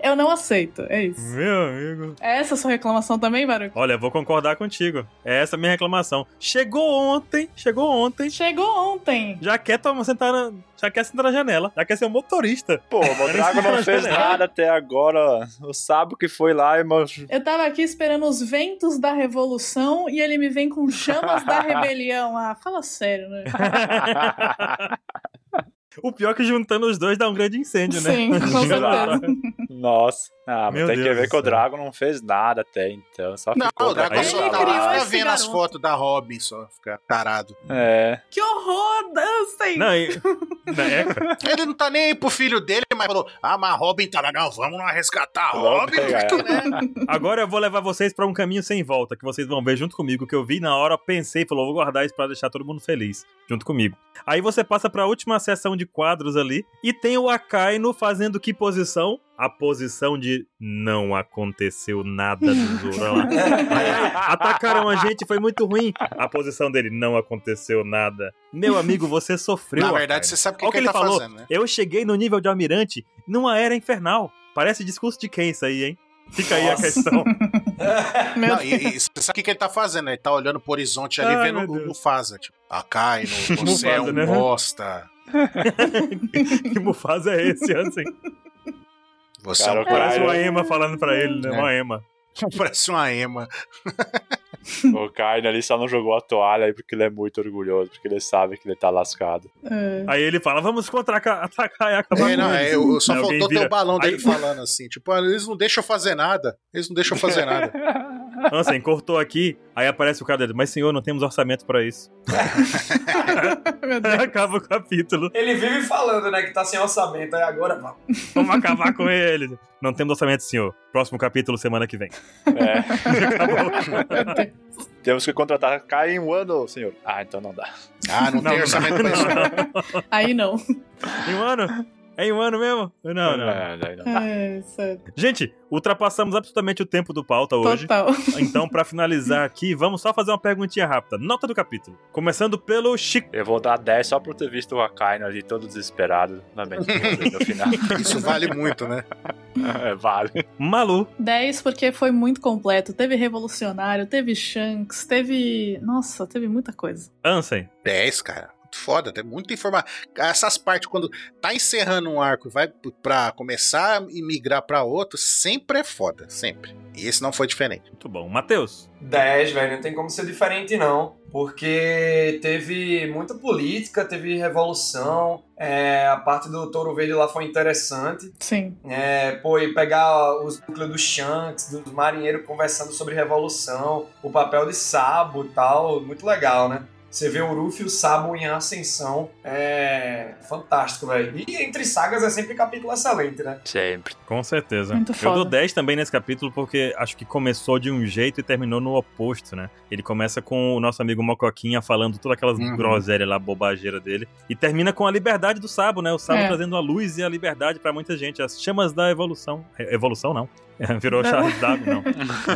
S4: Eu não aceito, é isso.
S1: Meu amigo.
S4: É essa a sua reclamação também, Baruch?
S1: Olha, vou concordar contigo. É essa a minha reclamação. Chegou ontem, chegou ontem.
S4: Chegou ontem.
S1: Já quer tomar, sentar na, já quer sentar na janela, já quer ser um motorista.
S2: Pô, o Drago não fez nada até agora. O Sabo que foi lá e mostrou.
S4: Eu tava aqui esperando os ventos da revolução e ele me vem com chamas da rebelião. Ah, fala sério, né?
S1: O pior é que juntando os dois dá um grande incêndio, né?
S4: Sim, com certeza.
S2: Nossa. Ah, mas
S1: Meu
S2: tem que
S1: Deus
S2: ver
S1: do
S2: que o
S1: céu.
S2: Drago não fez nada até então. Só
S3: Não,
S2: ficou
S3: o Dragon
S1: Aí
S3: só
S4: ele
S3: tá
S4: criou
S3: lá, fica
S4: esse
S3: vendo as
S4: garoto.
S3: fotos da Robin, só fica tarado.
S2: É.
S4: Que horror, dancem!
S1: Não, é e, na época,
S3: Ele não tá nem aí pro filho dele, mas falou: Ah, mas a Robin tá lá, não, vamos lá resgatar a
S2: Vamos
S3: Robin.
S2: pegar ela.
S1: agora eu vou levar vocês pra um caminho sem volta, que vocês vão ver junto comigo, que eu vi na hora, pensei, falou, vou guardar isso pra deixar todo mundo feliz, junto comigo. Aí você passa pra última sessão de quadros ali, e tem o Akainu fazendo que posição? A posição de não aconteceu nada do Zoro, olha lá. Atacaram a gente, foi muito ruim. A posição dele, não aconteceu nada. Meu amigo, você sofreu.
S3: Na verdade,
S1: Akainu.
S3: você sabe o
S1: Olha
S3: que,
S1: o
S3: que ele tá
S1: falou.
S3: fazendo, né?
S1: Eu cheguei no nível de almirante numa era infernal. Parece discurso de quem isso aí, hein? Fica aí a
S5: Nossa.
S1: questão.
S4: Meu
S3: Não, e, e você sabe o que, que ele tá fazendo? Ele tá olhando pro horizonte ali,
S1: Ai,
S3: vendo
S1: meu
S3: o
S1: Deus.
S3: Mufasa. Tipo, ah, Kaino, você é
S1: Mufasa,
S3: um
S1: né?
S3: bosta.
S1: que Mufasa é esse, assim?
S3: Você
S2: Cara,
S3: é um
S2: o Kaino-
S1: Parece uma Ema falando pra ele, né?
S3: É.
S1: Uma Ema.
S3: Parece uma ema.
S2: O Kaino ali só não jogou a toalha aí porque ele é muito orgulhoso, porque ele sabe que ele tá lascado.
S4: É.
S1: Aí ele fala, vamos contra-atacar e acabar
S3: É, não,
S1: com
S3: é,
S1: eles.
S3: eu, eu só
S1: Aí alguém
S3: faltou ter
S1: vira-
S3: o balão dele
S1: Aí-
S3: falando assim, tipo, ah, eles não deixam eu fazer nada. Eles não deixam eu fazer nada.
S1: Ansem, Então, assim, cortou aqui, aí aparece o cara dele, mas senhor, não temos orçamento pra isso.
S4: Meu Deus.
S1: Acaba o capítulo,
S5: Ele vive falando, né, que tá sem orçamento. Aí agora, pá.
S1: vamos acabar com ele. Não temos orçamento, senhor. Próximo capítulo, semana que vem.
S2: É.
S1: Acabou.
S2: Temos que contratar Kain Wano, senhor. Ah, então não dá.
S3: Ah, não,
S1: Não,
S3: tem
S1: não.
S3: orçamento pra isso.
S4: Aí não.
S1: Em um ano? É em um ano mesmo? Não, não.
S2: É, daí não dá.
S4: É, isso é
S1: Gente, ultrapassamos absolutamente o tempo do pauta hoje.
S4: total.
S1: Então, pra finalizar aqui, vamos só fazer uma perguntinha rápida. Nota do capítulo. Começando pelo Chico.
S2: Eu vou dar 10 só por ter visto o Akaino ali todo desesperado na mente dele no final.
S3: Isso vale muito, né?
S2: É, vale.
S1: Malu.
S4: 10 porque foi muito completo. Teve Revolucionário, teve Shanks, teve. Nossa, teve muita coisa.
S1: Ansem.
S3: 10, cara. Muito Foda, tem muita informação. Essas partes, quando tá encerrando um arco e vai pra começar e migrar pra outro, sempre é foda, sempre. E esse não foi diferente.
S1: Muito bom. Matheus.
S5: 10, velho, não tem como ser diferente, não. Porque teve muita política, teve revolução, é, a parte do Touro Verde lá foi interessante.
S4: Sim.
S5: É, pô, e pegar os núcleos do Shanks, dos marinheiros conversando sobre revolução, o papel de Sabo e tal, muito legal, né? Você vê o Ruffy e o Sabo em ascensão, é fantástico, velho. E entre sagas é sempre capítulo excelente, né?
S2: Sempre.
S1: Com certeza.
S4: Muito
S1: Eu
S4: foda.
S1: dou 10 também nesse capítulo porque acho que começou de um jeito e terminou no oposto, né? Ele começa com o nosso amigo Mocoquinha falando todas aquelas
S3: Uhum.
S1: groselhas lá, bobageira dele. E termina com a liberdade do Sabo, né? O Sabo
S4: É.
S1: trazendo a luz e a liberdade pra muita gente. As chamas da evolução. Re- Evolução não. Virou Charles Darwin, não.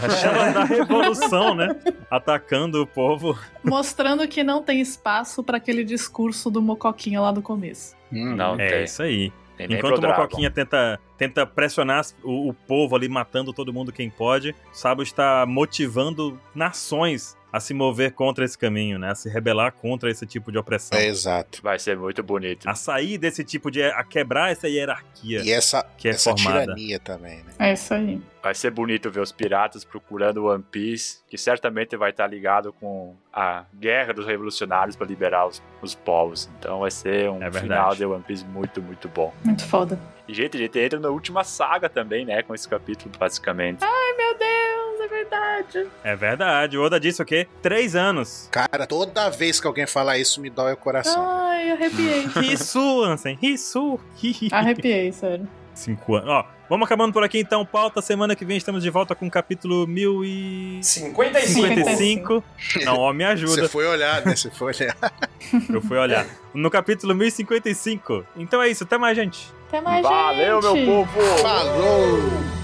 S1: As chamas da revolução, né? Atacando o povo.
S4: Mostrando que não tem espaço pra aquele discurso do Mocoquinha lá do começo.
S2: Não
S1: É
S2: tem.
S1: isso aí.
S2: Tem nem
S1: Enquanto
S2: pro
S1: o
S2: Dragon.
S1: Mocoquinha tenta, tenta pressionar as- o, o povo ali, matando todo mundo quem pode, Sabo está motivando nações a se mover contra esse caminho, né? A se rebelar contra esse tipo de opressão.
S3: É exato.
S2: Vai ser muito bonito.
S1: A sair desse tipo de. a quebrar essa hierarquia
S3: E essa,
S1: que é
S3: essa
S1: formada.
S3: tirania também, né?
S4: É isso aí.
S2: Vai ser bonito ver os piratas procurando One Piece, que certamente vai estar ligado com a guerra dos revolucionários para liberar os, os povos. Então vai ser um
S1: É verdade.
S2: final de One Piece muito, muito bom.
S4: Muito foda.
S2: E gente, a gente entra na última saga também, né? Com esse capítulo, basicamente.
S4: Ai, meu Deus, é verdade. verdade.
S1: É verdade. O Oda disse o quê? Três anos.
S3: Cara, toda vez que alguém fala isso, me dói o coração.
S4: Ai, arrepiei.
S1: Risu, Ansem. Risu. Hi, hi.
S4: arrepiei, sério.
S1: Cinco anos. Ó, vamos acabando por aqui então. Pauta, semana que vem estamos de volta com o capítulo 1055.
S5: 55.
S1: Não, ó, me
S3: Você
S1: ajuda.
S3: foi olhar, né? Você foi olhar.
S1: Eu fui olhar. No capítulo 1055. Então é isso. Até mais, gente.
S4: Até mais,
S2: Valeu,
S4: Ah, gente.
S2: meu povo!
S3: Falou!